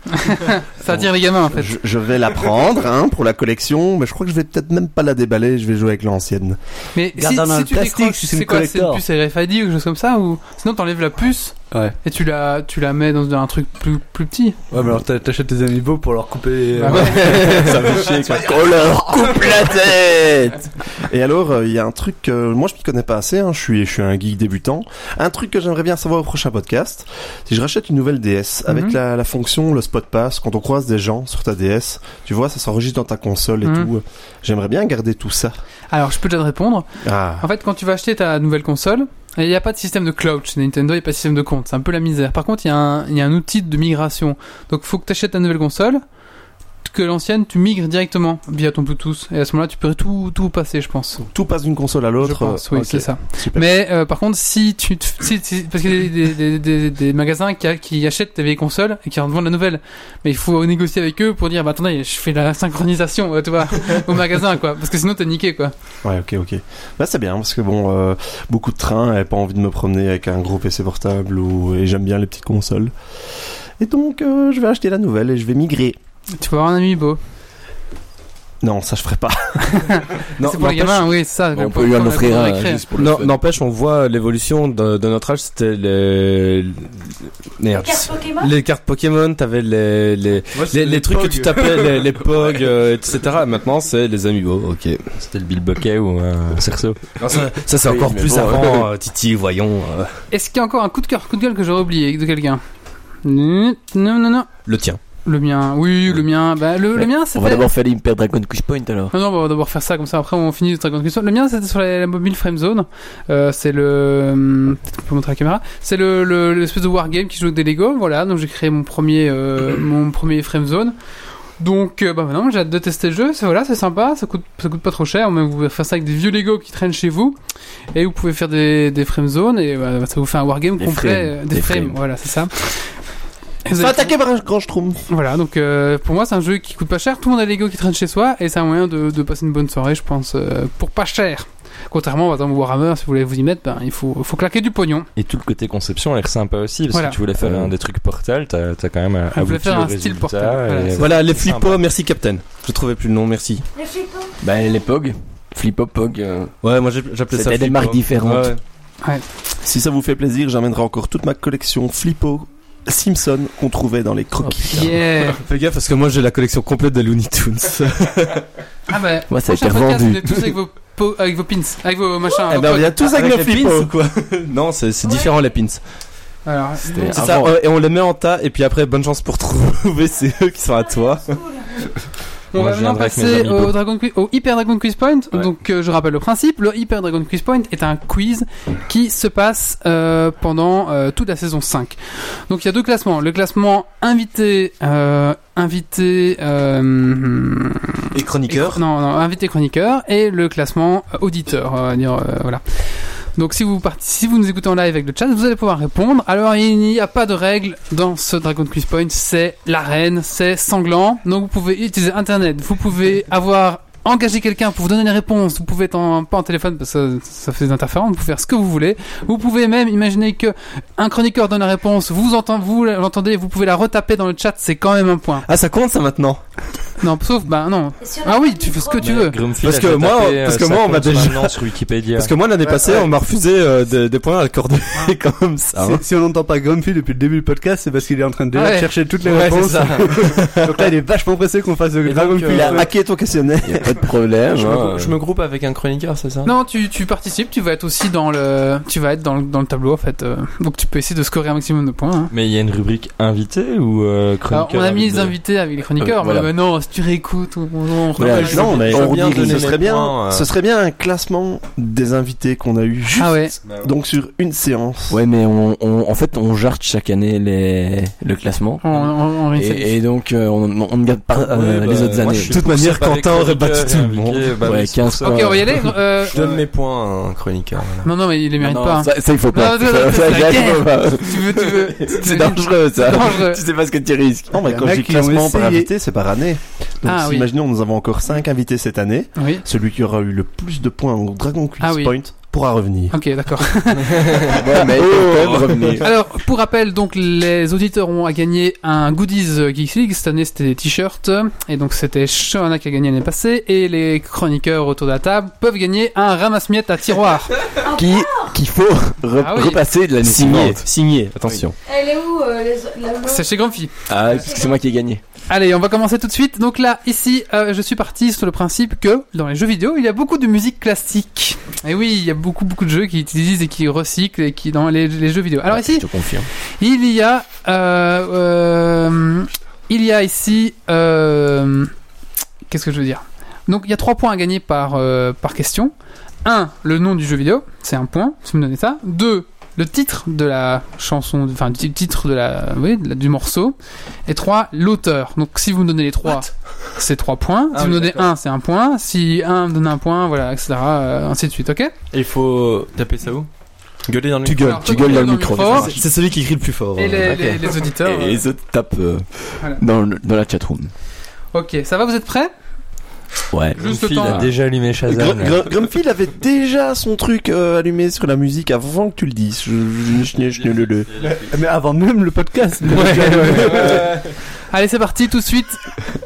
Ça attire les gamins en fait.
Je, je vais la prendre hein, pour la collection, mais je crois que je vais peut-être même pas la déballer. Je vais jouer avec l'ancienne.
Mais si,
Garde un dans
si
le
tu
plastique,
décroches,
c'est
c'est
une
quoi C'est une
collector.
puce RFID ou quelque chose comme ça ou sinon t'enlèves la puce
Ouais.
et tu la tu la mets dans un truc plus plus petit.
Ouais, mais alors t'a- t'achètes tes amiibo pour leur couper.
Bah,
euh,
ouais. Oh,
On leur coupe la tête Et alors, euh, il y a un truc, que moi je m'y connais pas assez, hein, je, suis, je suis un geek débutant. Un truc que j'aimerais bien savoir au prochain podcast, si je rachète une nouvelle DS avec
Mhm.
la, la fonction, le spot pass, quand on croise des gens sur ta DS, tu vois, ça s'enregistre dans ta console et
Mhm.
tout. J'aimerais bien garder tout ça.
Alors je peux déjà te répondre.
Ah,
En fait, quand tu vas acheter ta nouvelle console, il n'y a pas de système de cloud chez Nintendo, il n'y a pas de système de compte. C'est un peu la misère. Par contre, il y, a un- il y a un outil de migration. Donc, faut que tu achètes ta nouvelle console, que l'ancienne, tu migres directement via ton Bluetooth. Et à ce moment-là, tu peux tout, tout passer, je pense.
tout passe d'une console à
Je
l'autre.
pense, oui,
Ok.
c'est ça.
Super.
Mais euh, par contre, si tu. te- si- si- parce qu'il y a des, des- des- des magasins qui, qui achètent tes vieilles consoles et qui en vendent la nouvelle. Mais il faut négocier avec eux pour dire bah attendez, je fais la synchronisation, euh, tu vois, au magasin, quoi. Parce que sinon, t'es niqué, quoi.
Ouais, ok, ok. Bah c'est bien parce que bon, euh, beaucoup de trains, et pas envie de me promener avec un gros PC portable ou et j'aime bien les petites consoles. Et donc, euh, je vais acheter la nouvelle et je vais migrer.
Tu vas avoir un ami beau.
Non, ça je ferai pas.
Non,
C'est pour les
n'empêche-
gamins, oui, c'est ça.
On peut lui en offrir un. juste pour le
Non,
fun.
n'empêche, on voit l'évolution de, de notre âge. C'était les... Merde, je
Carte
sais-
Pokémon
Les cartes Pokémon, t'avais les, les,
Moi,
les,
c'était
les trucs que
Pog.
tu tapais, les, les POG, euh, etc. Maintenant, c'est les Amiibo, ok.
C'était le Bill Bokeh ou euh, Cerceau.
ça, c'est
Oui,
encore
mais
plus
bon,
avant, euh, Titi, voyons. euh,
Est-ce qu'il y a encore un coup de cœur, coup de gueule que j'aurais oublié de quelqu'un Non, non, non.
le tien.
Le mien, oui, le mien. Bah, le, le
Ouais.
mien,
On va
c'était.
d'abord faire l'Impair Dragon Cush Point alors.
Non, non, bah, on va d'abord faire ça, comme ça après on finit notre grande question. Le mien c'était sur la, la mobile frame zone. Euh, c'est le. hum, Peut-être qu'on peut montrer à la caméra. C'est le le- l'espèce de wargame qui joue avec des Lego. Voilà, donc j'ai créé mon premier, euh, mon premier frame zone. Donc euh, bah maintenant j'ai hâte de tester le jeu. C'est voilà, c'est sympa, ça coûte, ça coûte pas trop cher. Même vous pouvez faire ça avec des vieux Lego qui traînent chez vous. Et vous pouvez faire des, des frame zones et bah, ça vous fait un wargame
Des
complet.
frames.
euh, Des,
Des
frames,
frames.
voilà, c'est ça. Et vous
Ils sont
allez-
attaqués par un grand schtroumpf.
voilà, donc euh, pour moi c'est un jeu qui coûte pas cher, tout le monde a Lego qui traîne chez soi et c'est un moyen de, de passer une bonne soirée je pense euh, pour pas cher. Contrairement par exemple, au Warhammer, si vous voulez vous y mettre, ben, il faut, faut claquer du pognon.
Et tout le côté conception a l'air sympa aussi, parce
Voilà.
que tu voulais faire
Euh.
un des trucs Portal, t'as t'as quand même
voulait
abouti
faire
au
un style
résultat,
Portal, voilà,
et
c'est
Voilà, les
sympa.
flippers, merci Captain. Je trouvais plus le nom, merci.
Les flippants.
Bah, les POG, Flip Hop Pog. euh,
Ouais, moi j'ai- j'appelais ça.
C'était des
flipper.
marques différentes.
Ouais, ouais.
Si ça vous fait plaisir, j'amènerai encore toute ma collection Flippo Simpson qu'on trouvait dans les croquis.
Yeah
Fais gaffe parce que moi j'ai la collection complète de Looney Tunes.
Ah bah,
Ouais, ça a
prochain
été
podcast,
revendu.
vous êtes tous avec vos, po- avec vos pins, avec vos machins. euh,
Eh
vos
ben, on
pods.
vient tous avec,
Avec
nos
les
flippers ou quoi Non, c'est c'est différent les pins.
Alors,
C'était
C'est ça,
avant.
ouais, et on les met en tas, et puis après, bonne chance pour trouver, c'est eux qui sont à toi.
on
Moi,
va
je
maintenant
viendrai avec mes
passer
amiibo.
au, Dragon Quiz- au Hyper Dragon Quiz Point. Donc euh, je rappelle le principe, le Hyper Dragon Quiz Point est un quiz qui se passe euh, pendant euh, toute la saison 5. Donc il y a deux classements, le classement invité euh, invité euh,
Et chroniqueur.
et- non, non, invité chroniqueur et le classement euh, auditeur, on va dire, euh, voilà. Donc si vous parti- si vous nous écoutez en live avec le chat, vous allez pouvoir répondre. Alors il n'y a pas de règle dans ce Dragon Quiz Point, c'est l'arène, c'est sanglant. Donc vous pouvez utiliser Internet, vous pouvez avoir engagé quelqu'un pour vous donner les réponses, vous pouvez être en, pas en téléphone parce que ça, ça fait des interférences, vous pouvez faire ce que vous voulez. Vous pouvez même imaginer que un chroniqueur donne la réponse, vous entendez, vous l'entendez, vous pouvez la retaper dans le chat, c'est quand même un point.
Ah, ça compte ça maintenant
Non, sauf bah non.
Et sur
Ah
la
oui,
table
tu
du
fais ce que
micro,
tu veux.
Grumpy,
Parce
là,
que
je vais
moi-
taper,
parce
euh,
que
ça
moi, on m'a
compte
déjà-
maintenant sur Wikipédia.
Parce que moi, l'année passée, on m'a refusé euh, de- des points à accorder comme ça. hein.
Si, si on n'entend pas Grumpy depuis le début du podcast, c'est parce qu'il est en train de déjà
Ouais.
chercher toutes les
Ouais, c'est
réponses.
ça.
Donc là, il est vachement pressé qu'on fasse le Dragon Quest.
euh,
Hacker ton questionnaire.
y a pas de problème.
Je,
hein.
me, je me groupe avec un chroniqueur, c'est ça
Non, tu, tu participes, tu vas être aussi dans le, tu vas être dans le, dans le tableau en fait. euh. Donc tu peux essayer de scorer un maximum de points. hein.
Mais il y a une rubrique invité ou euh,
Alors,
chroniqueur
on a mis les
invité
invités avec les chroniqueurs,
Euh, voilà.
mais maintenant si tu réécoutes, on, on on
Voilà,
rappelle.
je-
Non, mais
je veux
on
bien
dit que
donner
ce
mes
serait bien,
points, euh.
ce serait bien un classement des invités qu'on a eu juste
Ah ouais.
donc sur une séance.
Ouais, mais on, on- en fait, on jarte chaque année les, le classement.
On, on, on essaie.
Et, et donc, euh, on, on ne garde pas euh,
Ouais,
les
bah,
autres
moi,
années.
je suis
De toute
pour
manière,
séparer
Quentin aurait
chroniqueur
battu
et
tout le monde.
invité, bah,
Ouais,
mais c'est pour
15
ça.
Ok, on va y aller. euh,
Je donne mes points à un chroniqueur. voilà.
Non, non, mais il les mérite
Non,
pas. hein.
Ça, ça, il faut pas.
Non, non,
Ça- ça,
non, c'est
il
la
faut pas.
Tu veux, tu veux.
C'est dangereux, ça.
C'est dangereux.
Tu sais pas ce que tu risques.
Non, mais
y a
quand
un
je
mec
dis
qui l'ont
classement par
essayé.
invité, c'est par année. Donc,
Ah oui.
imaginons, nous avons encore 5 invités cette année.
Oui.
Celui qui aura eu le plus de points au Dragon Quiz
Ah oui.
Point pourra revenir.
Ok, d'accord.
Ouais, mais il faut quand même revenir.
Alors, pour rappel, donc les auditeurs ont à gagner un goodies euh, Geeks League. Cette année, c'était des t-shirts. Et donc, c'était Shona qui a gagné l'année passée. Et les chroniqueurs autour de la table peuvent gagner un ramasse-miettes à tiroir.
Qui, qu'il faut re-
Ah oui.
repasser de l'année
Signé,
suivante.
signé, attention.
Elle est où euh, les- la l'autre
C'est chez Grumpy.
Ah, parce que c'est moi qui ai gagné.
Allez, on va commencer tout de suite. Donc là, ici, euh, je suis parti sur le principe que dans les jeux vidéo, il y a beaucoup de musique classique. Et oui, il y a beaucoup, beaucoup de jeux qui utilisent et qui recyclent et qui dans les, les jeux vidéo. Alors ici,
Je te confirme.
il y a, euh, euh, il y a ici, euh, qu'est-ce que je veux dire Donc il y a trois points à gagner par euh, par question. Un, le nom du jeu vidéo, c'est un point. Si vous me donnez ça. Deux, le titre de la chanson, enfin du titre de la, oui, de la- du morceau. Et trois, l'auteur. Donc si vous me donnez les trois, c'est trois points. Si
Ah
vous me
oui,
donnez un, c'est un point. Si un me donne un point, voilà, etc. euh, ainsi de suite. Ok.
Et Il faut taper ça où Gueuler dans le
Tu gueules.
Alors,
tu
toi,
gueules dans le micro, ça
micro.
marche.
C'est celui qui crie le plus fort.
Et les,
Ok.
les- les auditeurs.
Et
euh,
les autres tapent euh,
Voilà.
dans, le- dans la chatroom.
euh, Ok, ça va, vous êtes prêts
Ouais.
Juste le
Il a
temps.
déjà allumé Shazam.
Gr- Gr- Grumpy il avait déjà son truc euh, allumé sur la musique avant que tu le dises. Je- je- je- je- je- le- le-
Mais avant même le podcast.
Allez, c'est parti, tout de suite.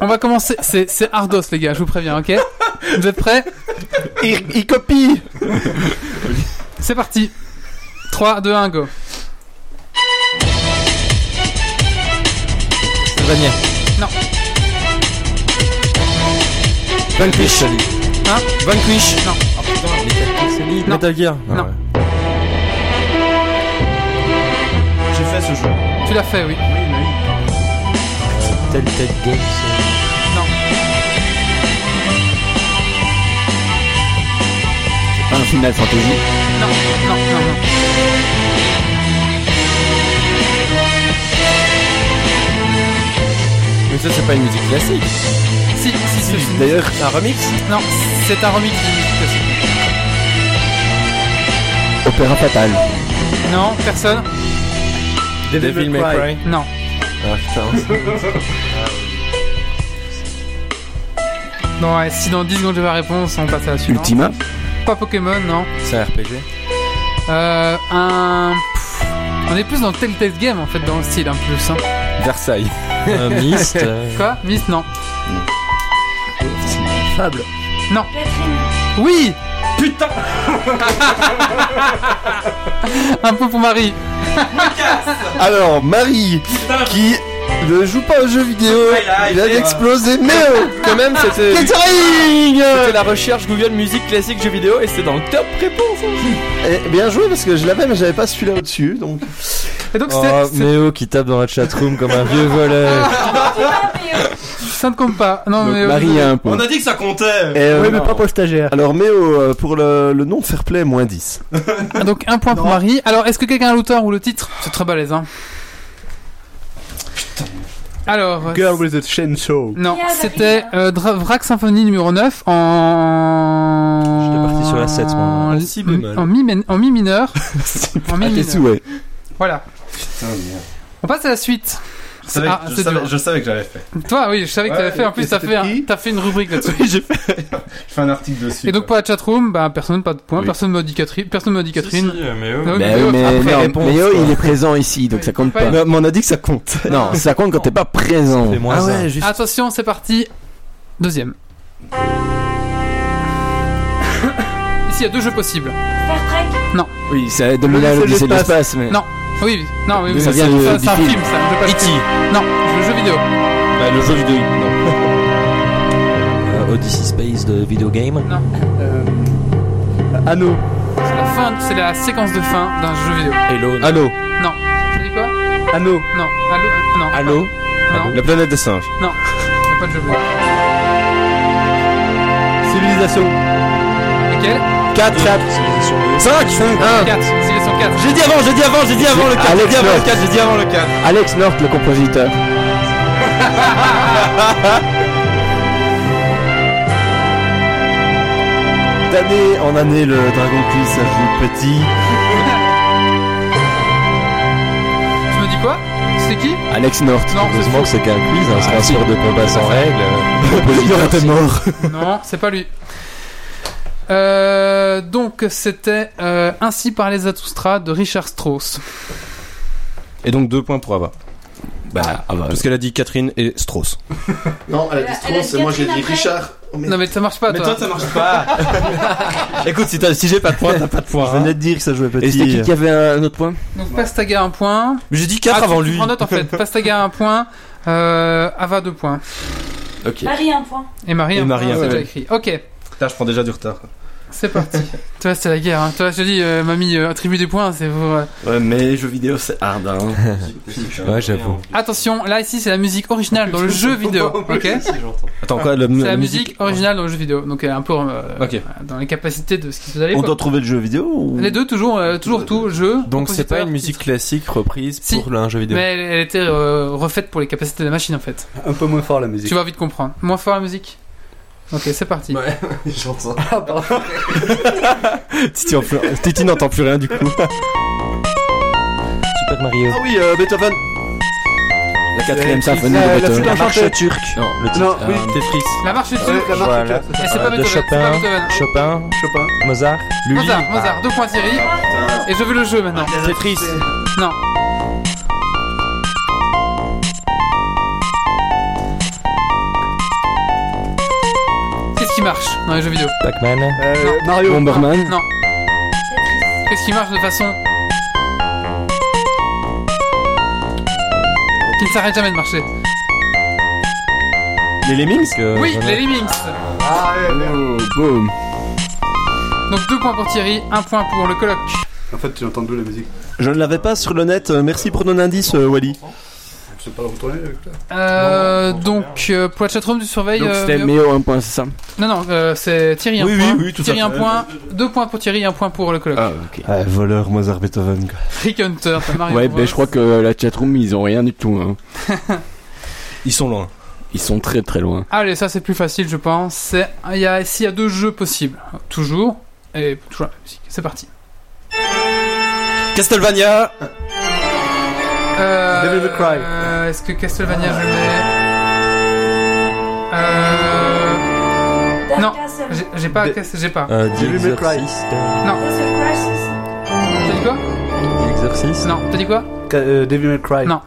On va commencer. C'est, c'est Ardos, les gars, je vous préviens, ok Vous êtes prêts
Il il copie
C'est parti. 3, 2, 1, go.
Vanquish.
Hein
Vanquish.
Non.
Metal Gear
Non.
J'ai fait ce jeu.
Tu l'as fait, oui.
Telltale Games.
C'est pas un Final Fantasy.
Non, non, non, non.
Mais ça, c'est pas une musique classique.
Si, si, si, si.
D'ailleurs,
Un remix
Non, c'est un remix d'une musique classique.
Opéra Fatal.
Non, personne
Devil May Cry.
Non.
Ah putain.
Non, ouais, si dans 10 secondes j'ai ma réponse, on passe à la suivante.
Ultima.
Pas Pokémon, non.
C'est un RPG.
Euh, un. pff, On est plus dans le Telltale Game en fait, dans le style en plus. hein.
Versailles.
Euh, Myst. euh,
Quoi Myth, non.
Fable.
Catherine.
Oui Putain Un peu pour Marie.
Alors, Marie, qui ne joue pas aux jeux vidéo, il a explosé, mais oh
Quand même, c'était.
Catering
C'était la recherche Google musique classique jeux vidéo et c'était dans le top réponse.
Eh, Bien joué, parce que je l'avais, mais j'avais pas celui-là au-dessus, donc...
Et donc c'était.
Oh, Méo qui tape dans la chatroom comme un vieux voleur.
Ça ne compte pas. Non, mais. euh,
Marie a un point.
a dit que ça comptait
Eh, euh,
oui, mais pas pour le stagiaire.
Alors, Méo, euh, pour le, le nom de fair play, moins 10.
Ah, Donc un point pour Marie. Alors est-ce que quelqu'un a l'auteur ou le titre C'est très balèze hein. Alors. euh,
Girl with a chainsaw.
Non,
Yeah,
c'était
Marie.
euh, Dra- Vrac Symphonie numéro 9 en.
J'étais parti sur la 7, moi.
En,
Si bémol.
en mi, min- en mi mineur. en mi
Tes
mineur.
souhaits.
Voilà. On passe à la suite.
Je savais,
Ah,
je
c'est
savais-
dur.
je savais que j'avais fait.
Toi, oui, je savais que
Ouais,
t'avais fait. En
et
plus, t'as
c'était
fait, un-
qui
t'as fait une rubrique là-dessus.
j'ai fait. je fais un article dessus.
Et donc pour la chatroom, bah, personne pas de point, personne m'a dit Catherine, personne m'a dit Catherine.
mais
Donc,
Bah
euh,
oui, mais
après,
non,
réponse.
mais oh, il est présent ici, donc
Oui,
ça compte
pas
pas.
une-
Mais on a dit que ça compte.
Non, ça compte quand t'es pas présent.
Fais-moi ça.
juste.
Attention, c'est parti. Deuxième. Ici, il y a deux jeux possibles.
Star Trek.
Oui, c'est Dominal
Oui, c'est
Odyssée de
l'espace.
l'espace, mais.
Non. Oui, oui, non, oui,
Ça
oui,
vient
c'est-
de-
ça,
du
c'est un
film. E
film, ça. je veux pas- Non, le jeu vidéo.
Bah, le jeu vidéo. Non.
Euh, Odyssey Space de Video Game.
Euh, Anneau.
C'est la fin, c'est la séquence de fin d'un jeu vidéo.
Hello.
Allô
Non. Tu dis quoi
Anneau.
Non. Allô euh, Non.
Allô
Non, il
La planète des singes.
n'y a pas de jeu vidéo.
Civilisation.
Lequel
4, 4, 5, 1.
4. C'est sur 4.
J'ai dit avant, j'ai dit avant, j'ai dit avant le 4, j'ai dit avant le 4, j'ai dit avant le 4.
Alex North, le compositeur.
D'année en année, le Dragon Quest s'ajoute petit.
Tu me dis quoi C'est qui
Alex North. Ah,
Non, c'est
Heureusement que c'est qu'un quiz, hein, c'est un sport de combat sans règles.
Il aurait été mort.
Non, c'est pas lui. Euh, donc c'était euh, Ainsi par les Zarathustra de Richard Strauss.
Et donc 2 points pour Ava.
Bah, ah bah,
Parce qu'elle a dit Catherine et Strauss.
Non, elle
a dit Strauss, et Ah, moi, j'ai dit Richard.
Non mais ça marche pas
Mais
toi.
toi, ça marche pas.
Écoute, si, t'as- si j'ai pas de points, t'as pas de
Je
points. hein.
venais de dire que ça jouait
Et c'était qui
petit.
qui avait un autre point
Donc Pastaga un point.
Mais J'ai dit 4
Ah,
avant
tu- tu
lui.
Prends note en fait. Pastaga un point. Euh, Ava deux points.
Marie, un point.
Et Marie
Et
un
Marie,
point,
un
c'est
point.
déjà écrit. Ok,
Là, je prends déjà du retard.
c'est parti. toi c'est la guerre. Hein. Toi je te dis euh, mamie euh, attribue des points. C'est pour, euh,
Ouais, mais jeux vidéo, c'est hard. Hein.
Ouais, j'avoue.
Attention là ici c'est la musique originale dans le jeu vidéo. Ok. C'est
Attends, quoi le-
la musique originale dans le jeu vidéo. Donc elle est un peu euh,
Ok.
dans les capacités de ce qui se faisait à
On
l'époque.
doit trouver le jeu vidéo ou...
Les deux, toujours, euh, toujours tout, jeu.
Donc c'est pas
compositeur,
une musique
titre.
classique reprise
Si.
pour le- un jeu vidéo.
Mais elle, elle était euh, refaite pour les capacités de la machine en fait.
Un peu moins fort la musique.
Tu vas vite comprendre. Moins fort la musique Ok, c'est parti.
J'entends.
Titi en fleur- Titi n'entend plus rien du coup.
Super Mario.
Ah oui, euh, Beethoven
La quatrième symphonie
La-
de
la
Beethoven.
flûte enchantée.
turc. Non, le titre.
Non, oui.
Tetris.
La marche du
Ouais,
dessus.
la marche
Voilà.
éclair, c'est
Et
ça.
c'est pas
Euh, de
Beethoven. C'est pas
Chopin.
Beethoven.
Chopin,
Chopin.
Mozart, Lully.
Mozart, Mozart, deux points Thierry. Et je veux le jeu maintenant.
Ah.
Tetris.
Non. Qu'est-ce qui marche dans les jeux vidéo
Pac-Man.
Euh, Mario.
Bomberman.
Non. Qu'est-ce qui marche de façon qui ne s'arrête jamais de marcher
Euh,
Les Lemmings
Oui, les Lemmings.
Ah, ouais, merde.
Oh, boom.
Donc deux points pour Thierry, un point pour le coloc.
En fait, tu entends d'où la musique
Je ne l'avais pas sur le net, euh, merci pour ton indice, euh, Wally.
sais pas le retourner avec toi.
Euh, donc, euh, pour la chatroom, tu surveilles.
Donc
euh,
c'était
Méo.
Méo un point, c'est ça
Non, non, euh, c'est Thierry un
Oui, oui,
point.
oui, tout à
Thierry
fait.
un point, deux points pour Thierry, un point pour le colloque.
Ah, voleur, Mozart, Beethoven. quoi.
Rick Hunter, t'as Mario.
Ah. Ouais,
Bros.
ben je crois que la chatroom, ils ont rien du tout. hein.
Ils sont loin.
Ils sont très très loin.
Allez, ça c'est plus facile, je pense. C'est il y a s'il y a deux jeux possibles, toujours et toujours la même musique. C'est parti.
Castlevania
Euh, euh, Est-ce que Castlevania je l'ai euh... Non, j'ai- j'ai pas. Cas- J'ai pas.
Euh, The
Devil May Cry.
Exorcist.
Non. T'as dit quoi
Exorcist.
Non, t'as dit quoi
euh, Devil May Cry.
Non.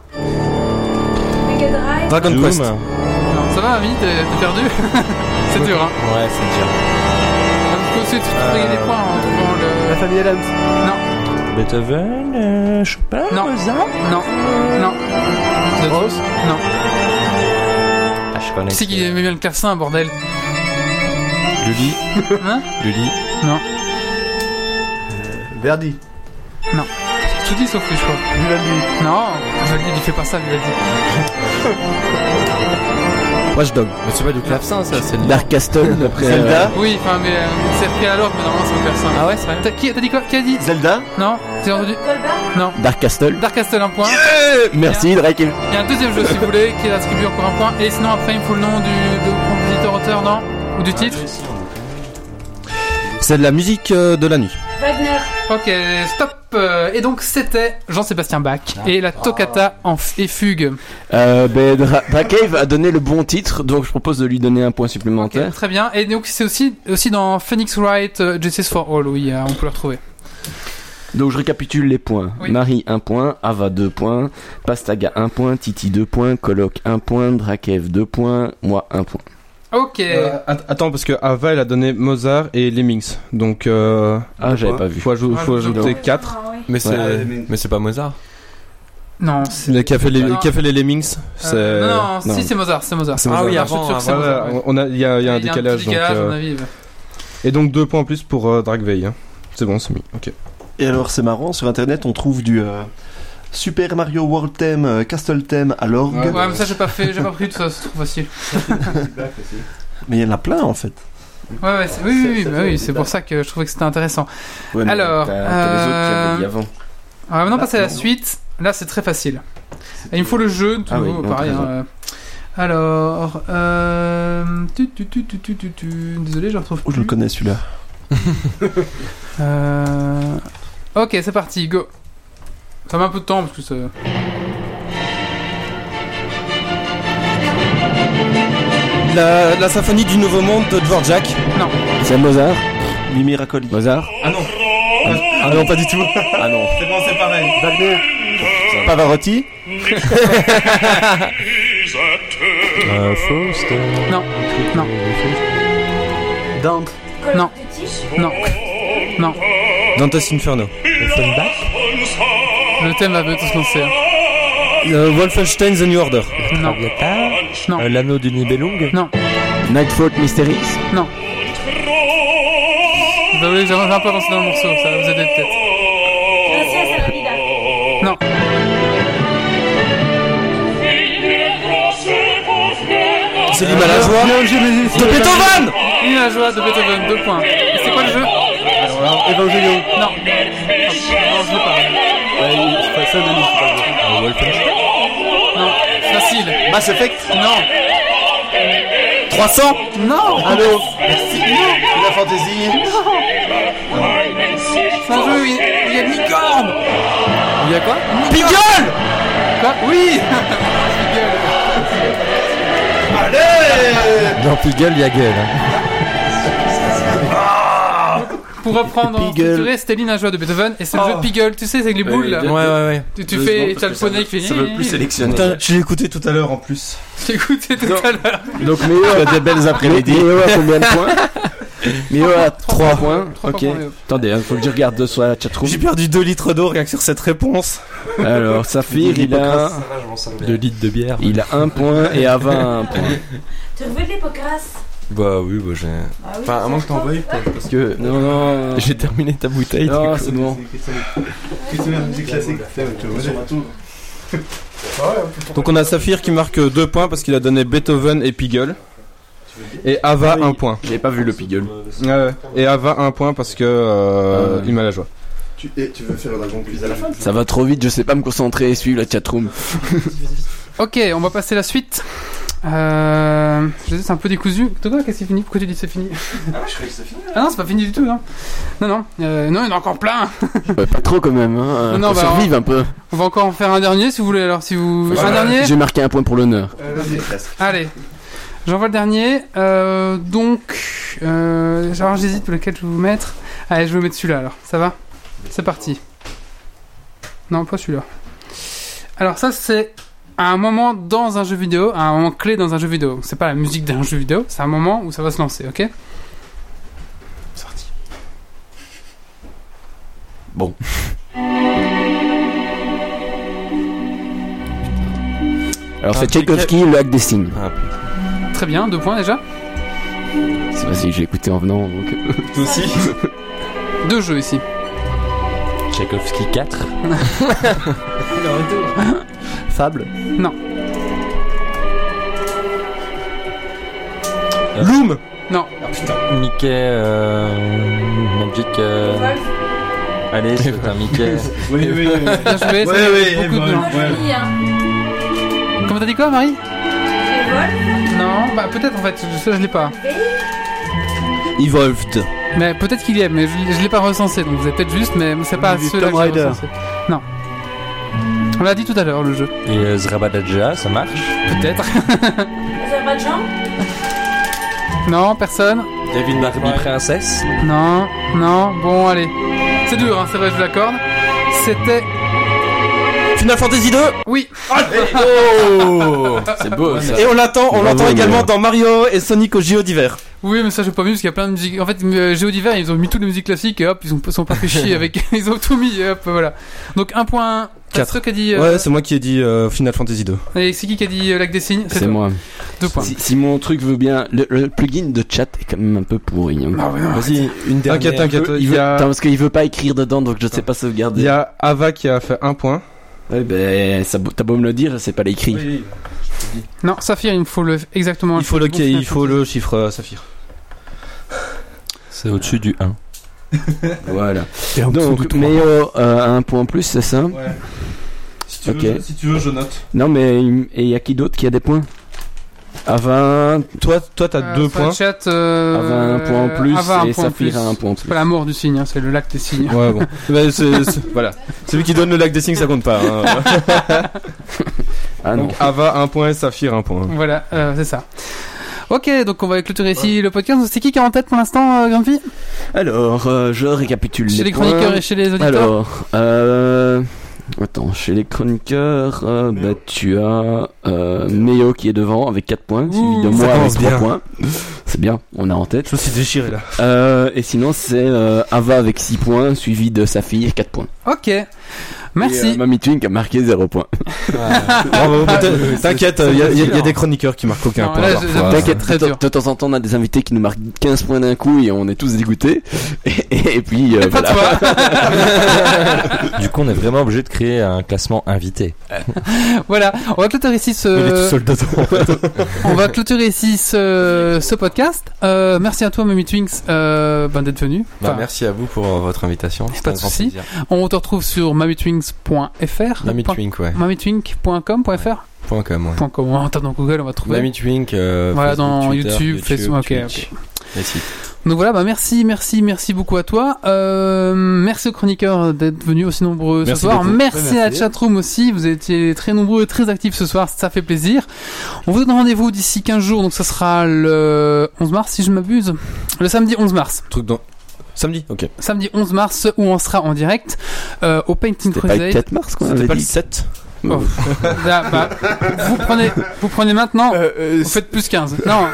Mega Drive.
Doom.
Non, ça va, Ami, t'es t'es perdu C'est dur, hein
Ouais, c'est dur.
On peut aussi te trouver des points en trouvant le.
La famille Adams
Non,
Beethoven, euh, Chopin,
non. Non, non. The Rose Non.
Ah, je connais.
Qui c'est qui aimait bien le clavecin, bordel
Lully,
Hein
Lully.
Non.
Verdi.
Non. J'ai Tout dit sauf lui, je crois.
Vivaldi.
Non, Vivaldi, il fait pas ça, Vivaldi.
Watch Dog.
Mais c'est pas du clavecin, ça, c'est
Dark Castle, d'après. euh,
Oui, enfin, mais euh, c'est repris à l'ordre, mais normalement c'est au clavecin. Ah ouais, c'est vrai. T'as qui- t'as dit quoi Qui a dit
Zelda
Non, j'ai entendu. Non.
Dark Castle.
Dark Castle, un point.
Merci, Drake.
Il y a un deuxième jeu si vous voulez qui attribue encore un point. Et sinon après il me faut le nom du, du compositeur auteur non ou du titre.
C'est de la musique euh, de la nuit.
Wagner.
Ah,
Ok stop. Euh, Et donc c'était Jean-Sébastien Bach
Ah.
et la toccata en f- et fugue.
Euh, ben, Dra- Drakave a donné le bon titre, donc je propose de lui donner un point supplémentaire.
Très bien. Et donc c'est aussi aussi dans Phoenix Wright euh, Justice for All oui euh, on peut le retrouver.
Donc je récapitule les points.
Oui.
Marie 1 point, Ava 2 points, Pastaga 1 point, Titi 2 points, Coloc 1 point, Drakev 2 points, moi 1 point.
Ok.
Euh, att- attends, parce que Ava, elle a donné Mozart et Lemmings. Donc. Euh,
Ah, j'avais pas vu.
Faut, ajou- faut ajouter 4.
Mais c'est
Ouais.
mais c'est pas Mozart.
Non. c'est-
Le café, les,
Non.
le café les Lemmings, c'est.
Euh, non, non, si c'est Mozart c'est Mozart.
C'est Mozart.
Ah
Je
oui,
suis
avant,
sûr que c'est
Ouais,
Mozart, ouais.
ouais, on a, il y a, il y a un
Il y a un
décalage.
petit décalage,
donc, euh,
à mon avis.
Et donc deux points en plus pour euh, Dragveil. hein. C'est bon, c'est mis. Ok.
Et alors, c'est marrant, sur internet, on trouve du euh, Super Mario World Theme, euh, Castle Theme à l'orgue.
Ouais mais ça j'ai pas fait j'ai pas pris tout ça c'est trop facile.
Mais il y en a plein en fait.
Ouais, ouais, c'est- oui, oui, oui, bah oui, c'est pour ça que je trouvais que c'était intéressant. Alors, euh, on va maintenant passer à la suite. Là, c'est très facile. Et il me faut le jeu, de
Ah oui,
nouveau,
non,
pareil.
t'as raison.
hein. Alors, euh... tu, tu, tu, tu, tu, tu, tu. désolé, je le retrouve
Oh, je
plus.
le connais celui-là.
Euh, Ok, c'est parti, go. Ça met un peu de temps parce que ça.
La, la symphonie du Nouveau Monde de Dvorak.
Non,
C'est Mozart.
Mimi Racoli.
Mozart.
Ah non,
Ah non, pas du tout.
Ah non.
c'est bon, c'est pareil.
Wagner.
Pavarotti
Euh, Faust. euh,
non, non,
Dante.
non,
De Tiche.
non, non.
Dantes Inferno.
Offenbach.
Le thème va bientôt se lancer. hein.
Euh, Wolfenstein The New Order.
Non,
Traviata.
Non.
Euh, L'anneau du Nibelung.
non,
Nightfall Mysteries.
non. Désolé, j'ai un peu avancé dans le morceau, ça va vous aider peut-être.
Gracias a la vida.
Non.
C'est l'Himalaya. De Beethoven
Il a la joie de Beethoven, deux points. Et c'est quoi le jeu
Evangelio.
Non. Non, je veux pas. Non, facile.
Mass Effect
Non,
300
non,
Allô Merci La fantaisie
c'est un jeu où il il y a une licorne.
Il y a quoi Beagle
Quoi Oui
Dans Piggle, il y a gueule. hein.
Pour reprendre en structuré, c'était l'inagua de Beethoven et c'est le jeu de Piggle, tu sais, c'est avec les boules là.
Ouais, ouais, ouais.
Tu, tu fais, t'as le poney qui fait. Ça veut plus
sélectionner.
Putain, je l'ai écouté tout à l'heure en plus.
J'ai écouté tout à l'heure.
Donc Méo a des belles après-midi. Méo a combien de points Méo a 3 points.
Trois
Ok.
points, Méo.
Attendez, hein, faut que je regarde de soi la chatroom.
J'ai perdu 2 litres d'eau rien que sur cette réponse.
Alors, Saphir, il a,
Deux litres de bière.
il a 1 point et Ava a 1 point.
Tu revois de l'hypocrase
Bah oui, bah j'ai.
Ah oui,
Enfin, à moins que
je t'en veuille.
Parce que
Non, non,
j'ai terminé ta
Ah,
bouteille.
non, c'est bon.
Qu'est-ce que c'est la musique classique
Donc on a Saphir qui marque 2 points parce qu'il a donné Beethoven et Piggle. Et Ava 1 point.
J'ai pas vu le Piggle.
Et Ava 1 point parce que euh, il m'a la joie.
Tu, et tu veux faire la conclusion à la fin
Ça va trop vite, je sais pas me concentrer et suivre la chatroom.
Ok, on va passer à la suite. Euh, je sais, c'est un peu décousu. Thomas, qu'est-ce qui finit Pourquoi tu dis que c'est fini
Ah ouais, je croyais que c'était fini.
Ah non, c'est pas fini du tout, non. Non, non, euh, non, il y en a encore plein.
Ouais, pas trop quand même, hein.
Non,
Faut
bah,
survivre
on-
un peu.
On va encore en faire un dernier si vous voulez. Alors, si vous. Un
Ouais.
dernier
J'ai marqué un point pour l'honneur.
Allez, j'envoie le dernier. Euh, donc, euh, alors j'hésite pour lequel je vais vous mettre. Allez, je vais vous mettre celui-là alors, ça va C'est parti. Non, pas celui-là. Alors, ça, c'est un moment dans un jeu vidéo, un moment clé dans un jeu vidéo. C'est pas la musique d'un jeu vidéo, c'est un moment où ça va se lancer, ok
Bon. Alors c'est Tchaikovsky, le hack des signes.
Très bien, deux points déjà.
C'est pas si je l'ai écouté en venant donc. euh,
Toi aussi Deux jeux ici.
Tchaikovsky 4
Fable Non.
Loom
Non.
Mickey euh, Magic. euh, Allez, c'est un Mickey.
Oui, oui, oui.
Bien joué, ça
Ouais,
fait
ouais,
beaucoup de
ouais,
gens. Comment t'as dit quoi, Marie Non, bah peut-être en fait, je- ça je l'ai pas.
Evolved.
Mais peut-être qu'il y est, mais je, je l'ai pas recensé, donc vous êtes peut-être juste, mais c'est pas
dit
ceux-là
Tomb
que j'ai
Raider.
recensé. Non. On l'a dit tout à l'heure, le jeu.
Et euh, Zrabadaja, ça marche
Peut-être.
Azerbaïdjan
non, personne.
David Barbie Princesse
Non, non, bon, allez. C'est dur, hein, c'est vrai, je vous l'accorde. C'était.
Final Fantasy 2
Oui
Oh
C'est beau ça.
Et on l'attend, on
Bravo,
l'entend
Emilien.
également dans Mario et Sonic au JO d'hiver.
Oui, mais ça, j'ai pas vu parce qu'il y a plein de musique. En fait, euh, Géo d'hiver, ils ont mis toutes les musiques classiques et hop, ils ont, sont pas fait chier avec. Ils ont tout mis, et hop, voilà. Donc, un point. C'est
Quatre.
toi qui a dit. euh,
Ouais, c'est moi qui ai dit euh, Final Fantasy 2.
et c'est qui qui a dit euh, Lac des Signes
C'est
toi.
moi.
Deux points.
Si, si mon truc veut bien, le, le plugin de chat est quand même un peu pourri. hein.
Vas-y, une dernière. T'inquiète, t'inquiète. Il
Il
y
veut-
a-
Attends, parce qu'il veut pas écrire dedans, donc je sais pas sauvegarder.
il y a Ava qui a fait un point.
Ouais, ben, ça beau- t'as beau me le dire, c'est pas l'écrit.
Non, Saphir, il me faut le, exactement.
Il faut le,
bon
quai-
Final
il faut le chiffre euh, Saphir.
C'est au-dessus du 1.
Voilà.
Et en dessous du
Donc,
trois.
hein.
Méo, euh, un point en plus, c'est ça
Si
tu veux, Ok.
si tu veux, je note.
Non, mais il- et y a qui d'autre qui a des points À 20,
Toi, toi, t'as
Euh,
deux
sur le
points.
Chat, euh,
Ava, un point en plus,
Ava, un
et
point en
Saphir,
plus.
un point en plus.
C'est pas la mort du signe, hein, c'est le lac des signes.
Ouais, bon. Bah, c'est- c'est- voilà. Celui qui donne le lac des signes, ça compte pas. hein.
Ah non.
Donc Ava un point, Saphir un point.
Voilà, euh, c'est ça. Ok, donc on va clôturer ici le podcast. C'est qui qui est en tête pour l'instant, euh, Grande Fille
Alors, euh, je récapitule.
Chez les
points.
chroniqueurs et chez les auditeurs
Alors, euh, attends, chez les chroniqueurs, euh, bah, tu as euh, Méo qui est devant avec 4 points, suivi de
Ouh,
ça
moi avec
commence
3
bien.
points. C'est bien, on a en tête.
Je me suis déchiré là.
Euh, et sinon, c'est euh, Ava avec 6 points, suivi de Saphir, 4 points.
Ok,
Et,
merci.
euh, Mami Twin qui a marqué 0 points.
Ah.
Bravo,
Ah,
mais t'in- T'inquiète, il y, a- y a- y a des chroniqueurs qui marquent aucun
Non,
point.
là,
parfois.
je- je-
T'inquiète,
très
de, temps-
dur.
de temps en temps, on a des invités qui nous marquent 15 points d'un coup et on est tous dégoûtés. Et, et puis, euh, voilà.
Du coup, on est vraiment obligé de créer un classement invité.
Voilà, on va clôturer ici ce, on va clôturer ici ce, ce podcast. Euh, merci à toi, Mimi Twinks, euh, ben, d'être venu.
Bah,
Enfin,
merci à vous pour euh, votre invitation. C'était
pas
un
de
grand
souci.
plaisir.
On te retrouve sur mamitwinks.fr.
Mamie Twink, ouais.
Mamitwink.com.fr.
Point com, ouais.
Point com. On tape dans Google, on va trouver.
Mamie Twink, euh,
Voilà,
Facebook,
dans
Twitter,
YouTube, Facebook, ok,
Twitch, les sites.
Donc voilà, bah merci, merci, merci beaucoup à toi. Euh, merci aux chroniqueurs d'être venus aussi nombreux
Merci
ce soir.
beaucoup.
Merci,
Ouais,
à la
merci.
chatroom aussi. Vous étiez très nombreux et très actifs ce soir. Ça fait plaisir. On vous donne rendez-vous d'ici 15 jours. Donc ça sera le 11 mars, si je m'abuse. Le samedi 11 mars.
Truc dans... Samedi, ok.
Samedi 11 mars, où on sera en direct euh, au Painting
C'est pas le
Crusade.
4 mars, quoi. on
C'était
avait
pas le
dit.
7
Oh, là, bah, vous prenez, vous prenez maintenant. Vous faites plus 15. Non.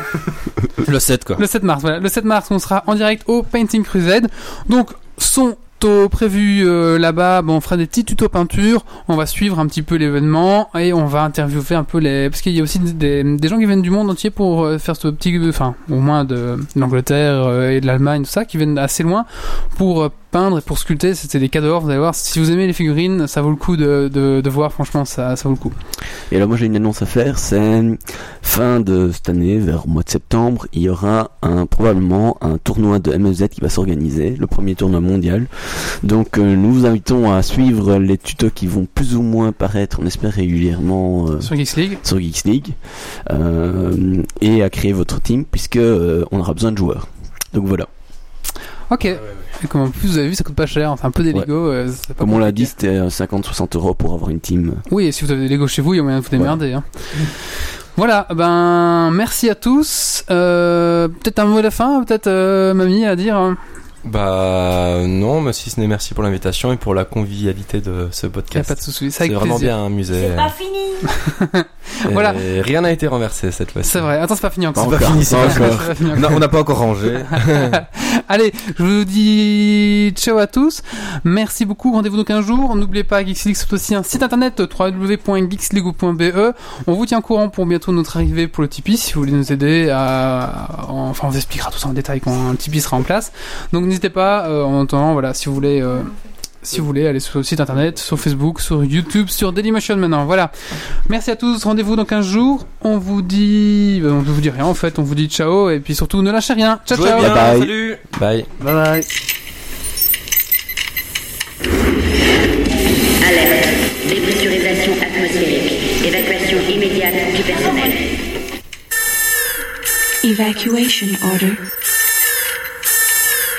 Le 7, quoi.
Le 7 mars, voilà. Le 7 mars, on sera en direct au Painting Crusade. Donc, son taux prévu euh, là-bas, bon, on fera des petits tutos peinture, on va suivre un petit peu l'événement et on va interviewer un peu les... Parce qu'il y a aussi des, des gens qui viennent du monde entier pour euh, faire ce petit... Enfin, au moins de l'Angleterre euh, et de l'Allemagne, tout ça, qui viennent assez loin pour euh, peindre et pour sculpter. C'était des cadeaux, vous allez voir. Si vous aimez les figurines, ça vaut le coup de, de, de voir, franchement, ça, ça vaut le coup.
Et alors moi j'ai une annonce à faire, c'est fin de cette année, vers le mois de septembre, il y aura un, probablement un tournoi de MFZ qui va s'organiser, le premier tournoi mondial. Donc euh, nous vous invitons à suivre les tutos qui vont plus ou moins paraître, on espère régulièrement euh,
Sur Geeks League.
sur Geeks League, euh, et à créer votre team puisque euh, on aura besoin de joueurs. Donc voilà.
Ok. Et comme en plus vous avez vu, ça coûte pas cher. C'est un peu des
Ouais.
Lego. euh, c'est pas
Comme on l'a
compliqué.
dit, c'était euh, 50-60 euros pour avoir une team.
Oui, et si vous avez des Lego chez vous, il y a moyen de vous démerder. hein. Voilà, ben merci à tous. Euh, peut-être un mot à la fin, peut-être euh, mamie à dire. hein.
Bah non, mais si ce n'est merci pour l'invitation et pour la convivialité de ce podcast.
Y a pas de souci, c'est
c'est
avec
vraiment
plaisir.
bien un musée.
C'est pas fini.
Et
Voilà.
Rien n'a été renversé cette fois-ci.
C'est vrai. Attends, c'est pas fini encore.
C'est pas fini, c'est
Pas
pas
encore.
encore.
C'est pas fini
Non,
encore.
on n'a pas encore rangé.
Allez, je vous dis ciao à tous. Merci beaucoup. Rendez-vous donc un jour. N'oubliez pas, Geeks League, c'est aussi un site internet www.geeksleague.be. e. On vous tient au courant pour bientôt notre arrivée pour le Tipeee. Si vous voulez nous aider à, enfin, on vous expliquera tout ça en détail quand le Tipeee sera en place. Donc n'hésitez pas, euh, en attendant, voilà, si vous voulez, euh, si vous voulez aller sur le site internet, sur Facebook, sur YouTube, sur Dailymotion maintenant. Voilà. Merci à tous. Rendez-vous dans 15 jours. On vous dit, ben, on vous dit rien en fait. On vous dit ciao et puis surtout ne lâchez rien. Ciao
Jouez
ciao.
bien, salut. Bye.
Bye bye.
Alerte. Dépressurisation atmosphérique. Évacuation immédiate du personnel.
Evacuation order.